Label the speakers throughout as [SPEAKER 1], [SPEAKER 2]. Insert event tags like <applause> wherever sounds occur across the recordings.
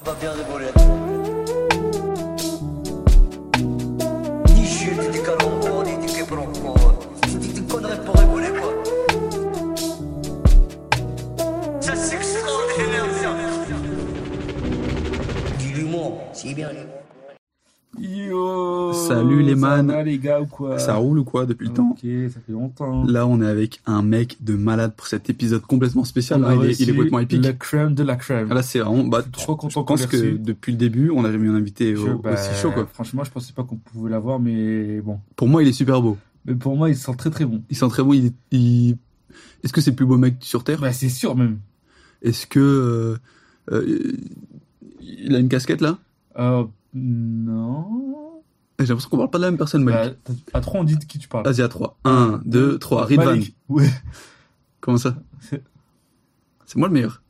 [SPEAKER 1] On va bien rigoler. Ni chute, ni calembour, ni ni quiproquo. C'est des- des conneries pour rigoler, quoi. Ça, c'est extraordinaire, ça. Du l'humour, c'est bien l'humour.
[SPEAKER 2] Yo
[SPEAKER 3] Salut les man.
[SPEAKER 2] Ça va, les gars ou quoi
[SPEAKER 3] Ça roule ou quoi
[SPEAKER 2] euh,
[SPEAKER 3] depuis le temps
[SPEAKER 2] Ok, ça fait longtemps.
[SPEAKER 3] Là, on est avec un mec de malade pour cet épisode complètement spécial.
[SPEAKER 2] On
[SPEAKER 3] hein,
[SPEAKER 2] a
[SPEAKER 3] il, est, il est
[SPEAKER 2] reçu
[SPEAKER 3] complètement épique.
[SPEAKER 2] Bah La crème de la crème.
[SPEAKER 3] Ah, Là, c'est vraiment. Bah,
[SPEAKER 2] Je suis trop
[SPEAKER 3] je
[SPEAKER 2] content qu'on
[SPEAKER 3] pense
[SPEAKER 2] l'ait
[SPEAKER 3] que
[SPEAKER 2] reçu.
[SPEAKER 3] depuis le début, on n'a jamais eu un invité
[SPEAKER 2] Je-
[SPEAKER 3] au-
[SPEAKER 2] bah,
[SPEAKER 3] aussi chaud. Quoi.
[SPEAKER 2] Franchement, je pensais pas qu'on pouvait l'avoir, mais bon.
[SPEAKER 3] Pour moi, il est super beau.
[SPEAKER 2] Mais pour moi, il sent très très bon.
[SPEAKER 3] Il sent très bon. Il, il- Est-ce que c'est le plus beau mec sur Terre
[SPEAKER 2] Bah, c'est sûr même.
[SPEAKER 3] Est-ce que euh, euh, il a une casquette là
[SPEAKER 2] Euh, non.
[SPEAKER 3] J'ai l'impression qu'on parle pas de la même personne,
[SPEAKER 2] Bah,
[SPEAKER 3] Malik.
[SPEAKER 2] t'as- à trois, on dit de qui tu parles.
[SPEAKER 3] Vas-y à 3. 1, 2, 3. Ridvan.
[SPEAKER 2] Malik. Ouais.
[SPEAKER 3] Comment ça
[SPEAKER 2] <laughs> C'est-
[SPEAKER 3] C'est moi le meilleur.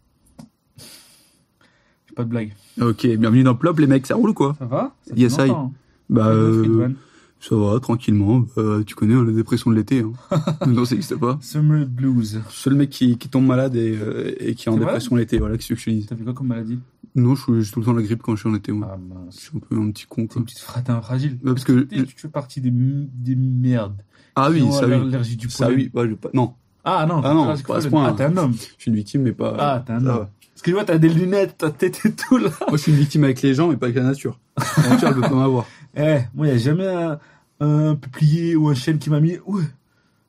[SPEAKER 2] J'ai Pas de blague.
[SPEAKER 3] Ok, bienvenue dans Plop les mecs, ça roule ou quoi
[SPEAKER 2] Ça va Ça fait
[SPEAKER 3] Yes, I.
[SPEAKER 2] longtemps. hein.
[SPEAKER 3] Bah
[SPEAKER 2] Pas de
[SPEAKER 3] euh,
[SPEAKER 2] Friedman.
[SPEAKER 3] ça va tranquillement, Bah, tu connais hein, la dépression de l'été
[SPEAKER 2] <laughs>
[SPEAKER 3] hein. Non, ça existe pas.
[SPEAKER 2] Summer Blues.
[SPEAKER 3] Seul mec qui, qui tombe malade et, euh, et qui est en
[SPEAKER 2] C'est vrai
[SPEAKER 3] dépression l'été, voilà qu'est-ce que je te dis.
[SPEAKER 2] T'as fait quoi comme maladie
[SPEAKER 3] Non, je suis j'ai tout le temps la grippe quand je suis en été. moi.
[SPEAKER 2] Ah
[SPEAKER 3] Je
[SPEAKER 2] mince.
[SPEAKER 3] suis un peu un petit con
[SPEAKER 2] T'es
[SPEAKER 3] quoi.
[SPEAKER 2] une petite fratin fragile.
[SPEAKER 3] Bah, parce que
[SPEAKER 2] T'es- Tu fais partie des, m- des merdes.
[SPEAKER 3] ah oui,
[SPEAKER 2] Qui ont
[SPEAKER 3] ça oui.
[SPEAKER 2] L'allergie du
[SPEAKER 3] Ça
[SPEAKER 2] pollen.
[SPEAKER 3] oui, bah, je vais pas- non,
[SPEAKER 2] Ah non,
[SPEAKER 3] Ah non,
[SPEAKER 2] là, c'est
[SPEAKER 3] pas à ce
[SPEAKER 2] cool.
[SPEAKER 3] point.
[SPEAKER 2] Ah, t'es un homme.
[SPEAKER 3] je suis une victime mais pas
[SPEAKER 2] Ah, t'es un
[SPEAKER 3] ça
[SPEAKER 2] homme.
[SPEAKER 3] va.
[SPEAKER 2] Parce que je vois, t'as des lunettes, t'as tête et tout là.
[SPEAKER 3] <laughs> Moi, je suis une victime avec les gens, mais pas avec
[SPEAKER 2] <laughs>
[SPEAKER 3] la nature. La nature, elle peut pas m'avoir.
[SPEAKER 2] Eh, moi, y a jamais un, un peuplier ou un chêne qui m'a mis. Ouais,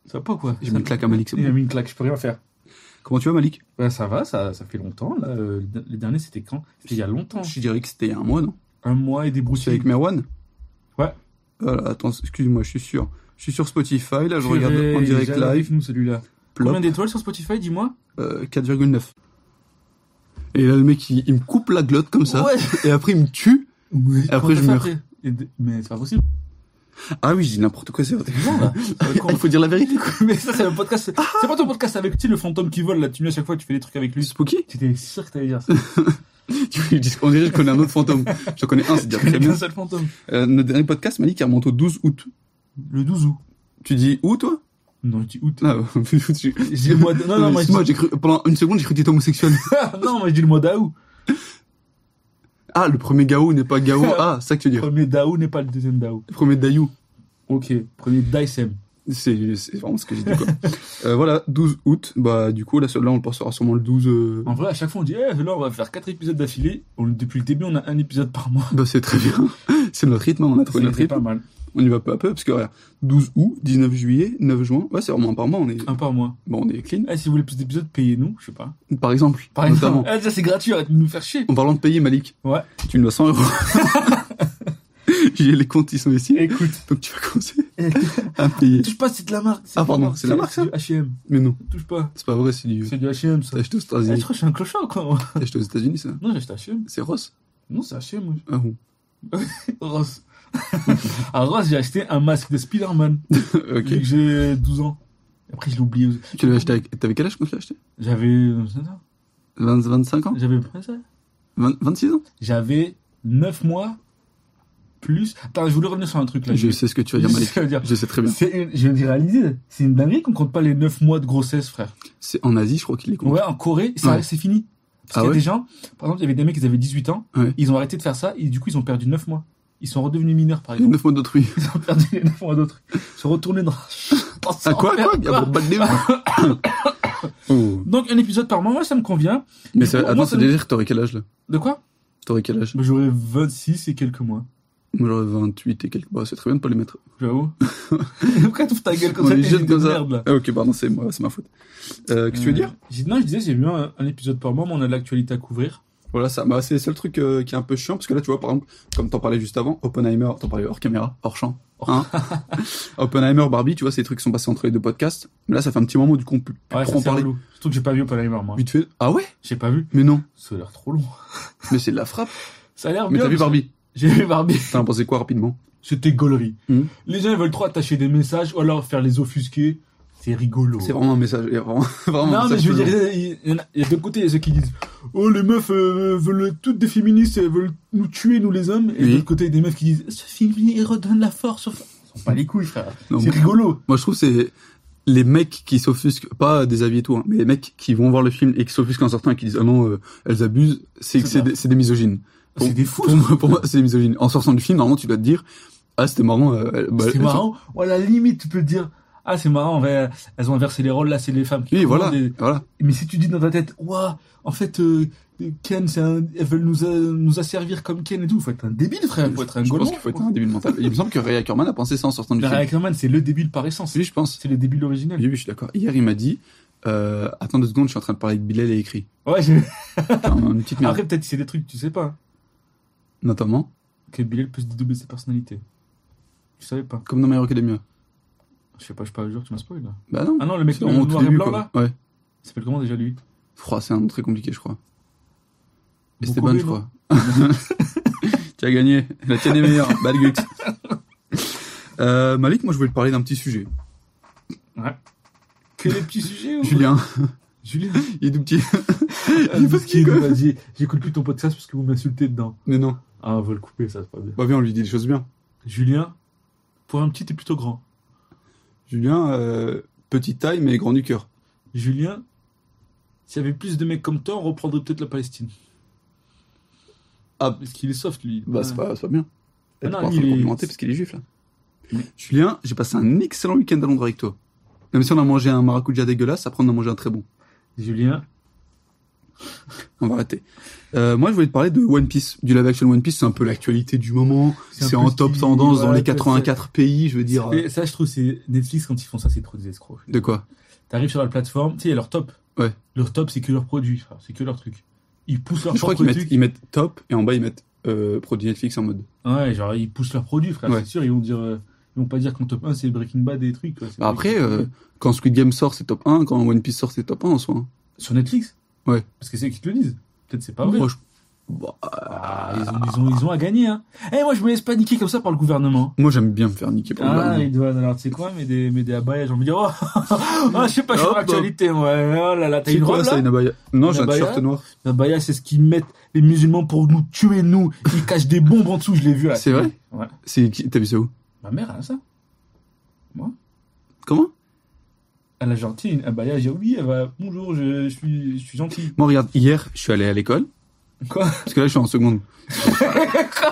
[SPEAKER 2] ça va pas quoi.
[SPEAKER 3] J'ai
[SPEAKER 2] Ça-
[SPEAKER 3] mis une claque à Malik, c'est
[SPEAKER 2] Il a
[SPEAKER 3] bon.
[SPEAKER 2] mis une claque, je peux rien faire.
[SPEAKER 3] Comment tu vas, Malik
[SPEAKER 2] Ouais, ça va, ça, ça fait longtemps. Là. Euh, Les derniers, c'était quand C'était il y a longtemps.
[SPEAKER 3] Je dirais que c'était il y a un mois, non
[SPEAKER 2] Un mois et des
[SPEAKER 3] C'est
[SPEAKER 2] broussailles.
[SPEAKER 3] avec Merwan
[SPEAKER 2] Ouais.
[SPEAKER 3] Voilà, attends, excuse-moi, je suis sûr. Je suis sur Spotify, là, je regarde en direct live,
[SPEAKER 2] nous celui-là.
[SPEAKER 3] plop,
[SPEAKER 2] Combien d'étoiles sur Spotify, dis-moi
[SPEAKER 3] euh, 4,9. Et là, le mec, il, il me coupe la glotte comme ça,
[SPEAKER 2] Ouais.
[SPEAKER 3] et après, il me tue. après,
[SPEAKER 2] Comment t'as
[SPEAKER 3] je
[SPEAKER 2] fait
[SPEAKER 3] meurs.
[SPEAKER 2] après Et de- Mais c'est pas possible.
[SPEAKER 3] <laughs> Ah oui, je dis n'importe quoi, c'est vrai.
[SPEAKER 2] Non, là. Ça va être con.
[SPEAKER 3] Euh, Il faut dire la vérité, quoi.
[SPEAKER 2] <laughs> Mais ça, c'est le podcast.
[SPEAKER 3] Ah.
[SPEAKER 2] C'est pas ton podcast avec tu sais, le fantôme qui vole là. Tu mets à chaque fois, tu fais des trucs avec lui.
[SPEAKER 3] <laughs> Spooky
[SPEAKER 2] J'étais sûr que t'allais dire ça.
[SPEAKER 3] <laughs> On dirait que je connais un autre fantôme. Je connais un, c'est déjà très
[SPEAKER 2] C'est
[SPEAKER 3] bien.
[SPEAKER 2] un seul fantôme.
[SPEAKER 3] Euh, notre dernier podcast, Malik, il remonte au 12 août.
[SPEAKER 2] Le 12 août.
[SPEAKER 3] Tu dis où, toi
[SPEAKER 2] Non, je dis août.
[SPEAKER 3] Ah, <laughs> je-
[SPEAKER 2] Je dis le mois de... Non, non, moi, je dis...
[SPEAKER 3] Excuse-moi, j'ai cru, pendant une seconde, j'ai cru que t'étais homosexuel.
[SPEAKER 2] non, moi, je dis <laughs> le mois d'août.
[SPEAKER 3] <laughs> Ah, le premier Gao n'est
[SPEAKER 2] <laughs>
[SPEAKER 3] pas Gao. Ah, c'est ça que tu veux dire.
[SPEAKER 2] Premier d'août n'est pas le deuxième d'août.
[SPEAKER 3] Le premier Dayou.
[SPEAKER 2] Ok, premier d'Aïsem.
[SPEAKER 3] C'est c'est vraiment ce que j'ai dit, quoi. Euh, voilà, 12 août. Bah, du coup, là, là on le passera sûrement le 12. euh,
[SPEAKER 2] En vrai, à chaque fois, on dit, eh, là, on va faire quatre épisodes d'affilée. On- Depuis le début, on a un épisode par
[SPEAKER 3] <laughs>
[SPEAKER 2] mois.
[SPEAKER 3] Bah, c'est très bien. C'est notre rythme, hein, on a trouvé
[SPEAKER 2] C'est-
[SPEAKER 3] notre
[SPEAKER 2] c'est
[SPEAKER 3] rythme.
[SPEAKER 2] pas mal.
[SPEAKER 3] On y va peu à peu, parce que regarde, 12 août, 19 juillet, 9 juin. Ouais, c'est vraiment un par mois, on est,
[SPEAKER 2] Un par mois.
[SPEAKER 3] bon, on est clean.
[SPEAKER 2] Eh, si vous voulez plus d'épisodes, payez-nous, je sais pas.
[SPEAKER 3] Par exemple,
[SPEAKER 2] Par
[SPEAKER 3] notamment.
[SPEAKER 2] exemple. Eh, déjà, c'est gratuit, arrête de nous faire chier.
[SPEAKER 3] En parlant de payer, Malik.
[SPEAKER 2] Ouais.
[SPEAKER 3] Tu me dois
[SPEAKER 2] <laughs>
[SPEAKER 3] 100 euros. j'ai les comptes, ils sont ici.
[SPEAKER 2] Écoute.
[SPEAKER 3] Donc, tu vas commencer
[SPEAKER 2] eh,
[SPEAKER 3] à payer.
[SPEAKER 2] touche pas, c'est de la marque.
[SPEAKER 3] Ah, pardon, c'est de la marque, ça
[SPEAKER 2] C'est du H&M.
[SPEAKER 3] Mais non,
[SPEAKER 2] Touche pas.
[SPEAKER 3] c'est pas vrai, c'est du.
[SPEAKER 2] C'est du H&M, ça.
[SPEAKER 3] T'as acheté aux
[SPEAKER 2] Eh,
[SPEAKER 3] États-Unis.
[SPEAKER 2] je crois que je suis un clochard, quoi. moi.
[SPEAKER 3] T'as acheté aux États-Unis, ça
[SPEAKER 2] Non, j'ai acheté H&M.
[SPEAKER 3] C'est Ross
[SPEAKER 2] Non, c'est H&M, moi.
[SPEAKER 3] Ah bon. <laughs>
[SPEAKER 2] Ross. <laughs> à Ross, j'ai acheté un masque de Spider-Man.
[SPEAKER 3] ok.
[SPEAKER 2] Vu que j'ai 12 ans. Après, je l'ai oublié.
[SPEAKER 3] Tu l'avais acheté avec... T'avais quel âge quand tu l'as acheté
[SPEAKER 2] J'avais. euh, c'est ça
[SPEAKER 3] 20, 25 ans
[SPEAKER 2] J'avais pas ça.
[SPEAKER 3] 20, 26 ans
[SPEAKER 2] J'avais 9 mois plus. Attends, je voulais revenir sur un truc là.
[SPEAKER 3] Je sais ce que tu vas dire,
[SPEAKER 2] Je
[SPEAKER 3] Malik.
[SPEAKER 2] sais dire.
[SPEAKER 3] Je sais très bien.
[SPEAKER 2] C'est une- Je viens de réaliser. C'est une dinguerie qu'on compte pas les 9 mois de grossesse, frère.
[SPEAKER 3] C'est en Asie, je crois qu'il les compte.
[SPEAKER 2] Ouais, en Corée, ça-
[SPEAKER 3] Ouais.
[SPEAKER 2] c'est fini. Parce
[SPEAKER 3] Ah
[SPEAKER 2] qu'il y a
[SPEAKER 3] ouais
[SPEAKER 2] des gens, par exemple, il y avait des mecs qui avaient 18 ans,
[SPEAKER 3] Ouais.
[SPEAKER 2] ils ont arrêté de faire ça et du coup, ils ont perdu 9 mois. Ils sont redevenus mineurs, par
[SPEAKER 3] Les
[SPEAKER 2] exemple.
[SPEAKER 3] 9 mois d'autrui.
[SPEAKER 2] Ils ont perdu les 9 mois d'autres. Ils sont retournés dans. <laughs> dans
[SPEAKER 3] Ah quoi
[SPEAKER 2] leur
[SPEAKER 3] Quoi Il y a
[SPEAKER 2] merde,
[SPEAKER 3] pour battre des <coughs> Oh.
[SPEAKER 2] Donc, un épisode par mois, moi, ça me convient.
[SPEAKER 3] Mais
[SPEAKER 2] Du
[SPEAKER 3] ça,
[SPEAKER 2] coup, moi,
[SPEAKER 3] attends,
[SPEAKER 2] ça
[SPEAKER 3] c'est
[SPEAKER 2] me-
[SPEAKER 3] délire, t'aurais quel âge là
[SPEAKER 2] De quoi
[SPEAKER 3] T'aurais quel âge
[SPEAKER 2] Bah, J'aurais 26 et quelques mois,
[SPEAKER 3] Moi j'aurais 28 et quelques. Bah, c'est très bien de pas les mettre.
[SPEAKER 2] j'avoue. <laughs> Pourquoi t'ouvres ta gueule comme
[SPEAKER 3] On
[SPEAKER 2] ça
[SPEAKER 3] les
[SPEAKER 2] t'es
[SPEAKER 3] jette
[SPEAKER 2] une
[SPEAKER 3] comme ça.
[SPEAKER 2] merde, là
[SPEAKER 3] Ah, ok, pardon, c'est moi, c'est ma faute. Euh, Qu'est-ce que tu veux
[SPEAKER 2] Euh,
[SPEAKER 3] dire
[SPEAKER 2] j'ai- Non, je disais, j'ai vu un, un épisode par mois, mais on a de l'actualité à couvrir.
[SPEAKER 3] Voilà, ça. Bah, c'est le seul truc euh, qui est un peu chiant, parce que là, tu vois, par exemple, comme t'en parlais juste avant, Oppenheimer, t'en parlais hors caméra, hors champ.
[SPEAKER 2] <laughs>
[SPEAKER 3] Hein Oppenheimer, Barbie, tu vois, c'est des trucs qui sont passés entre les deux podcasts. Mais là, ça fait un petit moment, du coup, on peut plus
[SPEAKER 2] Ouais,
[SPEAKER 3] trop
[SPEAKER 2] ça
[SPEAKER 3] en
[SPEAKER 2] c'est
[SPEAKER 3] parler.
[SPEAKER 2] relou. Surtout que j'ai pas vu Oppenheimer, moi.
[SPEAKER 3] Vite fait. Ah ouais
[SPEAKER 2] J'ai pas vu.
[SPEAKER 3] Mais non.
[SPEAKER 2] Ça a l'air trop long. <laughs>
[SPEAKER 3] Mais c'est de la frappe.
[SPEAKER 2] Ça a l'air
[SPEAKER 3] Mais
[SPEAKER 2] bien.
[SPEAKER 3] t'as vu
[SPEAKER 2] parce que
[SPEAKER 3] Barbie
[SPEAKER 2] J'ai vu Barbie. <laughs>
[SPEAKER 3] T'en as pensé quoi rapidement
[SPEAKER 2] C'était gaulerie.
[SPEAKER 3] Mhm.
[SPEAKER 2] Les gens, ils veulent trop attacher des messages ou alors faire les offusquer. C'est rigolo.
[SPEAKER 3] C'est vraiment un message. il y a Vraiment, <laughs> vraiment un
[SPEAKER 2] Non, mais
[SPEAKER 3] message
[SPEAKER 2] je veux
[SPEAKER 3] pesant.
[SPEAKER 2] dire, il il y en a, il y a de côté, il y a ceux qui disent Oh, les meufs euh, veulent toutes des féministes, elles veulent nous tuer, nous les hommes. Et
[SPEAKER 3] Oui.
[SPEAKER 2] de l'autre côté, il y a des meufs qui disent Ce film, il redonne la force. aux femmes. Ils sont pas les couilles, frère.
[SPEAKER 3] Non,
[SPEAKER 2] C'est
[SPEAKER 3] moi-
[SPEAKER 2] rigolo.
[SPEAKER 3] Moi, je trouve que c'est les mecs qui s'offusquent, pas des avis et tout, hein, mais les mecs qui vont voir le film et qui s'offusquent en sortant et qui disent ah non, euh, elles abusent, c'est que
[SPEAKER 2] C'est
[SPEAKER 3] c'est
[SPEAKER 2] ça.
[SPEAKER 3] des, c'est des misogynes. <laughs> Pour-
[SPEAKER 2] C'est des fous.
[SPEAKER 3] Pour
[SPEAKER 2] ça.
[SPEAKER 3] moi, pour moi, c'est des misogynes. En sortant du film, normalement, tu dois te dire ah c'était marrant. euh, elles- bah,
[SPEAKER 2] C'est
[SPEAKER 3] elles sont-
[SPEAKER 2] marrant. Ou à la limite, tu peux te dire, ah, c'est marrant, on va- elles ont inversé les rôles, là, c'est les femmes qui
[SPEAKER 3] Oui, voilà,
[SPEAKER 2] commandent et-
[SPEAKER 3] voilà.
[SPEAKER 2] Mais si tu dis dans ta tête, ouah, en fait, euh, Ken, c'est un... elles veulent nous, euh, nous asservir comme Ken et tout, faut être un débile, frère, faut être un
[SPEAKER 3] je
[SPEAKER 2] golemon.
[SPEAKER 3] pense qu'il faut être un débile mental. Il me semble que Ray Ackerman a pensé ça en sortant du
[SPEAKER 2] Mais
[SPEAKER 3] film.
[SPEAKER 2] Ray Ackerman, c'est le débile par essence.
[SPEAKER 3] Oui, je pense.
[SPEAKER 2] C'est le débile original.
[SPEAKER 3] Oui, oui, je suis d'accord. Hier, il m'a dit, euh, attends deux secondes, je suis en train de parler avec Bilal et écrit.
[SPEAKER 2] Ouais, j'ai-
[SPEAKER 3] Enfin, une petite merde.
[SPEAKER 2] après, peut-être c'est des trucs, tu sais pas, hein,
[SPEAKER 3] Notamment,
[SPEAKER 2] que Bilal peut se dédoubler de sa personnalité. Tu savais pas.
[SPEAKER 3] comme dans My Hero Academia.
[SPEAKER 2] Je sais pas, je suis pas à jour, tu m'as spoil, là.
[SPEAKER 3] Bah non.
[SPEAKER 2] Ah non, le mec
[SPEAKER 3] C'est
[SPEAKER 2] noir
[SPEAKER 3] vraiment au tout
[SPEAKER 2] et
[SPEAKER 3] début,
[SPEAKER 2] blanc,
[SPEAKER 3] quoi.
[SPEAKER 2] là
[SPEAKER 3] Ouais.
[SPEAKER 2] Il s'appelle comment déjà, lui
[SPEAKER 3] Froid, c'est un nom très compliqué, je crois.
[SPEAKER 2] Beaucoup
[SPEAKER 3] Esteban, je
[SPEAKER 2] aimé, <laughs>
[SPEAKER 3] crois. <laughs> tu as gagné. La tienne est meilleure. Bad gut. Euh, Malik, moi, je voulais te parler d'un petit sujet.
[SPEAKER 2] Que les petits sujets, ou
[SPEAKER 3] Julien,
[SPEAKER 2] <laughs> Julien.
[SPEAKER 3] il est tout
[SPEAKER 2] <laughs>
[SPEAKER 3] petit.
[SPEAKER 2] Ah,
[SPEAKER 3] il est parce
[SPEAKER 2] Miskin,
[SPEAKER 3] qu'il
[SPEAKER 2] vas-y, j'écoute plus ton podcast parce que vous m'insultez dedans.
[SPEAKER 3] Mais non.
[SPEAKER 2] Ah, on va le couper, ça, c'est pas bien.
[SPEAKER 3] Bah, viens, on lui dit des choses bien.
[SPEAKER 2] Julien, pour un petit, t'es plutôt grand.
[SPEAKER 3] Julien, euh, petite taille, mais grand du cœur.
[SPEAKER 2] Julien, s'il y avait plus de mecs comme toi, on reprendrait peut-être la Palestine.
[SPEAKER 3] Ah.
[SPEAKER 2] parce qu'il est soft, lui.
[SPEAKER 3] Bah, c'est pas, c'est pas bien.
[SPEAKER 2] Ah
[SPEAKER 3] Et
[SPEAKER 2] non,
[SPEAKER 3] tu pourras
[SPEAKER 2] lui,
[SPEAKER 3] pas le
[SPEAKER 2] il est-
[SPEAKER 3] complimenter parce qu'il est juif, là.
[SPEAKER 2] Oui.
[SPEAKER 3] Julien, j'ai passé un excellent week-end à Londres avec toi. Même si on a mangé un maracuja dégueulasse, après on a mangé un très bon.
[SPEAKER 2] Julien,
[SPEAKER 3] On va arrêter. Euh, moi, je voulais te parler de One Piece, du live action One Piece. C'est un peu l'actualité du moment.
[SPEAKER 2] C'est un
[SPEAKER 3] C'est
[SPEAKER 2] peu
[SPEAKER 3] en
[SPEAKER 2] ce
[SPEAKER 3] top
[SPEAKER 2] qui-
[SPEAKER 3] tendance dans
[SPEAKER 2] voilà,
[SPEAKER 3] les 84 pays, je veux dire. euh,
[SPEAKER 2] Mais ça, je trouve, c'est Netflix, quand ils font ça, c'est trop des escrocs.
[SPEAKER 3] De quoi
[SPEAKER 2] T'arrives sur la plateforme, tu sais, il y a leur top.
[SPEAKER 3] Ouais.
[SPEAKER 2] Leur top, c'est que leur produit, frère, c'est que leur truc. Ils poussent leur
[SPEAKER 3] Je crois
[SPEAKER 2] propre
[SPEAKER 3] qu'ils mettent,
[SPEAKER 2] truc.
[SPEAKER 3] ils mettent top et en bas ils mettent euh, produit Netflix en mode.
[SPEAKER 2] Ouais, genre, ils poussent leur produit, frère,
[SPEAKER 3] Ouais.
[SPEAKER 2] c'est sûr, ils vont dire. euh, Ils vont pas dire qu'en top 1 c'est Breaking Bad et des trucs. quoi, c'est
[SPEAKER 3] Bah, après,
[SPEAKER 2] Breaking Bad.
[SPEAKER 3] euh, quand Squid Game sort, c'est top 1. Quand One Piece sort, c'est top 1 en soi. hein.
[SPEAKER 2] Sur Netflix
[SPEAKER 3] Ouais.
[SPEAKER 2] Parce que c'est eux qui te le disent. Peut-être c'est pas vrai.
[SPEAKER 3] Moi, je- Bah,
[SPEAKER 2] Ah, ils, ont, ils, ont, ils ont à gagner. Hein. Eh, moi, je me laisse pas niquer comme ça par le gouvernement.
[SPEAKER 3] moi, j'aime bien me faire niquer pour le
[SPEAKER 2] Ah,
[SPEAKER 3] gouvernement.
[SPEAKER 2] ils doivent. Alors, tu sais quoi, mais des, mais des abayas, j'ai envie de dire. Oh, <laughs> ah, je sais pas, je suis
[SPEAKER 3] Hop,
[SPEAKER 2] dans l'actualité, moi. Oh là là, t'as
[SPEAKER 3] C'est
[SPEAKER 2] une
[SPEAKER 3] quoi,
[SPEAKER 2] robe
[SPEAKER 3] ça,
[SPEAKER 2] là
[SPEAKER 3] une abaya Non,
[SPEAKER 2] Une
[SPEAKER 3] j'ai un
[SPEAKER 2] abaya
[SPEAKER 3] t-shirt noir.
[SPEAKER 2] L'abaya, Ah bah c'est ce qu'ils mettent les musulmans pour nous tuer, nous. Ils cachent des bombes en dessous, je l'ai vu là.
[SPEAKER 3] C'est vrai
[SPEAKER 2] Ouais.
[SPEAKER 3] C'est qui- T'as vu ça où
[SPEAKER 2] Ma mère, elle a ça.
[SPEAKER 3] Comment
[SPEAKER 2] Elle a gentil une abaya. J'ai dit, oui, elle va. Bonjour, je, je suis, je suis gentil.
[SPEAKER 3] Moi, regarde, hier, je suis allé à l'école.
[SPEAKER 2] Quoi
[SPEAKER 3] Parce que là, je suis en seconde.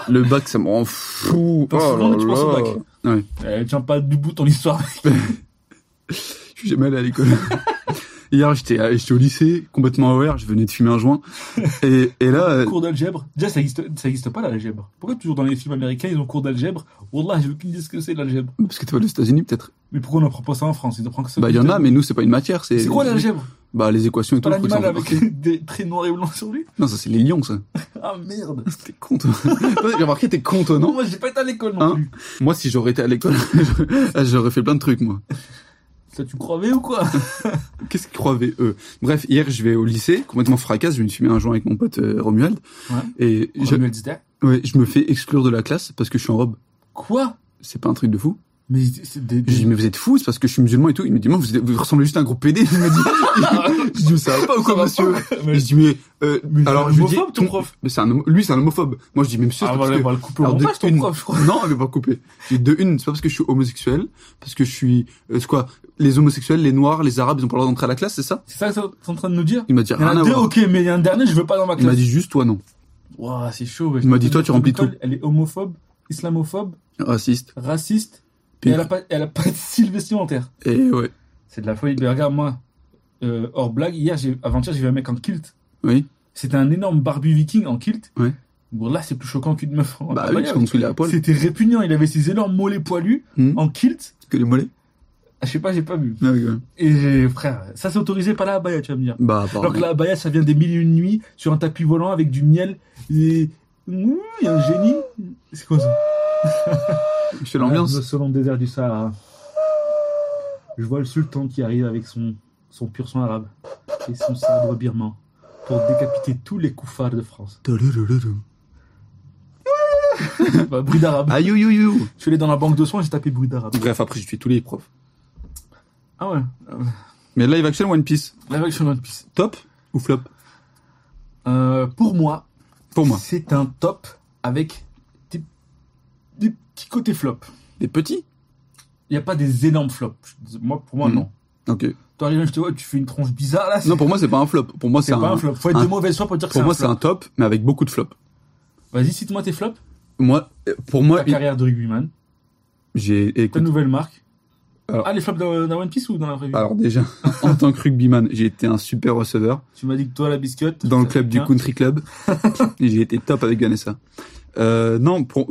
[SPEAKER 3] le bac, ça me rend fou. Oh
[SPEAKER 2] T'es en seconde et tu penses au bac.
[SPEAKER 3] Ouais.
[SPEAKER 2] Elle tient pas du bout ton <laughs> histoire.
[SPEAKER 3] Je suis jamais allé à <laughs> l'école. Hier, j'étais, à- j'étais au lycée, complètement aware, je venais de fumer un joint. Et, et là, euh,
[SPEAKER 2] cours d'algèbre. Déjà, ça existe, ça existe pas l'algèbre. Pourquoi toujours dans les films américains, ils ont cours d'algèbre Wallah, j'ai aucune idée de ce que c'est l'algèbre.
[SPEAKER 3] parce que t'es pas aux États-Unis, peut-être.
[SPEAKER 2] Mais pourquoi on n'apprend pas ça en France Ils apprennent que ça.
[SPEAKER 3] Bah, il y en a, mais nous, c'est pas une matière. C'est,
[SPEAKER 2] C'est quoi l'algèbre
[SPEAKER 3] Bah, les équations et
[SPEAKER 2] Pas
[SPEAKER 3] tout. le truc, ça,
[SPEAKER 2] l'animal
[SPEAKER 3] on fait partie.
[SPEAKER 2] avec <laughs> des traits noirs et blancs sur lui
[SPEAKER 3] Non, ça, c'est les lions, ça.
[SPEAKER 2] Ah merde
[SPEAKER 3] T'es con, toi. Toi, J'ai remarqué, t'es con, toi,
[SPEAKER 2] Non,
[SPEAKER 3] <laughs> non
[SPEAKER 2] moi j'ai pas été à l'école non
[SPEAKER 3] Hein
[SPEAKER 2] plus.
[SPEAKER 3] Moi, si j'aurais été à l'école, <laughs> j'aurais fait plein de trucs, moi.
[SPEAKER 2] Ça, tu croyais ou quoi
[SPEAKER 3] Qu'est-ce qu'ils croient eux Bref, hier, je vais au lycée, complètement fracasse, je me suis mis un joint avec mon pote euh, Romuald.
[SPEAKER 2] Ouais.
[SPEAKER 3] Et je,
[SPEAKER 2] me disais,
[SPEAKER 3] ouais, je me fais exclure de la classe parce que je suis en robe.
[SPEAKER 2] quoi
[SPEAKER 3] C'est pas un truc de fou.
[SPEAKER 2] Mais c'est des.
[SPEAKER 3] Je lui dis, mais vous êtes fou, c'est parce que je suis musulman et tout. Il me dit, moi, vous, êtes- vous ressemblez juste à un groupe PD. Il
[SPEAKER 2] <laughs>
[SPEAKER 3] me dit, je dis, mais ça va pas ou quoi, monsieur?
[SPEAKER 2] Mais-
[SPEAKER 3] Et Je dis, mais, euh,
[SPEAKER 2] mais
[SPEAKER 3] alors,
[SPEAKER 2] c'est
[SPEAKER 3] je lui dis,
[SPEAKER 2] homophobe, ton prof
[SPEAKER 3] mais c'est un, homo- lui, c'est un homophobe. Moi, je dis, mais monsieur, c'est
[SPEAKER 2] Ah,
[SPEAKER 3] parce
[SPEAKER 2] voilà,
[SPEAKER 3] que-
[SPEAKER 2] on va le couper au
[SPEAKER 3] Alors, de
[SPEAKER 2] montage, ton
[SPEAKER 3] une-
[SPEAKER 2] prof, je crois.
[SPEAKER 3] Non, mais pas coupé. J'ai dit, De une, c'est pas parce que je suis homosexuel, parce que je suis, euh, c'est quoi, les homosexuels, les noirs, les arabes, ils ont pas le droit d'entrer à la classe, c'est ça?
[SPEAKER 2] C'est ça que t'es en train de nous dire
[SPEAKER 3] Il m'a dit,
[SPEAKER 2] Il y en
[SPEAKER 3] rien
[SPEAKER 2] a
[SPEAKER 3] à
[SPEAKER 2] deux,
[SPEAKER 3] voir.
[SPEAKER 2] ok, mais il y en a un dernier, je veux pas dans ma
[SPEAKER 3] Il m'a
[SPEAKER 2] classe.
[SPEAKER 3] dit juste, toi, non.
[SPEAKER 2] Waouh, c'est chaud, ouais.
[SPEAKER 3] Il m'a dit, toi, tu remplis
[SPEAKER 2] L'école, Elle est homophobe, islamophobe,
[SPEAKER 3] Raciste.
[SPEAKER 2] raciste, et
[SPEAKER 3] Pire.
[SPEAKER 2] elle a pas, elle a pas de style vestimentaire.
[SPEAKER 3] Et ouais.
[SPEAKER 2] C'est de la folie. Mais regarde, moi, euh, hors blague, hier, j'ai- avant-hier, j'ai vu un mec en kilt.
[SPEAKER 3] Oui.
[SPEAKER 2] C'était un énorme barbu viking en kilt.
[SPEAKER 3] Ouais.
[SPEAKER 2] Bon, là, c'est plus choquant qu'une meuf. en- en
[SPEAKER 3] Bah oui,
[SPEAKER 2] maillot.
[SPEAKER 3] parce qu'en dessous, il est à poil.
[SPEAKER 2] C'était répugnant. Il avait ses énormes mollets poilus
[SPEAKER 3] Hmm.
[SPEAKER 2] en kilt.
[SPEAKER 3] Que les mollets.
[SPEAKER 2] Ah, Je sais pas, j'ai pas vu.
[SPEAKER 3] Ah, oui, ouais.
[SPEAKER 2] Et j'ai- frère, ça c'est autorisé par la abaya, tu vas me dire.
[SPEAKER 3] Bah,
[SPEAKER 2] Alors
[SPEAKER 3] apparemment.
[SPEAKER 2] que la abaya, ça vient des mille et une nuits sur un tapis volant avec du miel et. Ouh, Il y a un génie. C'est quoi ça
[SPEAKER 3] Je fais l'ambiance.
[SPEAKER 2] Le salon désert du Sahara. Je vois le sultan qui arrive avec son, son pur sang arabe et son sabre birman pour décapiter tous les koufars de France. <laughs> Bah, bruit d'arabe.
[SPEAKER 3] Aïe, aïe, aïe, aïe.
[SPEAKER 2] Je suis allé dans la banque de soins, j'ai tapé bruit d'arabe.
[SPEAKER 3] Bref, après, j'ai tué tous les profs.
[SPEAKER 2] Ah ouais.
[SPEAKER 3] Mais live action One Piece,
[SPEAKER 2] La sur One Piece.
[SPEAKER 3] top ou flop
[SPEAKER 2] Euh, pour moi,
[SPEAKER 3] Pour moi.
[SPEAKER 2] c'est un top avec des, des petits côtés flop.
[SPEAKER 3] Des petits
[SPEAKER 2] Il n'y a pas des énormes flops. Moi, pour moi,
[SPEAKER 3] Mhm.
[SPEAKER 2] non.
[SPEAKER 3] Ok.
[SPEAKER 2] Toi, Ryan, je te vois, tu fais une tronche bizarre là.
[SPEAKER 3] Non, pour moi, c'est pas un flop. Pour moi,
[SPEAKER 2] c'est
[SPEAKER 3] c'est un,
[SPEAKER 2] pas un flop. Faut être
[SPEAKER 3] un-
[SPEAKER 2] de mauvaise foi pour dire que
[SPEAKER 3] Pour moi, c'est
[SPEAKER 2] c'est un
[SPEAKER 3] un
[SPEAKER 2] flop.
[SPEAKER 3] top, mais avec beaucoup de flops.
[SPEAKER 2] Vas-y, cite-moi tes flops.
[SPEAKER 3] Moi, euh, pour
[SPEAKER 2] Ta
[SPEAKER 3] moi, il-
[SPEAKER 2] carrière de rugbyman,
[SPEAKER 3] j'ai
[SPEAKER 2] ta
[SPEAKER 3] écoute.
[SPEAKER 2] nouvelle marque.
[SPEAKER 3] Alors-
[SPEAKER 2] Ah, les flops dans dans One Piece ou dans la vraie vie
[SPEAKER 3] Alors déjà, <laughs> en tant que rugbyman, j'ai été un super receveur
[SPEAKER 2] Tu m'as dit que toi, la biscotte.
[SPEAKER 3] dans le
[SPEAKER 2] ça-
[SPEAKER 3] club du
[SPEAKER 2] hein. <laughs>
[SPEAKER 3] country club. Et j'ai été top avec Vanessa. Euh, non, pour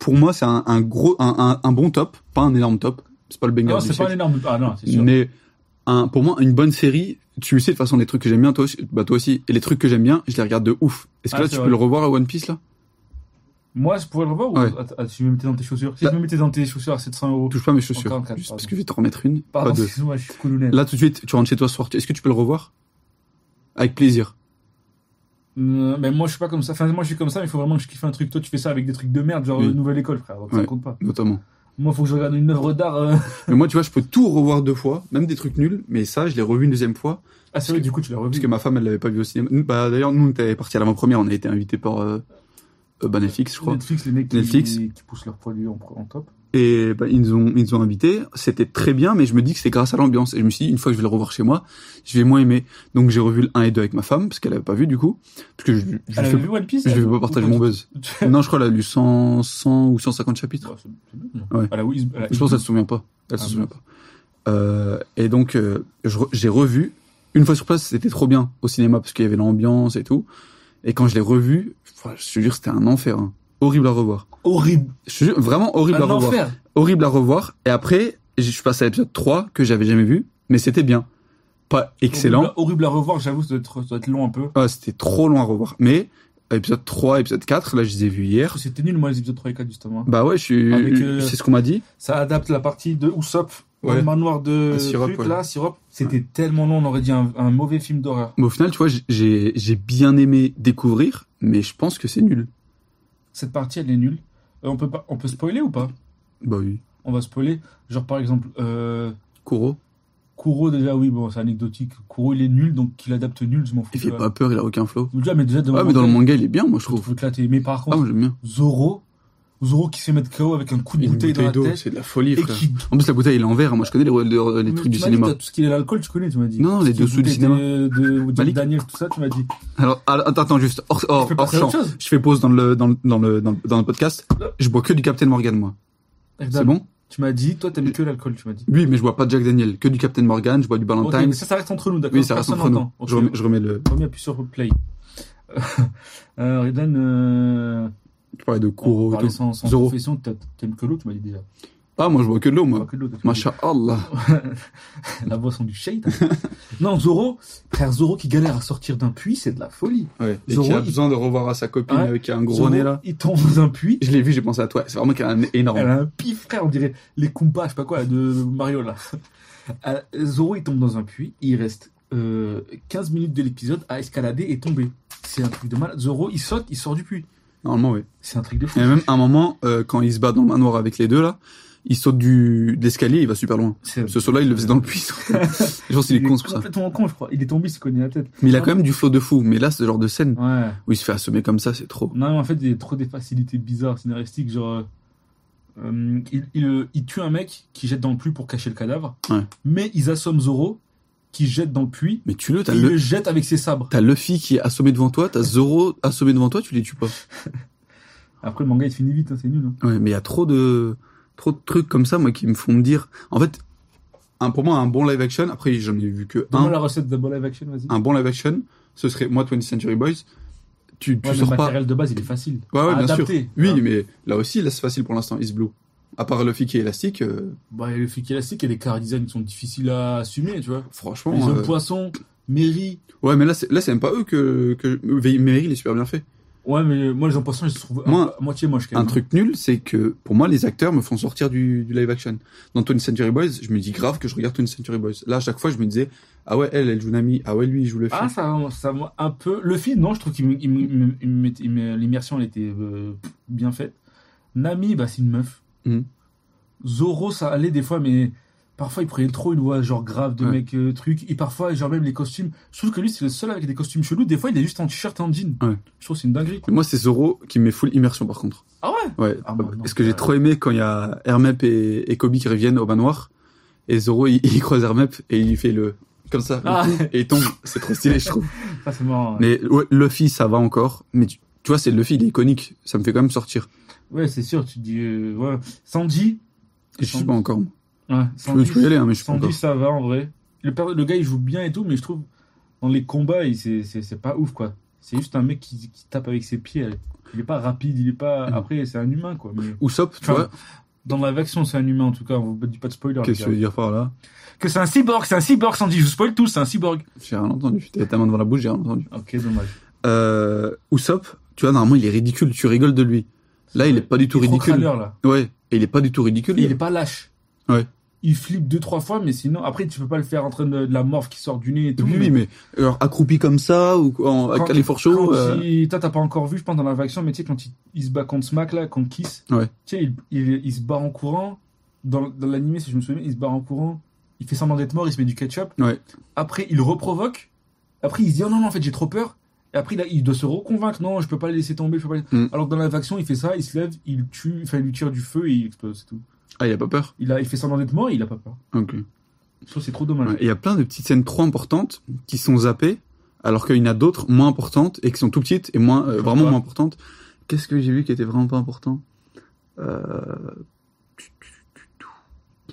[SPEAKER 3] pour moi, c'est un, un gros, un, un- un bon top, pas un énorme top. C'est pas le banger
[SPEAKER 2] Non,
[SPEAKER 3] du
[SPEAKER 2] c'est pas un
[SPEAKER 3] siècle.
[SPEAKER 2] énorme. Ah non, c'est sûr.
[SPEAKER 3] Mais un, pour moi, une bonne série, tu sais de toute façon les trucs que j'aime bien, toi, aussi- bah toi aussi, et les trucs que j'aime bien, je les regarde de ouf. Est-ce que
[SPEAKER 2] Ah,
[SPEAKER 3] là,
[SPEAKER 2] c'est
[SPEAKER 3] tu
[SPEAKER 2] vrai.
[SPEAKER 3] peux le revoir à One Piece là
[SPEAKER 2] Moi, je pourrais le revoir ou
[SPEAKER 3] Ouais.
[SPEAKER 2] Att- ah, si je me mettais dans tes chaussures Si
[SPEAKER 3] Bah-
[SPEAKER 2] je me mettais dans tes chaussures à 700 euros.
[SPEAKER 3] Touche pas mes chaussures,
[SPEAKER 2] Encore un quatre,
[SPEAKER 3] juste parce
[SPEAKER 2] pardon.
[SPEAKER 3] que je vais t'en remettre une. pas
[SPEAKER 2] Pardon,
[SPEAKER 3] deux.
[SPEAKER 2] excuse-moi, je suis coulounette.
[SPEAKER 3] Là, tout de suite, tu rentres chez toi ce soir. Est-ce que tu peux le revoir Avec plaisir.
[SPEAKER 2] Euh, mais moi, je suis pas comme ça. Enfin, moi, je suis comme ça, mais il faut vraiment que je kiffe un truc. Toi, tu fais ça avec des trucs de merde, genre
[SPEAKER 3] Oui.
[SPEAKER 2] euh, Nouvelle École, frère. Donc, ça
[SPEAKER 3] Ouais.
[SPEAKER 2] compte pas.
[SPEAKER 3] Notamment.
[SPEAKER 2] Moi, faut que je regarde une œuvre d'art. euh. <laughs>
[SPEAKER 3] Mais moi, tu vois, je peux tout revoir deux fois, même des trucs nuls, mais ça, je l'ai revu une deuxième fois,
[SPEAKER 2] Ah, c'est vrai, du coup, tu l'as revu.
[SPEAKER 3] parce que ma femme, elle l'avait pas vu au cinéma. Nous, Bah, d'ailleurs, nous, on était partis à l'avant-première, on a été invités par euh, euh, bah, Netflix, je crois.
[SPEAKER 2] Netflix, les mecs qui,
[SPEAKER 3] Netflix.
[SPEAKER 2] qui poussent leurs produits en, en top.
[SPEAKER 3] Et bah, ils, nous ont, ils nous ont invités, c'était très bien, mais je me dis que c'est grâce à l'ambiance. Et je me suis dit, une fois que je vais le revoir chez moi, je vais moins aimer. Donc, j'ai revu le 1 et 2 avec ma femme, parce qu'elle avait pas vu, du coup. Parce que je, je,
[SPEAKER 2] Elle
[SPEAKER 3] fais-
[SPEAKER 2] avait vu One Piece
[SPEAKER 3] je
[SPEAKER 2] elle
[SPEAKER 3] vais pas partager mon buzz.
[SPEAKER 2] Ouais,
[SPEAKER 3] Non, je crois qu'elle a lu 100, 100 ou 150 chapitres.
[SPEAKER 2] Bah, c'est- c'est bien, hein. non
[SPEAKER 3] Ouais.
[SPEAKER 2] Elle a oui, elle a-
[SPEAKER 3] Je pense qu'elle se souvient pas. Elle
[SPEAKER 2] Ah,
[SPEAKER 3] se souvient pas. Euh, et donc, euh, je re- j'ai revu. Une fois sur place, c'était trop bien au cinéma parce qu'il y avait l'ambiance et tout. Et quand je l'ai revu, pff, je te jure, c'était un enfer. hein. Horrible à revoir.
[SPEAKER 2] Horrible.
[SPEAKER 3] Je te jure, vraiment horrible à
[SPEAKER 2] Un
[SPEAKER 3] revoir.
[SPEAKER 2] enfer.
[SPEAKER 3] Horrible à revoir. Et après, je suis passé à l'épisode 3 que j'avais jamais vu, mais c'était bien. Pas excellent.
[SPEAKER 2] Horrible à- Horrible à revoir, j'avoue, ça doit être, ça doit être long un peu.
[SPEAKER 3] Ah, c'était trop long à revoir. Mais épisode 3, épisode 4, là, je les ai vus hier.
[SPEAKER 2] Parce que C'était nul, moi, les épisodes 3 et 4, justement.
[SPEAKER 3] Bah ouais, je suis.
[SPEAKER 2] Avec, euh,
[SPEAKER 3] C'est ce qu'on m'a dit.
[SPEAKER 2] Ça adapte la partie de Usopp, dans
[SPEAKER 3] Ouais.
[SPEAKER 2] le manoir de
[SPEAKER 3] Un sirop,
[SPEAKER 2] truc,
[SPEAKER 3] ouais.
[SPEAKER 2] là, sirop. C'était tellement long, on aurait dit un, un mauvais film d'horreur.
[SPEAKER 3] Mais au final, tu vois, j'ai- j'ai j'ai bien aimé découvrir, mais je pense que c'est nul.
[SPEAKER 2] Cette partie, elle est nulle. Euh, on peut pas, on peut spoiler ou pas
[SPEAKER 3] Bah oui.
[SPEAKER 2] On va spoiler. Genre par exemple, euh,
[SPEAKER 3] Kuro,
[SPEAKER 2] Kuro déjà, oui, bon, c'est anecdotique. Kuro, il est nul, donc qu'il adapte nul, je m'en fous.
[SPEAKER 3] il
[SPEAKER 2] tu
[SPEAKER 3] fait
[SPEAKER 2] vois.
[SPEAKER 3] pas peur, il a aucun flow.
[SPEAKER 2] Déjà, mais déjà,
[SPEAKER 3] Ouais, mais dans le manga, il est bien, moi, je trouve.
[SPEAKER 2] faut éclater. Mais par
[SPEAKER 3] Ah,
[SPEAKER 2] contre,
[SPEAKER 3] moi, j'aime bien.
[SPEAKER 2] Zoro, Zoro qui se fait mettre KO avec un coup de bouteille, dans la tête
[SPEAKER 3] c'est de la folie,
[SPEAKER 2] et
[SPEAKER 3] frère.
[SPEAKER 2] qui
[SPEAKER 3] En plus, la bouteille, elle est en verre. Moi, je connais les, les- les
[SPEAKER 2] Mais
[SPEAKER 3] trucs du
[SPEAKER 2] tu m'as dit,
[SPEAKER 3] cinéma.
[SPEAKER 2] t'as Tout ce qui est l'alcool, tu connais, tu m'as dit.
[SPEAKER 3] Non, non, les
[SPEAKER 2] Tout ce qui est
[SPEAKER 3] dessous du
[SPEAKER 2] bouteille De, de, de
[SPEAKER 3] Malik.
[SPEAKER 2] Daniel, tout ça, tu m'as dit.
[SPEAKER 3] Alors, ah, attends, attends, juste, hors, hors,
[SPEAKER 2] Tu peux
[SPEAKER 3] hors
[SPEAKER 2] passer à
[SPEAKER 3] champ.
[SPEAKER 2] autre chose
[SPEAKER 3] Je fais pause dans le, dans le, dans le, dans le, dans le podcast. Je bois que du Captain Morgan, moi. C'est bon?
[SPEAKER 2] Tu m'as dit, toi, t'aimes que l'alcool, tu m'as dit.
[SPEAKER 3] Oui, mais je bois pas de Jack Daniel. Que du Captain Morgan, je bois du
[SPEAKER 2] Ok,
[SPEAKER 3] Ballantine.
[SPEAKER 2] mais ça, ça reste entre nous, d'accord
[SPEAKER 3] oui, ça reste
[SPEAKER 2] Personne
[SPEAKER 3] entre nous.
[SPEAKER 2] n'entend. Ok.
[SPEAKER 3] Je remets, je remets le,
[SPEAKER 2] Premier appuie sur play. Euh, Redan, euh,
[SPEAKER 3] tu parlais de
[SPEAKER 2] on
[SPEAKER 3] Kuro et
[SPEAKER 2] parlait
[SPEAKER 3] tout.
[SPEAKER 2] sans, sans
[SPEAKER 3] Zoro.
[SPEAKER 2] profession, t'as- t'aimes que l'eau, tu m'as dit déjà.
[SPEAKER 3] Ah, moi, je bois que de l'eau,
[SPEAKER 2] Pas
[SPEAKER 3] moi.
[SPEAKER 2] que l'eau, t'as-
[SPEAKER 3] Masha Allah.
[SPEAKER 2] La boisson du shade.
[SPEAKER 3] <laughs>
[SPEAKER 2] non, Zoro, frère Zoro qui galère à sortir d'un puits, c'est de la folie.
[SPEAKER 3] Ouais. Et
[SPEAKER 2] Zoro,
[SPEAKER 3] qui a
[SPEAKER 2] il-
[SPEAKER 3] besoin de revoir à sa copine
[SPEAKER 2] Ouais.
[SPEAKER 3] euh, qui a un gros
[SPEAKER 2] Zoro,
[SPEAKER 3] nez là.
[SPEAKER 2] Il tombe dans un puits.
[SPEAKER 3] Je l'ai vu, j'ai pensé à toi. C'est vraiment qu'elle a un nez énorme.
[SPEAKER 2] Elle a un pif frère, on dirait les Kumpas, je sais pas quoi, de Mario là. Euh, Zoro il tombe dans un puits, il reste euh, 15 minutes de l'épisode à escalader et tomber. C'est un truc de mal. Zoro il saute, il sort du puits.
[SPEAKER 3] Normalement, oui.
[SPEAKER 2] C'est un truc de fou.
[SPEAKER 3] Il y a même un moment, euh, quand il se bat dans le manoir avec les deux là, il saute du de l'escalier, il va super loin.
[SPEAKER 2] C'est-
[SPEAKER 3] Ce saut-là, il le faisait dans le puits. <laughs> Je pense qu'il est con pour ça.
[SPEAKER 2] complètement con, je crois. Il est tombé, il s'est cogné la tête.
[SPEAKER 3] Mais il a quand même du flow de fou. Mais là, ce genre de scène
[SPEAKER 2] Ouais.
[SPEAKER 3] où il se fait assommer comme ça, c'est trop.
[SPEAKER 2] Non, mais en fait, il y a trop des facilités bizarres scénaristiques. Genre, euh, euh, il, il, euh, il tue un mec qui jette dans le puits pour cacher le cadavre,
[SPEAKER 3] Ouais.
[SPEAKER 2] mais ils assomment Zoro qui jette dans le puits.
[SPEAKER 3] Mais tu le,
[SPEAKER 2] et
[SPEAKER 3] t'as
[SPEAKER 2] il
[SPEAKER 3] le.
[SPEAKER 2] le jette avec ses sabres.
[SPEAKER 3] T'as Luffy qui est assommé devant toi, t'as Zoro assommé devant toi, tu les tues pas.
[SPEAKER 2] Après, le manga il se finit vite, hein, c'est nul. hein.
[SPEAKER 3] Ouais, mais il y a trop de trop de trucs comme ça, moi, qui me font me dire. En fait, un, pour moi, un bon live action. Après, j'en ai vu que un.
[SPEAKER 2] Donne-moi la recette de Ball Live Action, vas-y.
[SPEAKER 3] un bon live action, ce serait moi 20th Century Boys. Tu, tu
[SPEAKER 2] Ouais,
[SPEAKER 3] sors
[SPEAKER 2] le
[SPEAKER 3] pas.
[SPEAKER 2] matériel de base, il est facile.
[SPEAKER 3] Ouais, ouais,
[SPEAKER 2] à
[SPEAKER 3] bien sûr.
[SPEAKER 2] adapter.
[SPEAKER 3] Oui,
[SPEAKER 2] Hein.
[SPEAKER 3] mais là aussi, là c'est facile pour l'instant, Is Blue. À part Luffy qui est élastique, euh,
[SPEAKER 2] Bah, le flic élastique et les car design qui sont difficiles à assumer, tu vois.
[SPEAKER 3] franchement.
[SPEAKER 2] les hommes
[SPEAKER 3] euh,
[SPEAKER 2] poissons, Mary.
[SPEAKER 3] Ouais, mais là c'est là, c'est même pas eux que. que... mais- mais il est super bien fait.
[SPEAKER 2] Ouais, mais moi, les hommes poissons, je les trouve
[SPEAKER 3] Moi,
[SPEAKER 2] à moitié moche quand
[SPEAKER 3] Un
[SPEAKER 2] même.
[SPEAKER 3] truc nul, c'est que pour moi, les acteurs me font sortir du, du live action. Dans 20th Century Boys, je me dis grave que je regarde 20th Century Boys. Là, à chaque fois, je me disais, ah ouais, elle, elle joue Nami, ah ouais, lui, il joue Luffy.
[SPEAKER 2] Ah, ça, ça m'a un peu. Le film, non, je trouve qu'il m- il m- il m- il m- il m- l'immersion, elle était euh, bien faite. Nami, bah, c'est une meuf.
[SPEAKER 3] Mhm.
[SPEAKER 2] Zoro, ça allait des fois, mais parfois, il prenait trop une voix, genre grave de
[SPEAKER 3] Ouais.
[SPEAKER 2] mec, euh, truc. Et parfois, genre même les costumes. Je trouve que lui, c'est le seul avec des costumes chelous. Des fois, il est juste en t-shirt et en jean.
[SPEAKER 3] Ouais.
[SPEAKER 2] Je trouve que c'est une dinguerie.
[SPEAKER 3] Mais moi, c'est Zoro qui me met full immersion par contre.
[SPEAKER 2] Ah ouais
[SPEAKER 3] Ouais.
[SPEAKER 2] Ah, bah, non,
[SPEAKER 3] Est-ce que j'ai
[SPEAKER 2] ouais.
[SPEAKER 3] trop aimé quand il y a Hermep et, et Kobe qui reviennent au manoir Et Zoro, il, il croise Hermep et il lui fait le. Comme ça. le
[SPEAKER 2] Ah.
[SPEAKER 3] coup, Et il tombe. C'est trop stylé, je trouve.
[SPEAKER 2] <laughs> Ça, c'est marrant.
[SPEAKER 3] Mm. Mais ouais, Luffy, ça va encore. Mais tu, tu vois, c'est Luffy, il est iconique. Ça me fait quand même sortir.
[SPEAKER 2] Ouais, c'est sûr, tu te dis. euh, ouais. Sanji.
[SPEAKER 3] Et je suis pas encore.
[SPEAKER 2] Ouais,
[SPEAKER 3] Je peux,
[SPEAKER 2] Sanji,
[SPEAKER 3] je peux y aller, hein, mais je suis pas
[SPEAKER 2] Sanji,
[SPEAKER 3] encore.
[SPEAKER 2] ça va en vrai. Le, per- le gars, il joue bien et tout, mais je trouve dans les combats, il- c'est- c'est c'est pas ouf quoi. C'est juste un mec qui, qui tape avec ses pieds. Il est pas rapide, il est pas.
[SPEAKER 3] Non.
[SPEAKER 2] Après, c'est un humain quoi. Mais
[SPEAKER 3] Usopp, tu
[SPEAKER 2] Enfin,
[SPEAKER 3] vois,
[SPEAKER 2] dans la version, c'est un humain en tout cas. On vous dit pas de spoiler. les
[SPEAKER 3] qu'est-ce que je
[SPEAKER 2] gars.
[SPEAKER 3] veux dire par là
[SPEAKER 2] Que c'est un cyborg, c'est un cyborg, Sanji. Je vous spoil tous, c'est un cyborg.
[SPEAKER 3] J'ai rien entendu. T'avais ta main devant la bouche, j'ai rien entendu.
[SPEAKER 2] Ok, dommage.
[SPEAKER 3] Euh, Usopp, tu vois, normalement, il est ridicule. Tu rigoles de lui. Là, il est pas du tout
[SPEAKER 2] Il est trop
[SPEAKER 3] ridicule.
[SPEAKER 2] crâneur, là.
[SPEAKER 3] Ouais, et il est pas du tout ridicule.
[SPEAKER 2] Il est pas lâche.
[SPEAKER 3] Ouais.
[SPEAKER 2] Il flippe deux trois fois, mais sinon après tu peux pas le faire en train de, de la morphe qui sort du nez et tout.
[SPEAKER 3] Oui, oui, mais alors, accroupi comme ça, ou en, à
[SPEAKER 2] Quand-
[SPEAKER 3] Californie
[SPEAKER 2] Quand
[SPEAKER 3] chaud, euh,
[SPEAKER 2] il- Toi, t'as pas encore vu, je pense, dans la faction, mais tu sais, quand il, il se bat contre Smack, là, contre Kiss,
[SPEAKER 3] Ouais.
[SPEAKER 2] tu sais, il, il- il se bat en courant. Dans, dans l'animé, si je me souviens, il se bat en courant, il fait semblant d'être mort, il se met du ketchup.
[SPEAKER 3] Ouais.
[SPEAKER 2] Après, il reprovoque. Après, il se dit, oh non, non, en fait, j'ai trop peur. Et après, là, il doit se reconvaincre, non, je peux pas le laisser tomber. Je peux pas... le-
[SPEAKER 3] Mm.
[SPEAKER 2] Alors que dans la faction, il fait ça, il se lève, il tue, enfin, il lui tire du feu et il explose, c'est tout.
[SPEAKER 3] Ah, il a pas peur.
[SPEAKER 2] Il, a, il fait semblant d'être mort et il a pas peur.
[SPEAKER 3] Ok.
[SPEAKER 2] Je trouve que c'est trop dommage.
[SPEAKER 3] Ouais, Il y a plein de petites scènes trop importantes qui sont zappées, alors qu'il y en a d'autres moins importantes et qui sont tout petites et moins, euh,
[SPEAKER 2] Comme
[SPEAKER 3] vraiment
[SPEAKER 2] quoi
[SPEAKER 3] moins importantes. Qu'est-ce que j'ai vu qui était vraiment pas important euh...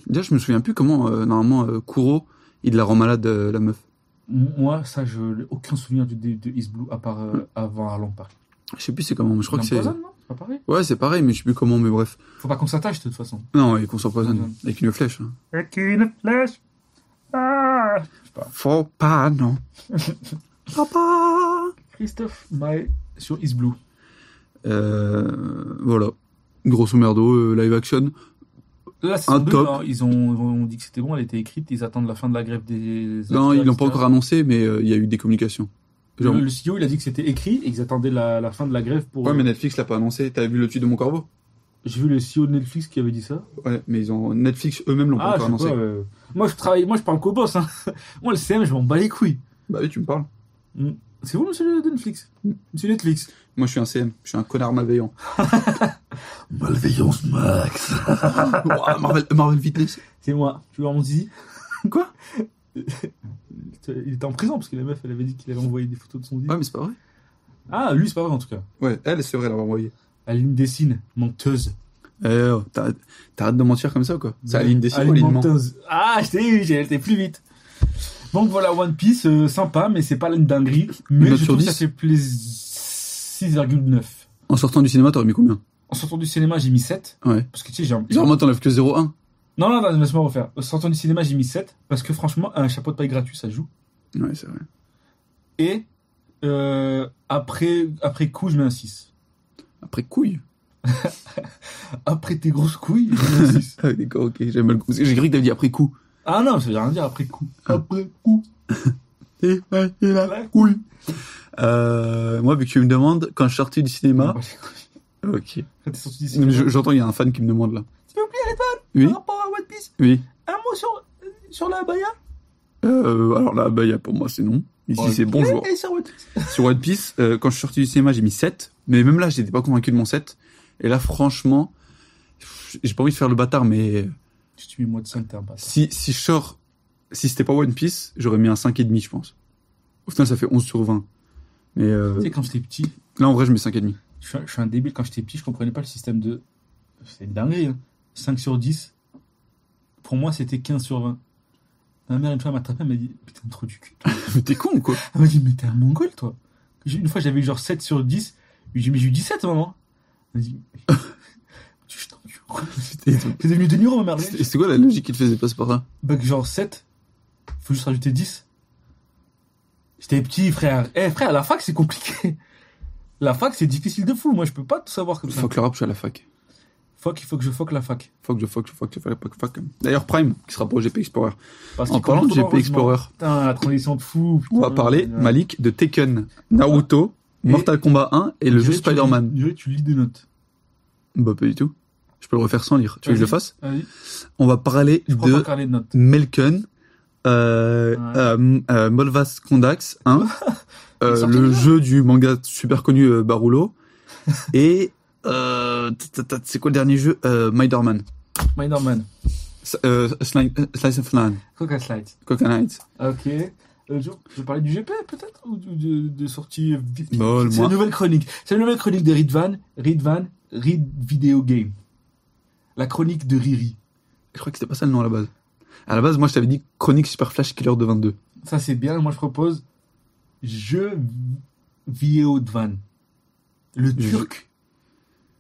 [SPEAKER 3] Déjà, je me souviens plus comment, euh, normalement, euh, Kuro, il la rend malade, euh, la meuf.
[SPEAKER 2] Moi, ça, je n'ai aucun souvenir de, de, de East Blue à part euh, avant Arlong Park.
[SPEAKER 3] Mm. Je sais plus c'est comment, mais je crois que c'est...
[SPEAKER 2] L'empoisonne, non C'est pas pareil.
[SPEAKER 3] Ouais, c'est pareil, mais je sais plus comment, mais bref.
[SPEAKER 2] Faut pas qu'on s'attache de toute façon.
[SPEAKER 3] Non, et qu'on s'empoisonne
[SPEAKER 2] Empoisonne.
[SPEAKER 3] avec une flèche. hein.
[SPEAKER 2] Avec une flèche. Ah
[SPEAKER 3] Faut pas, non. Papa
[SPEAKER 2] Christophe Maé sur Is Blue.
[SPEAKER 3] Euh, voilà. Grosso merdo, euh, live action.
[SPEAKER 2] Là, c'est hein.
[SPEAKER 3] Un top.
[SPEAKER 2] Ils ont, ont dit que c'était bon, elle était écrite. Ils attendent la fin de la grève des.
[SPEAKER 3] Non,
[SPEAKER 2] acteurs,
[SPEAKER 3] ils l'ont
[SPEAKER 2] etc.
[SPEAKER 3] pas encore annoncé, mais euh, il y a eu des communications. Genre,
[SPEAKER 2] Le, le CEO, il a dit que c'était écrit et qu'ils attendaient la, la fin de la grève pour. euh,
[SPEAKER 3] ouais, mais Netflix l'a pas annoncé. T'as vu le tweet de mon corbeau
[SPEAKER 2] J'ai vu le CEO de Netflix qui avait dit ça.
[SPEAKER 3] Ouais, mais ils ont Netflix eux-mêmes l'ont pas
[SPEAKER 2] Ah, je
[SPEAKER 3] encore
[SPEAKER 2] sais
[SPEAKER 3] annoncé.
[SPEAKER 2] pas. euh, Moi, je travaille, moi, je parle qu'au boss. Hein. <laughs> moi, le CM, je m'en bats les couilles.
[SPEAKER 3] Bah oui, tu me parles.
[SPEAKER 2] C'est vous, monsieur de Netflix Monsieur Netflix
[SPEAKER 3] Moi, je suis un CM. Je suis un connard <laughs> malveillant.
[SPEAKER 2] Malveillance Max
[SPEAKER 3] Ouah, Marvel, Marvel Fitness.
[SPEAKER 2] C'est moi. Tu vois mon <laughs> zizi
[SPEAKER 3] <laughs> Quoi
[SPEAKER 2] Il était en prison parce que la meuf, elle avait dit qu'il avait envoyé des photos de son zizi.
[SPEAKER 3] Ouais, mais c'est pas vrai.
[SPEAKER 2] Ah, lui, c'est pas vrai en tout cas.
[SPEAKER 3] Ouais, elle, c'est vrai, elle l'a envoyé.
[SPEAKER 2] Elle me dessine, menteuse.
[SPEAKER 3] Eh, oh, t'as- T'arrêtes de mentir comme ça, quoi. C'est Aline Dessy, Aline ment.
[SPEAKER 2] menteuse. Ah, je t'ai eu, j'ai été plus vite. Donc voilà, One Piece, euh, sympa, mais c'est pas une dinguerie. Mais
[SPEAKER 3] note
[SPEAKER 2] je
[SPEAKER 3] sur
[SPEAKER 2] trouve que
[SPEAKER 3] 10?
[SPEAKER 2] ça fait plaisir. 6,9.
[SPEAKER 3] En sortant du cinéma, t'aurais mis combien
[SPEAKER 2] En sortant du cinéma, j'ai mis 7.
[SPEAKER 3] Ouais.
[SPEAKER 2] Parce que tu sais, j'ai un.
[SPEAKER 3] Genre, moi, t'enlèves que 0,1.
[SPEAKER 2] Non, non, non, laisse-moi refaire. En sortant du cinéma, j'ai mis 7. Parce que franchement, un chapeau de paille gratuit, ça joue.
[SPEAKER 3] Ouais, c'est vrai.
[SPEAKER 2] Et euh, après, après coup, je mets un 6.
[SPEAKER 3] Après couille. <laughs>
[SPEAKER 2] Après tes grosses couilles, je
[SPEAKER 3] <laughs>
[SPEAKER 2] mets un 6.
[SPEAKER 3] Ah, d'accord, ok, j'aime le coup. J'ai cru que t'avais dit après coup.
[SPEAKER 2] Ah non, ça veut rien dire après coup.
[SPEAKER 3] Ah.
[SPEAKER 2] Après coup.
[SPEAKER 3] Et, ouais, et là,
[SPEAKER 2] Ouais.
[SPEAKER 3] couille. Euh, moi, vu que tu me demandes, quand je suis sorti du cinéma. Ok.
[SPEAKER 2] Quand t'es sorti du
[SPEAKER 3] Bah. Non,
[SPEAKER 2] cinéma.
[SPEAKER 3] mais je- J'entends, il y a un fan qui me demande là.
[SPEAKER 2] S'il vous plaît,
[SPEAKER 3] Oui,
[SPEAKER 2] par rapport à One Piece,
[SPEAKER 3] oui.
[SPEAKER 2] un mot sur, sur la Abaya
[SPEAKER 3] Euh, alors là, bah, il y a pour moi, c'est non. Ici,
[SPEAKER 2] Ouais.
[SPEAKER 3] c'est bonjour.
[SPEAKER 2] <laughs> Et sur One Piece.
[SPEAKER 3] Sur One Piece, euh, quand je suis sorti du cinéma, j'ai mis 7. Mais même là, j'étais pas convaincu de mon 7. Et là, franchement, pff, j'ai pas envie de faire le bâtard, mais
[SPEAKER 2] Si tu mets moins de 5, t'es un bâtard.
[SPEAKER 3] si, si je sors, si c'était pas One Piece, j'aurais mis un 5,5, je pense. Au final, ça fait 11 sur 20. Mais euh,
[SPEAKER 2] Tu sais, quand j'étais petit,
[SPEAKER 3] là, en vrai, je mets 5,5.
[SPEAKER 2] je suis, un, je suis un débile, quand j'étais petit, je comprenais pas le système de. C'est une dinguerie, hein. 5 sur 10. Pour moi, c'était 15 sur 20. Ma mère, une fois, elle m'a attrapé, elle m'a dit Putain, trop du cul. toi.
[SPEAKER 3] <laughs> Mais t'es con ou quoi
[SPEAKER 2] Elle m'a dit Mais t'es un mongol, toi. J'ai- Une fois, j'avais eu genre 7 sur 10. J'ai mais j'ai eu 17, maman. Elle m'a dit <laughs> Mais- Tu je t'en prie, quoi.
[SPEAKER 3] C'était-
[SPEAKER 2] C'est devenu De Niro,
[SPEAKER 3] <laughs>
[SPEAKER 2] ma mère.
[SPEAKER 3] C'est c'est quoi la logique qu'il faisait passer par là
[SPEAKER 2] Bug genre 7, faut juste rajouter 10. J'étais petit, frère. Eh, frère, la fac, c'est compliqué. <laughs> La fac, c'est difficile de fou. Moi, je peux pas tout savoir comme ça.
[SPEAKER 3] Fuck le rap, je suis à la fac.
[SPEAKER 2] Fuck, il faut que je fuck la fac.
[SPEAKER 3] Fuck, je fuck, je fuck, je fuck, fuck, fuck. D'ailleurs, Prime, qui sera pour GP Explorer.
[SPEAKER 2] Parce
[SPEAKER 3] En
[SPEAKER 2] qu'il
[SPEAKER 3] parlant
[SPEAKER 2] compte
[SPEAKER 3] de GP
[SPEAKER 2] trop
[SPEAKER 3] Explorer,
[SPEAKER 2] d'argent. Putain, la transition de fou.
[SPEAKER 3] on va parler, Malik, de Tekken, Naruto,
[SPEAKER 2] Et-
[SPEAKER 3] Mortal Kombat 1 et le jeu Spider-Man.
[SPEAKER 2] Tu, tu lis des notes.
[SPEAKER 3] Bah, pas du tout. Je peux le refaire sans lire. Tu veux que je le
[SPEAKER 2] Vas-y.
[SPEAKER 3] fasse
[SPEAKER 2] Vas-y.
[SPEAKER 3] On va parler
[SPEAKER 2] Je crois
[SPEAKER 3] de
[SPEAKER 2] pas parler de notes.
[SPEAKER 3] Melken, euh,
[SPEAKER 2] Ouais.
[SPEAKER 3] euh, euh, Molvas Kondax
[SPEAKER 2] <laughs>
[SPEAKER 3] 1,
[SPEAKER 2] Il est
[SPEAKER 3] euh,
[SPEAKER 2] sorti
[SPEAKER 3] le
[SPEAKER 2] déjà
[SPEAKER 3] jeu du manga super connu euh, Barulo, <laughs> et euh, ta- ta- ta- c'est quoi le dernier jeu euh, Spider-Man.
[SPEAKER 2] Spider-Man.
[SPEAKER 3] S- euh, Sli- euh, Slice of Land,
[SPEAKER 2] Coca Slide.
[SPEAKER 3] Coconut.
[SPEAKER 2] Ok. Euh, je, je parlais du GP peut-être ou du- de, de sortie.
[SPEAKER 3] Bol,
[SPEAKER 2] C'est
[SPEAKER 3] moi.
[SPEAKER 2] une nouvelle chronique. C'est une nouvelle chronique de Ridvan. Ridvan, Rid Video Game. La chronique de Riri.
[SPEAKER 3] Je crois que c'était pas ça le nom à la base. À la base, moi, je t'avais dit Chronique Super Flash Killer de 22.
[SPEAKER 2] Ça c'est bien. Moi je propose Jeu Videodvan. Le
[SPEAKER 3] Je-
[SPEAKER 2] turc.